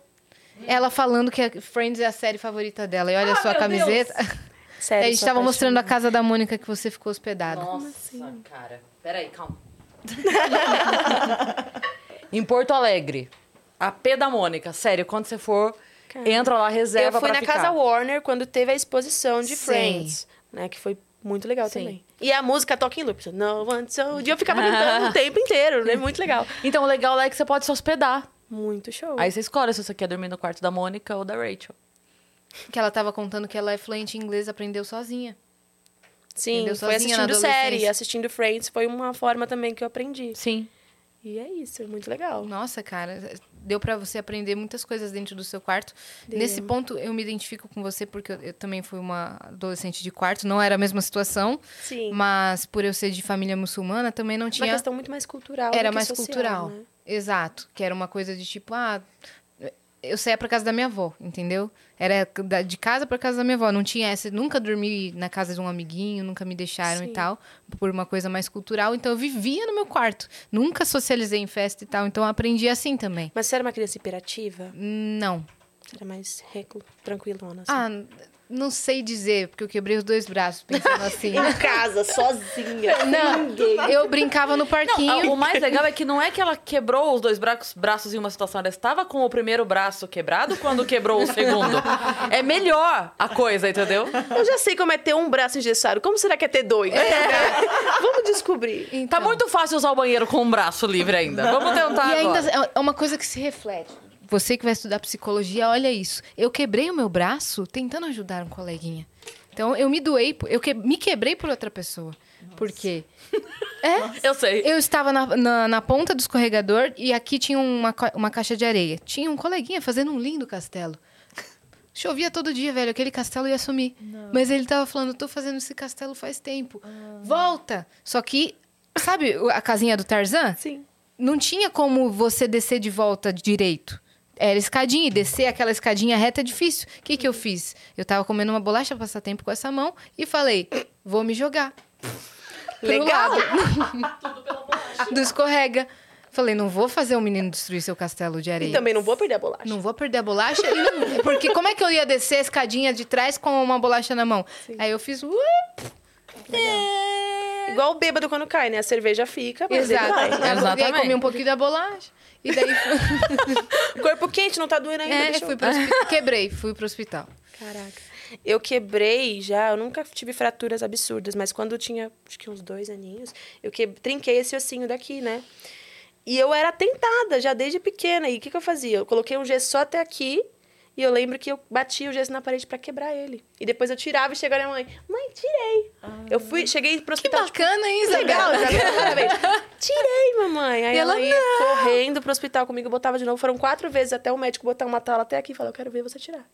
Speaker 2: ela falando que a Friends é a série favorita dela. E olha
Speaker 3: Ah,
Speaker 2: só a camiseta.
Speaker 3: Sério,
Speaker 2: a gente
Speaker 3: sou
Speaker 2: tava mostrando a
Speaker 3: apaixonada.
Speaker 2: casa da Mônica que você ficou hospedada.
Speaker 1: Nossa, cara. Peraí, calma. em Porto Alegre, a P da Mônica. Sério, quando você for,
Speaker 3: Cara,
Speaker 1: entra lá,
Speaker 3: Eu
Speaker 1: reserva
Speaker 3: fui
Speaker 1: pra
Speaker 3: na
Speaker 1: ficar.
Speaker 3: Casa Warner quando teve a exposição de
Speaker 2: Sim.
Speaker 3: Friends, né? Que foi muito legal
Speaker 2: Sim.
Speaker 3: também. E a música toca em loop. No one so... E eu ficava cantando o tempo inteiro, né? Muito legal.
Speaker 1: Então, o legal lá é que você pode se hospedar.
Speaker 3: Muito show.
Speaker 1: Aí você escolhe se você quer dormir no quarto da Mônica ou da Rachel.
Speaker 2: Que ela tava contando que ela é fluente em inglês, aprendeu sozinha.
Speaker 3: Sim,
Speaker 2: Entendeu?
Speaker 3: foi
Speaker 2: Sozinha na
Speaker 3: assistindo série,
Speaker 2: adolescência.
Speaker 3: assistindo Friends. Foi uma forma também que eu aprendi.
Speaker 1: Sim.
Speaker 3: E é isso, muito legal.
Speaker 2: Nossa, cara, deu pra você aprender muitas coisas dentro do seu quarto.
Speaker 3: Deu.
Speaker 2: Nesse ponto, eu me identifico com você, porque eu, eu também fui uma adolescente de quarto, não era a mesma situação,
Speaker 3: Sim. Uma,
Speaker 2: mas por eu ser de família muçulmana, também não tinha.
Speaker 3: questão muito mais cultural. do
Speaker 2: Era
Speaker 3: que
Speaker 2: mais
Speaker 3: social,
Speaker 2: cultural.
Speaker 3: né?
Speaker 2: Exato. Que era uma coisa de tipo, ah, eu saía pra casa da minha avó, entendeu? Era da- de casa pra casa da minha avó. Não tinha essa. Nunca dormi na casa de um amiguinho, nunca me deixaram
Speaker 3: Sim.
Speaker 2: e tal. Por uma coisa mais cultural. Então eu vivia no meu quarto. Nunca socializei em festa e tal. Então eu aprendi assim também.
Speaker 3: Mas você era uma criança hiperativa?
Speaker 2: Não.
Speaker 3: Você era mais reclu... tranquilona? Assim.
Speaker 2: Ah, n- não sei dizer, porque eu quebrei os dois braços pensando assim.
Speaker 5: né?
Speaker 4: casa, sozinha.
Speaker 2: não, eu brincava no
Speaker 1: Ah,
Speaker 2: parquinho.
Speaker 1: o mais legal é que não é que ela quebrou os dois braços, braços em uma situação. Ela estava com o primeiro braço quebrado quando quebrou o segundo. é melhor a coisa, entendeu? Tá
Speaker 3: Eu já sei como é ter um braço engessado. Como será que é ter dois? Vamos descobrir.
Speaker 1: Tá
Speaker 2: Então.
Speaker 1: muito fácil usar o banheiro com um braço livre ainda. Vamos tentar
Speaker 2: E
Speaker 1: tá agora.
Speaker 2: ainda é uma coisa que se reflete. Você que vai estudar psicologia, olha isso. Eu quebrei o meu braço tentando ajudar um coleguinha. Então eu me doei, eu que- me quebrei por outra pessoa. Por quê? É?
Speaker 1: Eu sei.
Speaker 2: Eu estava na, na- na ponta do escorregador e aqui tinha uma, ca- uma caixa de areia. Tinha um coleguinha fazendo um lindo castelo. Chovia todo dia, velho. Aquele castelo ia sumir. Mas ele tava falando, tô fazendo esse castelo faz tempo. Volta! Só que, sabe o- a casinha do Tarzan?
Speaker 3: Sim.
Speaker 2: não tinha como você descer de volta direito. Era escadinha, e descer aquela escadinha reta é difícil. O que, que eu fiz? Eu tava comendo uma bolacha passar tempo com essa mão e falei: vou me jogar. Pro
Speaker 3: Legal.
Speaker 2: lado. Do escorrega. Falei, não vou fazer o menino destruir seu castelo de areia.
Speaker 3: E também não vou perder a bolacha.
Speaker 2: Não vou perder a bolacha. e não- Porque como é que eu ia descer a escadinha de trás com uma bolacha na mão? Aí eu fiz. "Uh!"
Speaker 3: Igual o bêbado quando cai, né? A cerveja fica, mas ele
Speaker 2: Exato.
Speaker 3: vai.
Speaker 2: Aí eu
Speaker 1: Exatamente.
Speaker 2: comi um pouquinho da bolacha. E daí.
Speaker 3: Corpo quente, não tá doendo ainda.
Speaker 2: É,
Speaker 3: deixa eu-
Speaker 2: fui pro hospital. Quebrei, fui pro hospital.
Speaker 3: Caraca. Eu quebrei já, eu nunca tive fraturas absurdas, mas quando eu tinha, acho que uns dois aninhos, eu que... trinquei esse ossinho daqui, né? E eu era tentada já desde pequena. E o que, que eu fazia? Eu coloquei um gesso só até aqui. E eu lembro que eu batia o gesso na parede pra quebrar ele. E depois eu tirava e chegava na mãe. Mãe, tirei. Eu fui, cheguei pro
Speaker 2: Que
Speaker 3: hospital. tipo,
Speaker 2: bacana, hein,
Speaker 3: legal,
Speaker 2: Isabela?
Speaker 3: já deu parabéns. Tirei, mamãe. Aí
Speaker 2: E
Speaker 3: ela,
Speaker 2: ela,
Speaker 3: ia correndo pro hospital comigo, botava de novo. Foram quatro vezes até o médico botar uma tala até aqui e falar, eu quero ver você tirar.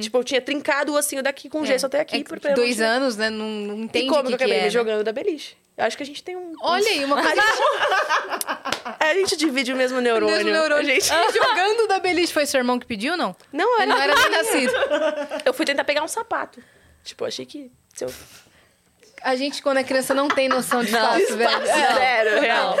Speaker 3: Tipo, eu tinha trincado o ossinho daqui com gesso até aqui.
Speaker 2: Uhum. É,
Speaker 3: porque eu não
Speaker 2: dois
Speaker 3: tinha-
Speaker 2: anos, né? Não, não
Speaker 3: E
Speaker 2: entende
Speaker 3: como
Speaker 2: o que,
Speaker 3: que eu
Speaker 2: que
Speaker 3: acabei
Speaker 2: é.
Speaker 3: me
Speaker 2: né?
Speaker 3: jogando da beliche? Eu acho que a gente tem um...
Speaker 2: Olha aí, uma coisa
Speaker 3: A gente divide o mesmo neurônio.
Speaker 2: mesmo neurônio.
Speaker 3: A gente...
Speaker 2: jogando da beliche. Foi seu irmão que pediu, não?
Speaker 3: Não,
Speaker 2: Ele
Speaker 3: era...
Speaker 2: não era nem nascido.
Speaker 3: eu fui tentar pegar um sapato. Tipo, eu achei que... Se eu...
Speaker 2: A gente, quando é criança, não tem noção de espaço, velho.
Speaker 3: Zero,
Speaker 1: Não.
Speaker 3: real.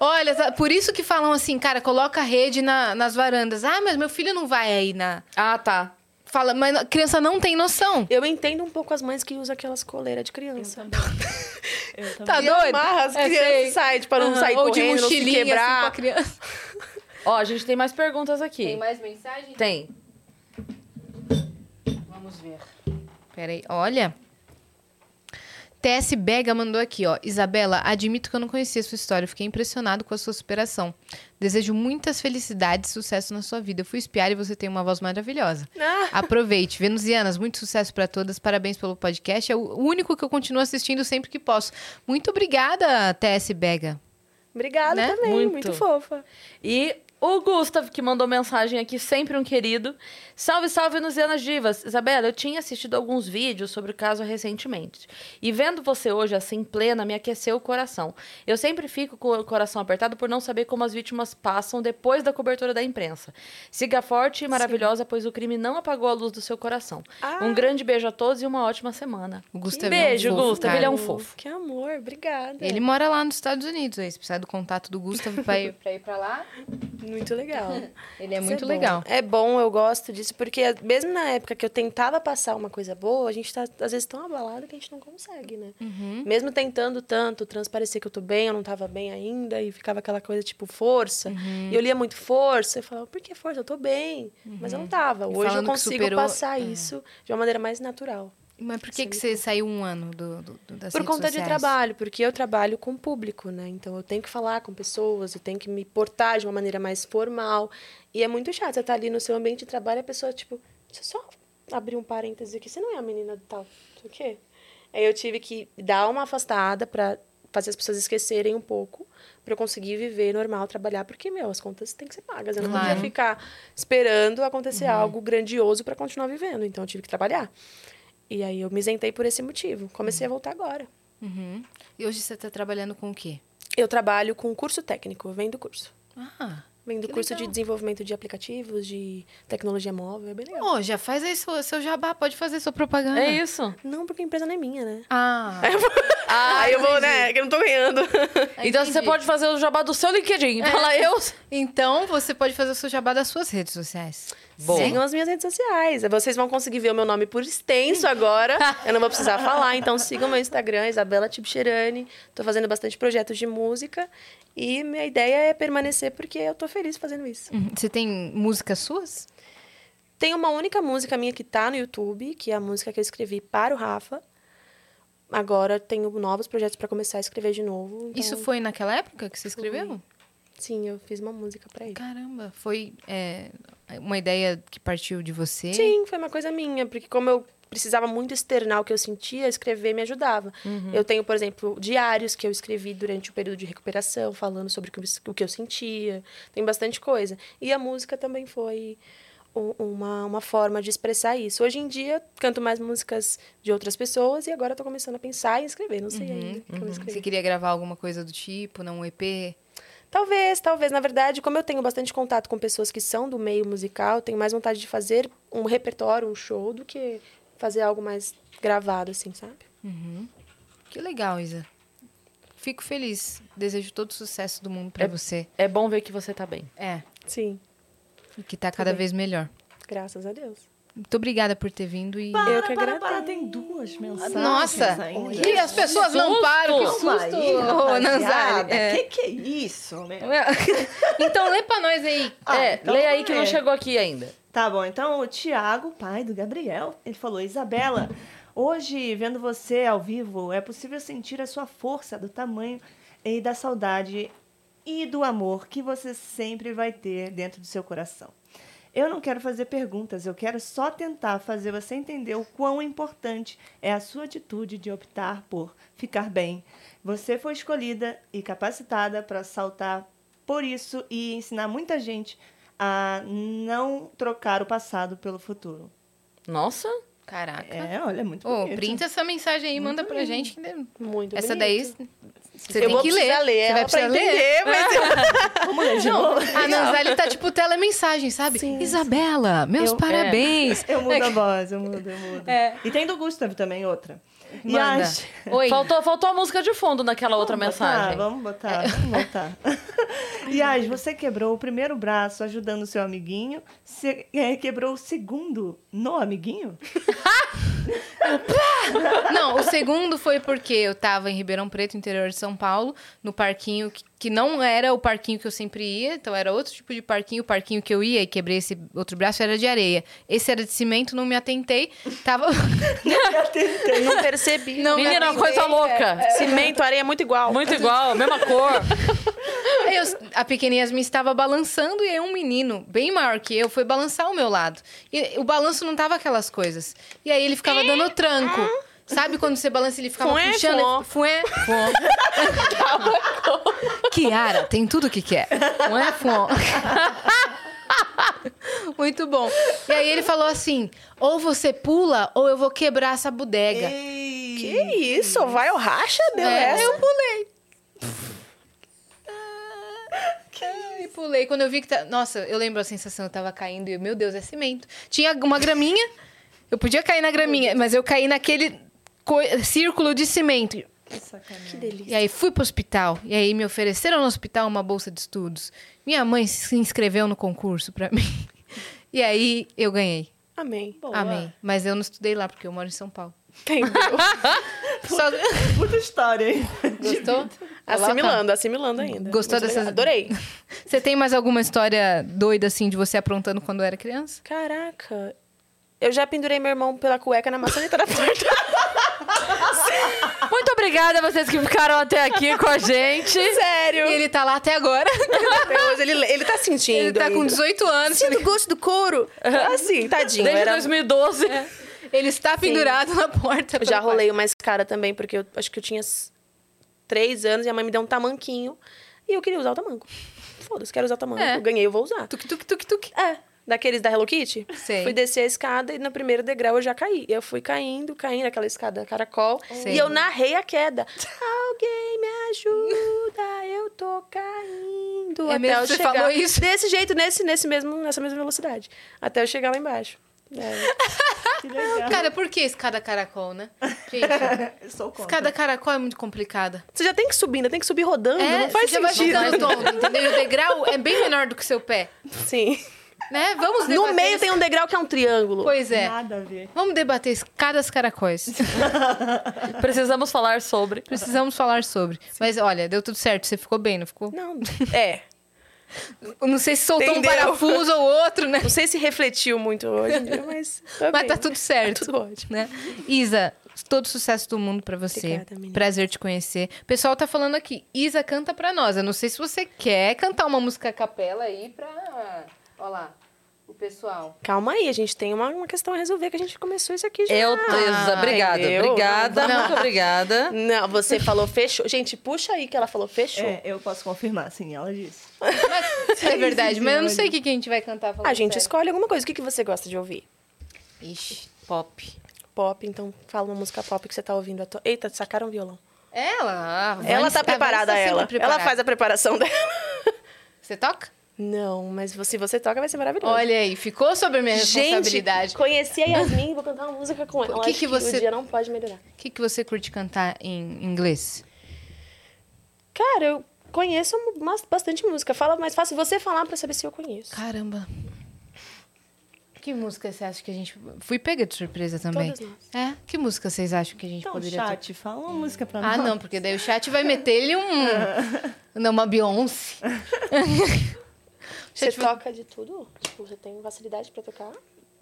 Speaker 2: Olha, tá- por isso que falam assim, cara, coloca a rede na- nas varandas. Ah, mas meu filho não vai aí na.
Speaker 1: Ah, tá.
Speaker 2: Fala, mas a criança não tem noção.
Speaker 3: Eu entendo um pouco as mães que usam aquelas coleiras de criança.
Speaker 5: Eu também.
Speaker 1: Tá
Speaker 3: E
Speaker 1: doido?
Speaker 3: amarra as
Speaker 2: É, sei.
Speaker 3: crianças saem, para não sair
Speaker 2: Ou de
Speaker 3: correndo, não se
Speaker 2: mochilinha assim, com a
Speaker 3: quebrar.
Speaker 2: criança.
Speaker 1: Ó, a gente tem mais perguntas aqui. Tem.
Speaker 2: mais mensagem?
Speaker 4: Vamos ver.
Speaker 2: Peraí, olha. TS Bega mandou aqui, ó. Isabela, admito que eu não conhecia a sua história. Eu Fiquei impressionado com a sua superação. Desejo muitas felicidades e sucesso na sua vida. Eu fui espiar e você tem uma voz maravilhosa.
Speaker 3: Ah,
Speaker 2: Aproveite. Venusianas, muito sucesso pra todas. Parabéns pelo podcast. É o único que eu continuo assistindo sempre que posso. Muito obrigada, TS Bega.
Speaker 3: obrigada
Speaker 2: Né?
Speaker 3: também,
Speaker 1: Muito.
Speaker 3: muito. fofa.
Speaker 1: E o Gustav, que mandou mensagem aqui, sempre um querido. Salve, salve, Nuzianas Divas. Isabela, eu tinha assistido alguns vídeos sobre o caso recentemente. E vendo você hoje assim, plena, me aqueceu o coração. Eu sempre fico com o coração apertado por não saber como as vítimas passam depois da cobertura da imprensa. Siga forte e maravilhosa, pois o crime não apagou a luz do seu coração.
Speaker 3: Ah.
Speaker 1: Um grande beijo a todos e uma ótima semana.
Speaker 2: O Gustavo
Speaker 1: Beijo,
Speaker 2: é um fofo,
Speaker 1: Gustavo,
Speaker 2: cara.
Speaker 1: ele é um fofo. é
Speaker 3: Que amor, obrigada.
Speaker 2: Ele mora lá nos Estados Unidos, aí se precisar do contato do Gustavo pra ir pra, ir pra lá,
Speaker 3: Muito legal.
Speaker 2: ele é
Speaker 3: Isso
Speaker 2: muito
Speaker 3: bom.
Speaker 2: legal.
Speaker 3: É bom, eu gosto disso, porque mesmo na época que eu tentava passar uma coisa boa, a gente tá, às vezes, tão abalada que a gente não consegue, né?
Speaker 2: Uhum.
Speaker 3: Mesmo tentando tanto, transparecer que eu tô bem, eu não tava bem ainda, e ficava aquela coisa tipo força.
Speaker 2: Uhum.
Speaker 3: E eu lia muito força, eu falava, por que força? Eu tô bem. Mas eu não tava.
Speaker 2: Uhum. E
Speaker 3: Hoje
Speaker 2: falando
Speaker 3: eu
Speaker 2: que
Speaker 3: consigo
Speaker 2: superou,
Speaker 3: passar
Speaker 2: é.
Speaker 3: isso de uma maneira mais natural.
Speaker 2: Mas por que, que você saiu um ano do, do, do, das
Speaker 3: Por
Speaker 2: redes
Speaker 3: conta de
Speaker 2: sociais?
Speaker 3: trabalho, porque eu trabalho com público, né? Então eu tenho que falar com pessoas, eu tenho que me portar de uma maneira mais formal. E é muito chato, você tá ali no seu ambiente de trabalho e a pessoa, tipo, deixa eu só abrir um parêntese aqui, você não é a menina do tal, não sei o quê? Aí eu tive que dar uma afastada pra fazer as pessoas esquecerem um pouco, pra eu conseguir viver normal, trabalhar, porque, meu, as contas têm que ser pagas. Eu não
Speaker 2: Claro. Uhum.
Speaker 3: podia ficar esperando acontecer algo grandioso pra continuar vivendo, então eu tive que trabalhar. E aí eu me isentei por esse motivo. Comecei a voltar agora.
Speaker 2: Uhum. E hoje você tá trabalhando com o quê?
Speaker 3: Eu trabalho com curso técnico, eu vendo curso.
Speaker 2: Ah,
Speaker 3: Vendo
Speaker 2: Que
Speaker 3: curso de
Speaker 2: legal.
Speaker 3: desenvolvimento de aplicativos, de tecnologia móvel, é bem legal.
Speaker 2: oh, já faz aí seu, seu jabá, pode fazer sua propaganda.
Speaker 1: É isso.
Speaker 3: Não, porque a empresa não é minha, né?
Speaker 2: Ah,
Speaker 3: Ah, aí eu vou, né? Que eu não tô ganhando.
Speaker 1: Então
Speaker 2: entendi. É.
Speaker 1: você pode fazer o jabá do seu LinkedIn.
Speaker 3: É.
Speaker 1: Fala eu.
Speaker 2: então você pode fazer o seu jabá das suas redes sociais.
Speaker 1: Boa.
Speaker 2: Né?
Speaker 3: Sigam as minhas redes sociais. Vocês vão conseguir ver o meu nome por extenso agora. Eu não vou precisar falar, então sigam meu Instagram, Isabela Tibcherani. Tô fazendo bastante projetos de música. E minha ideia é permanecer porque eu tô feliz fazendo isso.
Speaker 2: Uhum. Você tem músicas suas?
Speaker 3: Tem uma única música minha que tá no YouTube, que é a música que eu escrevi para o Rafa. Agora eu tenho novos projetos para começar a escrever de novo. então-
Speaker 2: Isso foi naquela época que você escreveu?
Speaker 3: Sim, eu fiz uma música para ele.
Speaker 2: Caramba, foi é, uma ideia que partiu de você?
Speaker 3: Sim, foi uma coisa minha, porque como eu precisava muito externar o que eu sentia, escrever me ajudava. Eu tenho, por exemplo, diários que eu escrevi durante o período de recuperação, falando sobre o que eu- o que eu sentia. Tem bastante coisa. E a música também foi u- uma, uma forma de expressar isso. Hoje em dia, eu canto mais músicas de outras pessoas e agora eu tô começando a pensar em escrever. Não sei ainda o que eu vou escrever.
Speaker 2: Uhum. Você queria gravar alguma coisa do tipo, não um EP?
Speaker 3: Talvez, talvez. Na verdade, como eu tenho bastante contato com pessoas que são do meio musical, eu tenho mais vontade de fazer um repertório, um show, do que fazer algo mais gravado, assim, sabe?
Speaker 2: Que legal, Isa. Fico feliz. Desejo todo o sucesso do mundo pra você.
Speaker 1: É bom ver que você tá bem.
Speaker 2: É,
Speaker 3: Sim,
Speaker 2: e que tá cada
Speaker 3: bem.
Speaker 2: vez melhor.
Speaker 3: graças a Deus.
Speaker 2: Muito obrigada por ter vindo e
Speaker 5: Para,
Speaker 3: Eu que
Speaker 5: para,
Speaker 3: agradeço.
Speaker 5: para, tem duas mensagens
Speaker 2: Nossa!
Speaker 5: ainda.
Speaker 2: E as pessoas não param, que susto,
Speaker 5: Calma aí,
Speaker 2: ô, Nanzari.
Speaker 5: rapaziada.
Speaker 2: É.
Speaker 5: Que que é isso, meu?
Speaker 2: Então lê pra nós aí.
Speaker 5: Ah,
Speaker 1: é,
Speaker 5: então
Speaker 1: leia aí que não
Speaker 5: é.
Speaker 1: chegou aqui ainda.
Speaker 5: Tá bom, então o Tiago, pai do Gabriel, ele falou: Isabela, hoje vendo você ao vivo, é possível sentir a sua força do tamanho e da saudade e do amor que você sempre vai ter dentro do seu coração. Eu não quero fazer perguntas, eu quero só tentar fazer você entender o quão importante é a sua atitude de optar por ficar bem. Você foi escolhida e capacitada para saltar por isso e ensinar muita gente a não trocar o passado pelo futuro.
Speaker 1: Nossa.
Speaker 2: Caraca.
Speaker 5: É, olha, é muito
Speaker 2: Ô,
Speaker 5: bonito.
Speaker 2: printa essa mensagem aí, manda
Speaker 3: Uhum.
Speaker 2: pra gente.
Speaker 3: Muito
Speaker 2: Essa
Speaker 3: bonito.
Speaker 2: daí você
Speaker 3: eu
Speaker 2: tem
Speaker 3: vou
Speaker 2: que ler.
Speaker 3: precisar ler
Speaker 2: Você
Speaker 3: ela
Speaker 2: vai precisar
Speaker 3: pra entender, mas eu-
Speaker 5: Mulher de boa.
Speaker 2: A Nanzali tá tipo telemensagem, sabe?
Speaker 3: Sim. é.
Speaker 2: Isabela, meus
Speaker 1: Eu-
Speaker 2: parabéns. É
Speaker 5: Eu mudo a voz, eu mudo, eu mudo. E tem do Gustavo também, outra. E
Speaker 2: Manda.
Speaker 5: as-
Speaker 2: Oi.
Speaker 1: Faltou, faltou a música de fundo naquela outra
Speaker 5: Vamos
Speaker 1: mensagem.
Speaker 5: Botar, Ah, vamos
Speaker 2: É.
Speaker 5: botar, vamos botar. Yas, você quebrou o primeiro braço ajudando seu amiguinho, se- eh, quebrou o segundo no amiguinho?
Speaker 2: Não, o segundo foi porque eu tava em Ribeirão Preto, interior de São Paulo, no parquinho que, que não era o parquinho que eu sempre ia, então era outro tipo de parquinho. O parquinho que eu ia e quebrei esse outro braço era de areia. Esse era de cimento, não me atentei. Tava.
Speaker 3: Eu não percebi.
Speaker 2: Não, é.
Speaker 1: Menina, uma coisa louca.
Speaker 3: Cimento, areia, muito igual.
Speaker 1: É. Muito igual, mesma cor.
Speaker 2: Aí eu- a pequena Yasmin estava balançando e aí um menino, bem maior que eu, foi balançar ao meu lado. E o balanço não tava aquelas coisas. E aí ele ficava dando tranco. Sabe quando você balança ele ficava
Speaker 3: Fué,
Speaker 2: puxando? ele- Fué, fué. Kiara, tem tudo o que quer. Fué, fué. Muito bom. E aí ele falou assim, ou você pula ou eu vou quebrar essa bodega.
Speaker 5: é
Speaker 3: Que isso? Vai ao racha, deu
Speaker 2: É,
Speaker 3: essa?
Speaker 2: Eu pulei. Ai, pulei. Quando eu vi que tá... Nossa, eu lembro a sensação, eu tava caindo e, eu, meu Deus, é cimento. Tinha uma graminha, eu podia cair na graminha, mas eu caí naquele co- círculo de cimento.
Speaker 3: Que delícia.
Speaker 2: E aí fui pro hospital. E aí me ofereceram no hospital uma bolsa de estudos. Minha mãe se inscreveu no concurso pra mim. E aí eu ganhei.
Speaker 3: Amém.
Speaker 5: Boa.
Speaker 2: Amém. Mas eu não estudei lá, porque eu moro em São Paulo.
Speaker 3: Entendeu?
Speaker 2: Só-
Speaker 5: Puta história, hein?
Speaker 2: Gostou? Coloca.
Speaker 3: Assimilando, assimilando ainda.
Speaker 2: Gostou
Speaker 3: Muito
Speaker 2: dessas-
Speaker 3: legal. Adorei.
Speaker 2: Você tem mais alguma história doida, assim, de você aprontando quando era criança?
Speaker 3: Caraca. Eu já pendurei meu irmão pela cueca na maçaneta da porta.
Speaker 1: Muito obrigada a vocês que ficaram até aqui com a gente.
Speaker 3: Sério.
Speaker 2: E ele tá lá até agora.
Speaker 3: Meu Deus, ele, ele tá sentindo.
Speaker 2: ele tá com
Speaker 3: ainda.
Speaker 2: 18 anos.
Speaker 3: Sentindo o gosto do couro. Assim, tadinho.
Speaker 1: Desde
Speaker 3: era...
Speaker 1: 2012.
Speaker 2: Ele está pendurado na porta.
Speaker 3: Eu
Speaker 2: pelo
Speaker 3: já
Speaker 2: pai.
Speaker 3: rolei uma escada também, porque eu acho que eu tinha s- três anos e a mãe me deu um tamanquinho. E eu queria usar o tamanco. Foda-se, quero usar o tamanco.
Speaker 2: É.
Speaker 3: Eu ganhei, eu vou usar.
Speaker 2: Tuk, tuk, tuk, tuk.
Speaker 3: É, daqueles da Hello Kitty.
Speaker 2: Sei.
Speaker 3: Fui descer a escada e no primeiro degrau eu já caí. Eu fui caindo, caindo aquela escada caracol.
Speaker 2: Sei.
Speaker 3: E eu narrei a queda. Alguém me ajuda, eu tô caindo.
Speaker 2: É
Speaker 3: até
Speaker 2: mesmo?
Speaker 3: eu
Speaker 2: Você
Speaker 3: chegar.
Speaker 2: falou isso?
Speaker 3: Desse jeito, nesse, nesse mesmo, nessa mesma velocidade. Até eu chegar lá embaixo. É.
Speaker 2: Ah,
Speaker 5: Que legal.
Speaker 2: Cara, por que escada caracol, né? Gente,
Speaker 5: Eu sou contra.
Speaker 2: escada caracol é muito complicada.
Speaker 3: Você já tem que subir, ainda tem que subir rodando.
Speaker 2: é,
Speaker 3: não faz
Speaker 2: você já vai
Speaker 3: sentido.
Speaker 2: ficando tonto, entendeu? E o degrau é bem menor do que o seu pé.
Speaker 3: Sim.
Speaker 2: Né? Vamos debater...
Speaker 3: No meio tem um degrau que é um triângulo.
Speaker 2: Pois é.
Speaker 5: Nada a ver.
Speaker 2: Vamos debater escadas caracóis.
Speaker 1: Precisamos falar sobre.
Speaker 2: Precisamos falar sobre. Mas olha, deu tudo certo. Você ficou bem, não ficou?
Speaker 3: Não. É.
Speaker 2: Não sei se soltou um
Speaker 3: Entendeu?
Speaker 2: parafuso ou outro, né?
Speaker 3: Não sei se refletiu muito hoje em dia, mas. tô
Speaker 2: Mas
Speaker 3: bem.
Speaker 2: tá tudo certo.
Speaker 3: Tá tudo ótimo.
Speaker 2: né? Isa, todo sucesso do mundo pra você.
Speaker 3: Obrigada, menina.
Speaker 2: Prazer te conhecer. O pessoal tá falando aqui, Isa, canta pra nós. Eu não sei se você quer cantar uma música a capela aí pra. Olha lá, o pessoal.
Speaker 3: Calma aí, a gente tem uma, uma questão a resolver que a gente começou isso aqui já. Ah,
Speaker 1: Eu, Isa, obrigada.
Speaker 3: entendeu?
Speaker 1: Obrigada,
Speaker 2: Ah, Não.
Speaker 1: muito obrigada.
Speaker 3: Não, você falou fechou. Gente, puxa aí que ela falou fechou.
Speaker 5: É, eu posso confirmar, sim, ela disse.
Speaker 2: Mas, é verdade, mas eu não sei o que, que a gente vai cantar. falando
Speaker 3: A gente
Speaker 2: sério.
Speaker 3: escolhe alguma coisa. O que, que você gosta de ouvir?
Speaker 2: Ixi.
Speaker 1: Pop.
Speaker 3: Pop, então fala uma música pop que você tá ouvindo. ato- Eita, sacaram o violão.
Speaker 2: Ela. a
Speaker 3: ela
Speaker 2: Vanessa-
Speaker 3: tá
Speaker 2: a
Speaker 3: preparada,
Speaker 2: Vanessa sempre
Speaker 3: ela.
Speaker 2: preparada.
Speaker 3: Ela faz a preparação dela.
Speaker 2: Você toca?
Speaker 3: Não, mas se você toca, vai ser maravilhoso.
Speaker 2: Olha aí, ficou sobre a minha responsabilidade.
Speaker 3: Gente, conheci a Yasmin, vou cantar uma música com ela.
Speaker 2: O que
Speaker 3: Acho
Speaker 2: que você-
Speaker 3: o dia não pode melhorar.
Speaker 2: O que, que você curte cantar em inglês?
Speaker 3: Cara, eu conheço mas- bastante música. Fala mais fácil você falar pra saber se eu conheço.
Speaker 2: Caramba. Que música você acha que a gente. Fui pega de surpresa também.
Speaker 3: Todas nós.
Speaker 2: É? Que música vocês acham que a gente
Speaker 5: Então,
Speaker 2: poderia
Speaker 5: chat, fala uma música pra
Speaker 2: tocar?
Speaker 5: nós.
Speaker 2: Ah, não, porque daí o chat vai meter ele um. Não, uma Beyoncé.
Speaker 3: Você
Speaker 2: Gente, vou-
Speaker 3: toca de tudo? Tipo, você tem facilidade pra tocar?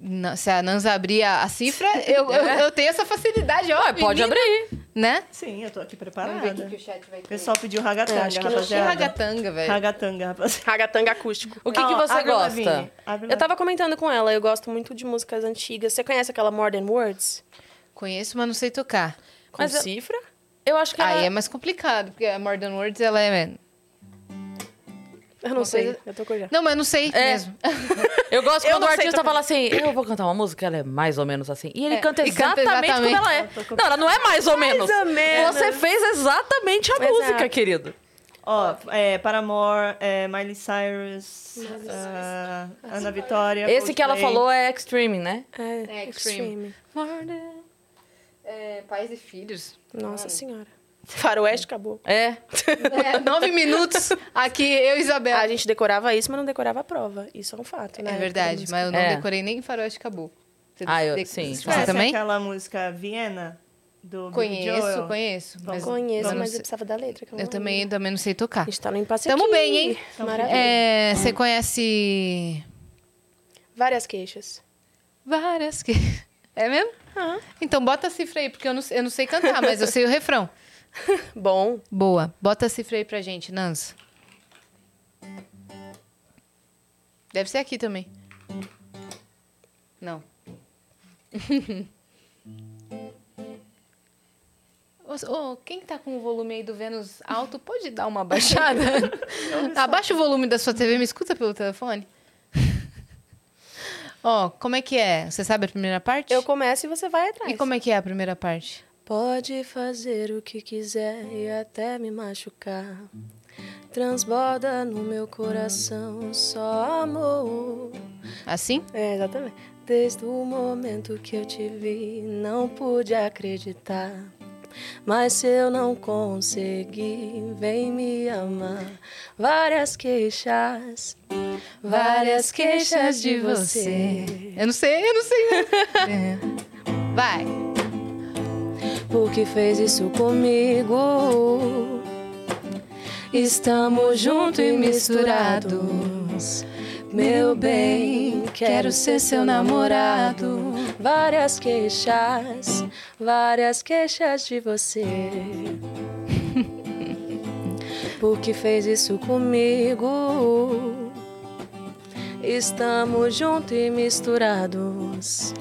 Speaker 2: Não, Se a Nanza abrir a, a cifra, eu, eu, eu tenho essa facilidade, ó.
Speaker 1: Pode
Speaker 2: menina.
Speaker 1: abrir.
Speaker 2: Né?
Speaker 5: Sim, eu tô aqui
Speaker 2: Vamos ver o que que
Speaker 5: preparada.
Speaker 2: o chat vai
Speaker 5: O
Speaker 2: ter.
Speaker 5: pessoal pediu ragatanga,
Speaker 3: Eu acho que não.
Speaker 2: Que
Speaker 5: rapaziada.
Speaker 2: ragatanga, velho.
Speaker 5: Ragatanga, rapaziada.
Speaker 3: Ragatanga acústico.
Speaker 1: O que, que
Speaker 5: Ó,
Speaker 1: você
Speaker 5: abre o
Speaker 1: gosta?
Speaker 5: Lavigne, abre o
Speaker 3: Eu tava comentando com ela, eu gosto muito de músicas antigas. Você conhece aquela More Than Words?
Speaker 2: Conheço, mas não sei tocar.
Speaker 3: Com
Speaker 1: Mas eu-
Speaker 3: cifra?
Speaker 1: Eu acho que
Speaker 2: Aí
Speaker 1: ela-
Speaker 2: é mais complicado, porque a Modern Words, ela é.
Speaker 3: Eu não
Speaker 2: Uma
Speaker 3: sei,
Speaker 2: coisa-
Speaker 3: eu tô com já.
Speaker 2: Não, mas eu não sei
Speaker 1: É.
Speaker 2: mesmo.
Speaker 1: Eu gosto
Speaker 3: Eu
Speaker 1: quando o
Speaker 3: não sei
Speaker 1: artista
Speaker 3: tocar.
Speaker 1: fala assim, eu vou cantar uma música, ela é mais ou menos assim. E ele
Speaker 2: É,
Speaker 1: canta,
Speaker 2: e canta
Speaker 1: exatamente como
Speaker 2: exatamente.
Speaker 1: ela é. Não, ela não é mais ou menos.
Speaker 3: ou menos.
Speaker 1: Você fez exatamente a
Speaker 3: Exato.
Speaker 1: música, querido.
Speaker 5: Ó, é, Paramore, é, Miley Cyrus, ah, Ana Vitória.
Speaker 1: Esse que ela é
Speaker 5: Coldplay.
Speaker 1: falou é Extreme, né?
Speaker 3: É,
Speaker 2: É, Extreme.
Speaker 3: Extreme.
Speaker 2: É, é, pais e filhos.
Speaker 3: Nossa senhora. Ah. Faroeste acabou.
Speaker 1: É.
Speaker 2: É, nove minutos aqui, eu e Isabela.
Speaker 3: A gente decorava isso, mas não decorava a prova. Isso é um fato, né?
Speaker 2: É verdade, mas eu não
Speaker 1: É.
Speaker 2: decorei nem Faroeste Acabou. Você
Speaker 1: Ah, eu-
Speaker 2: de-
Speaker 1: sim.
Speaker 2: Você
Speaker 3: é
Speaker 5: Conhece
Speaker 2: também?
Speaker 5: aquela música Viena? Do Billy
Speaker 2: Conheço,
Speaker 5: Joel?
Speaker 2: conheço. Mas
Speaker 3: Conheço,
Speaker 2: eu não
Speaker 3: mas eu um
Speaker 2: sei-
Speaker 3: precisava da letra. que eu não
Speaker 2: eu também,
Speaker 3: lembro.
Speaker 2: também não sei
Speaker 3: A
Speaker 2: tocar.
Speaker 3: gente tá no impasse
Speaker 2: Tamo
Speaker 3: aqui.
Speaker 2: bem, hein?
Speaker 3: Maravilha.
Speaker 2: É, você conhece
Speaker 3: Várias queixas.
Speaker 2: várias que... É mesmo?
Speaker 3: Ah,
Speaker 2: Então bota a cifra aí, porque eu não, eu não sei cantar, mas eu sei o refrão.
Speaker 3: bom.
Speaker 2: Boa. Bota a cifra aí pra gente, Nanso. Deve ser aqui também. Não. Ô, ô, quem tá com o volume aí do Vênus alto, pode dar uma baixada? Abaixa o volume da sua TV, me escuta pelo telefone. Ó, como é que é? Você sabe a primeira parte?
Speaker 3: Eu começo e você vai atrás.
Speaker 2: E como é que é a primeira parte?
Speaker 3: Pode fazer o que quiser e até me machucar. Transborda no meu coração só amor.
Speaker 2: Assim?
Speaker 3: É, exatamente. Desde o momento que eu te vi, não pude acreditar. Mas se eu não conseguir, vem me amar. Várias queixas, várias queixas de você.
Speaker 2: Eu não sei, eu não sei. É. Vai.
Speaker 3: porque fez isso comigo. Estamos juntos e misturados. Meu bem, quero ser seu namorado. Várias queixas, várias queixas de você. Porque fez isso comigo. Estamos juntos e misturados.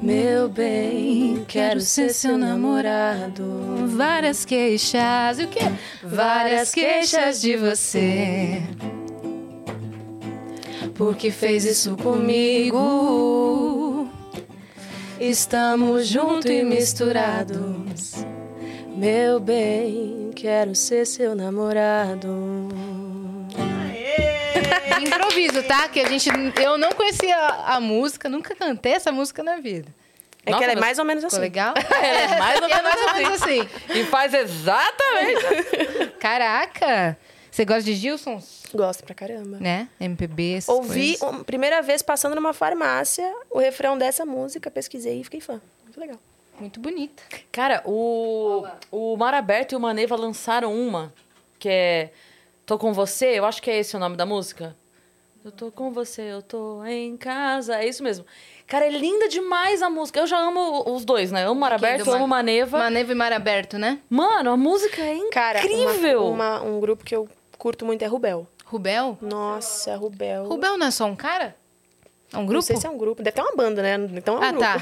Speaker 3: Meu bem, quero ser seu namorado.
Speaker 2: Várias queixas. E o quê?
Speaker 3: Várias queixas de você. Porque fez isso comigo. Estamos juntos e misturados. Meu bem, quero ser seu namorado.
Speaker 5: Aê!
Speaker 2: Improviso, tá? Que a gente. Eu não conhecia a, a música, nunca cantei essa música na vida.
Speaker 3: É
Speaker 1: Nossa,
Speaker 3: que ela é
Speaker 1: mas
Speaker 3: mais ou menos
Speaker 2: Ficou
Speaker 3: assim.
Speaker 2: legal?
Speaker 1: É, mais ou menos
Speaker 2: É mais ou menos assim.
Speaker 1: E faz exatamente.
Speaker 2: Caraca! Você gosta de Gilson?
Speaker 3: Gosto pra caramba.
Speaker 2: Né? MPB, essas
Speaker 3: Ouvi,
Speaker 2: coisas.
Speaker 3: um, primeira vez passando numa farmácia, o refrão dessa música, pesquisei e fiquei fã. Muito legal.
Speaker 2: Muito bonita.
Speaker 1: Cara, o, o Mar Aberto e o Maneva lançaram uma que é Tô com você, eu acho que é esse o nome da música. Eu tô com você, eu tô em casa. É isso mesmo. Cara, é linda demais a música. Eu já amo os dois, né? Eu amo Mar
Speaker 2: Quem
Speaker 1: Aberto,
Speaker 2: do
Speaker 1: eu amo
Speaker 2: Mar-
Speaker 1: Maneva.
Speaker 2: Maneva e Mar Aberto, né?
Speaker 1: Mano, a música é
Speaker 3: Cara, uma-
Speaker 1: incrível.
Speaker 3: uma- um grupo que eu curto muito é Rubel.
Speaker 2: Rubel?
Speaker 3: Nossa, Rubel.
Speaker 2: Rubel não é só um cara? É um
Speaker 3: Não
Speaker 2: grupo?
Speaker 3: sei se é um grupo. Deve ter uma banda, né? Então é um
Speaker 2: ah,
Speaker 3: grupo.
Speaker 2: tá.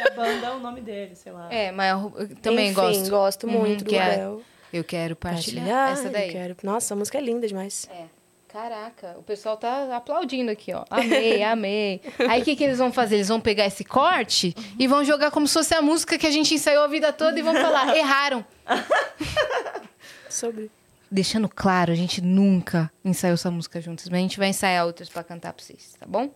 Speaker 5: Essa banda é o nome dele, sei lá.
Speaker 2: É, mas eu eu também
Speaker 3: Enfim,
Speaker 2: gosto.
Speaker 3: gosto muito do
Speaker 2: que é
Speaker 3: Rubel.
Speaker 2: Eu quero partilhar,
Speaker 3: Partilhar,
Speaker 2: essa
Speaker 3: eu
Speaker 2: daí.
Speaker 3: quero- Nossa, a música é linda demais.
Speaker 2: É. Caraca, o pessoal tá aplaudindo aqui, ó. Amei, amei. Aí o que, que eles vão fazer? Eles vão pegar esse corte e vão jogar como se fosse a música que a gente ensaiou a vida toda e vão falar, erraram.
Speaker 3: Sobre.
Speaker 2: Deixando claro, a gente nunca ensaiou essa música juntos, mas a gente vai ensaiar outras pra cantar pra vocês, tá bom?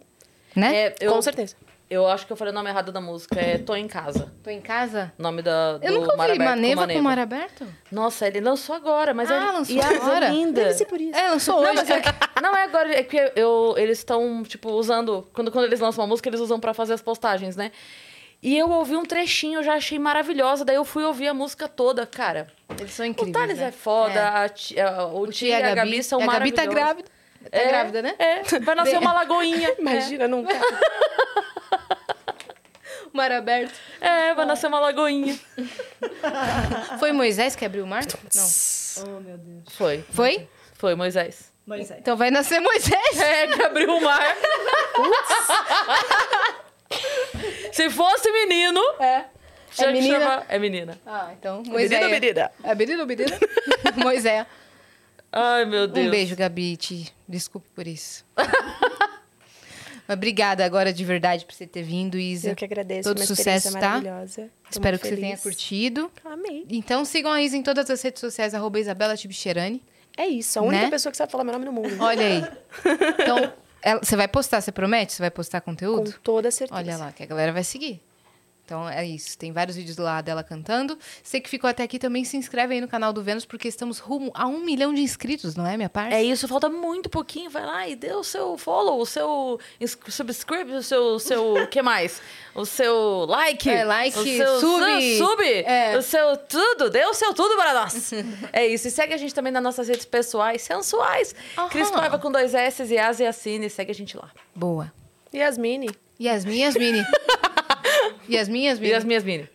Speaker 2: Né?
Speaker 1: É, eu,
Speaker 3: Com certeza.
Speaker 1: eu acho que eu falei o nome errado da música. É Tô em Casa.
Speaker 2: Tô em casa?
Speaker 1: O Nome da, do
Speaker 2: Eu nunca
Speaker 1: Mar
Speaker 2: ouvi
Speaker 1: Aberto
Speaker 2: Maneva com,
Speaker 1: Maneva.
Speaker 2: Mar Aberto?
Speaker 1: Nossa, ele lançou agora, mas
Speaker 2: Ah,
Speaker 1: é,
Speaker 2: lançou
Speaker 1: e as-
Speaker 2: agora?
Speaker 1: é linda.
Speaker 3: Deve ser por isso.
Speaker 2: É, lançou hoje.
Speaker 1: Não, mas é- não é agora, é que eu, eles estão, tipo, usando. Quando, quando eles lançam uma música, eles usam pra fazer as postagens, né? E eu ouvi um trechinho, eu já achei maravilhosa. Daí eu fui ouvir a música toda, cara.
Speaker 2: Eles são incríveis,
Speaker 1: o Thales
Speaker 2: né?
Speaker 1: é foda, a ti- a- o,
Speaker 2: O
Speaker 1: Tia e a Gabi são
Speaker 2: e a Gabi tá
Speaker 1: maravilhosos.
Speaker 2: grávida. Tá
Speaker 1: É,
Speaker 2: grávida, né?
Speaker 1: É, vai nascer uma
Speaker 2: é.
Speaker 1: lagoinha.
Speaker 3: Imagina, nunca.
Speaker 2: Mar Aberto.
Speaker 1: É, vai nascer uma lagoinha. Ah.
Speaker 2: Foi Moisés que abriu o mar? Não.
Speaker 5: Oh, meu Deus.
Speaker 1: Foi,
Speaker 2: Foi?
Speaker 1: foi, Moisés.
Speaker 5: Moisés.
Speaker 2: Então vai nascer Moisés.
Speaker 1: É, que abriu o mar. Se fosse menino. É. Tinha
Speaker 2: É
Speaker 1: que
Speaker 2: menina?
Speaker 1: chamar- É menina.
Speaker 2: Ah, então Moisés.
Speaker 3: Menino ou menina?
Speaker 2: É menino ou menina? Moisés.
Speaker 1: Ai, meu Deus.
Speaker 2: Um beijo, Gabi. Te desculpe por isso. Mas obrigada agora de verdade por você ter vindo, Isa.
Speaker 3: Eu que agradeço.
Speaker 2: Todo
Speaker 3: uma
Speaker 2: sucesso,
Speaker 3: experiência
Speaker 2: tá?
Speaker 3: maravilhosa. Tô
Speaker 2: Espero
Speaker 3: muito
Speaker 2: que você tenha
Speaker 3: feliz.
Speaker 2: curtido.
Speaker 3: Amei.
Speaker 2: Então sigam a Isa em todas as redes sociais, arroba Isabela Tibicherani.
Speaker 3: É isso. A única
Speaker 2: Né?
Speaker 3: pessoa que sabe falar meu nome no mundo.
Speaker 2: Olha aí. Então, ela- você vai postar, você promete? Você vai postar
Speaker 3: Com
Speaker 2: conteúdo?
Speaker 3: toda certeza.
Speaker 2: Olha lá, que a galera vai seguir. Então é isso, tem vários vídeos lá dela cantando. Você que ficou até aqui também se inscreve aí no canal do Vênus, porque estamos rumo a um milhão de inscritos, não é, minha parte?
Speaker 1: É isso, falta muito pouquinho. Vai lá e dê o seu follow, o seu ins- subscribe, o seu. O seu que mais? O seu like.
Speaker 2: É, like,
Speaker 1: o seu
Speaker 2: sub.
Speaker 1: su- sub,
Speaker 2: É.
Speaker 1: O seu tudo. Dê o seu tudo para nós. é isso. E segue a gente também nas nossas redes pessoais, sensuais.
Speaker 2: Aham.
Speaker 1: Cris Paiva com dois S e Asi Assine. Segue a gente lá.
Speaker 2: Boa.
Speaker 3: Yasmini.
Speaker 2: Yasmin, Yasmini. Yasmin, Yasmini.
Speaker 1: E as minhas mini.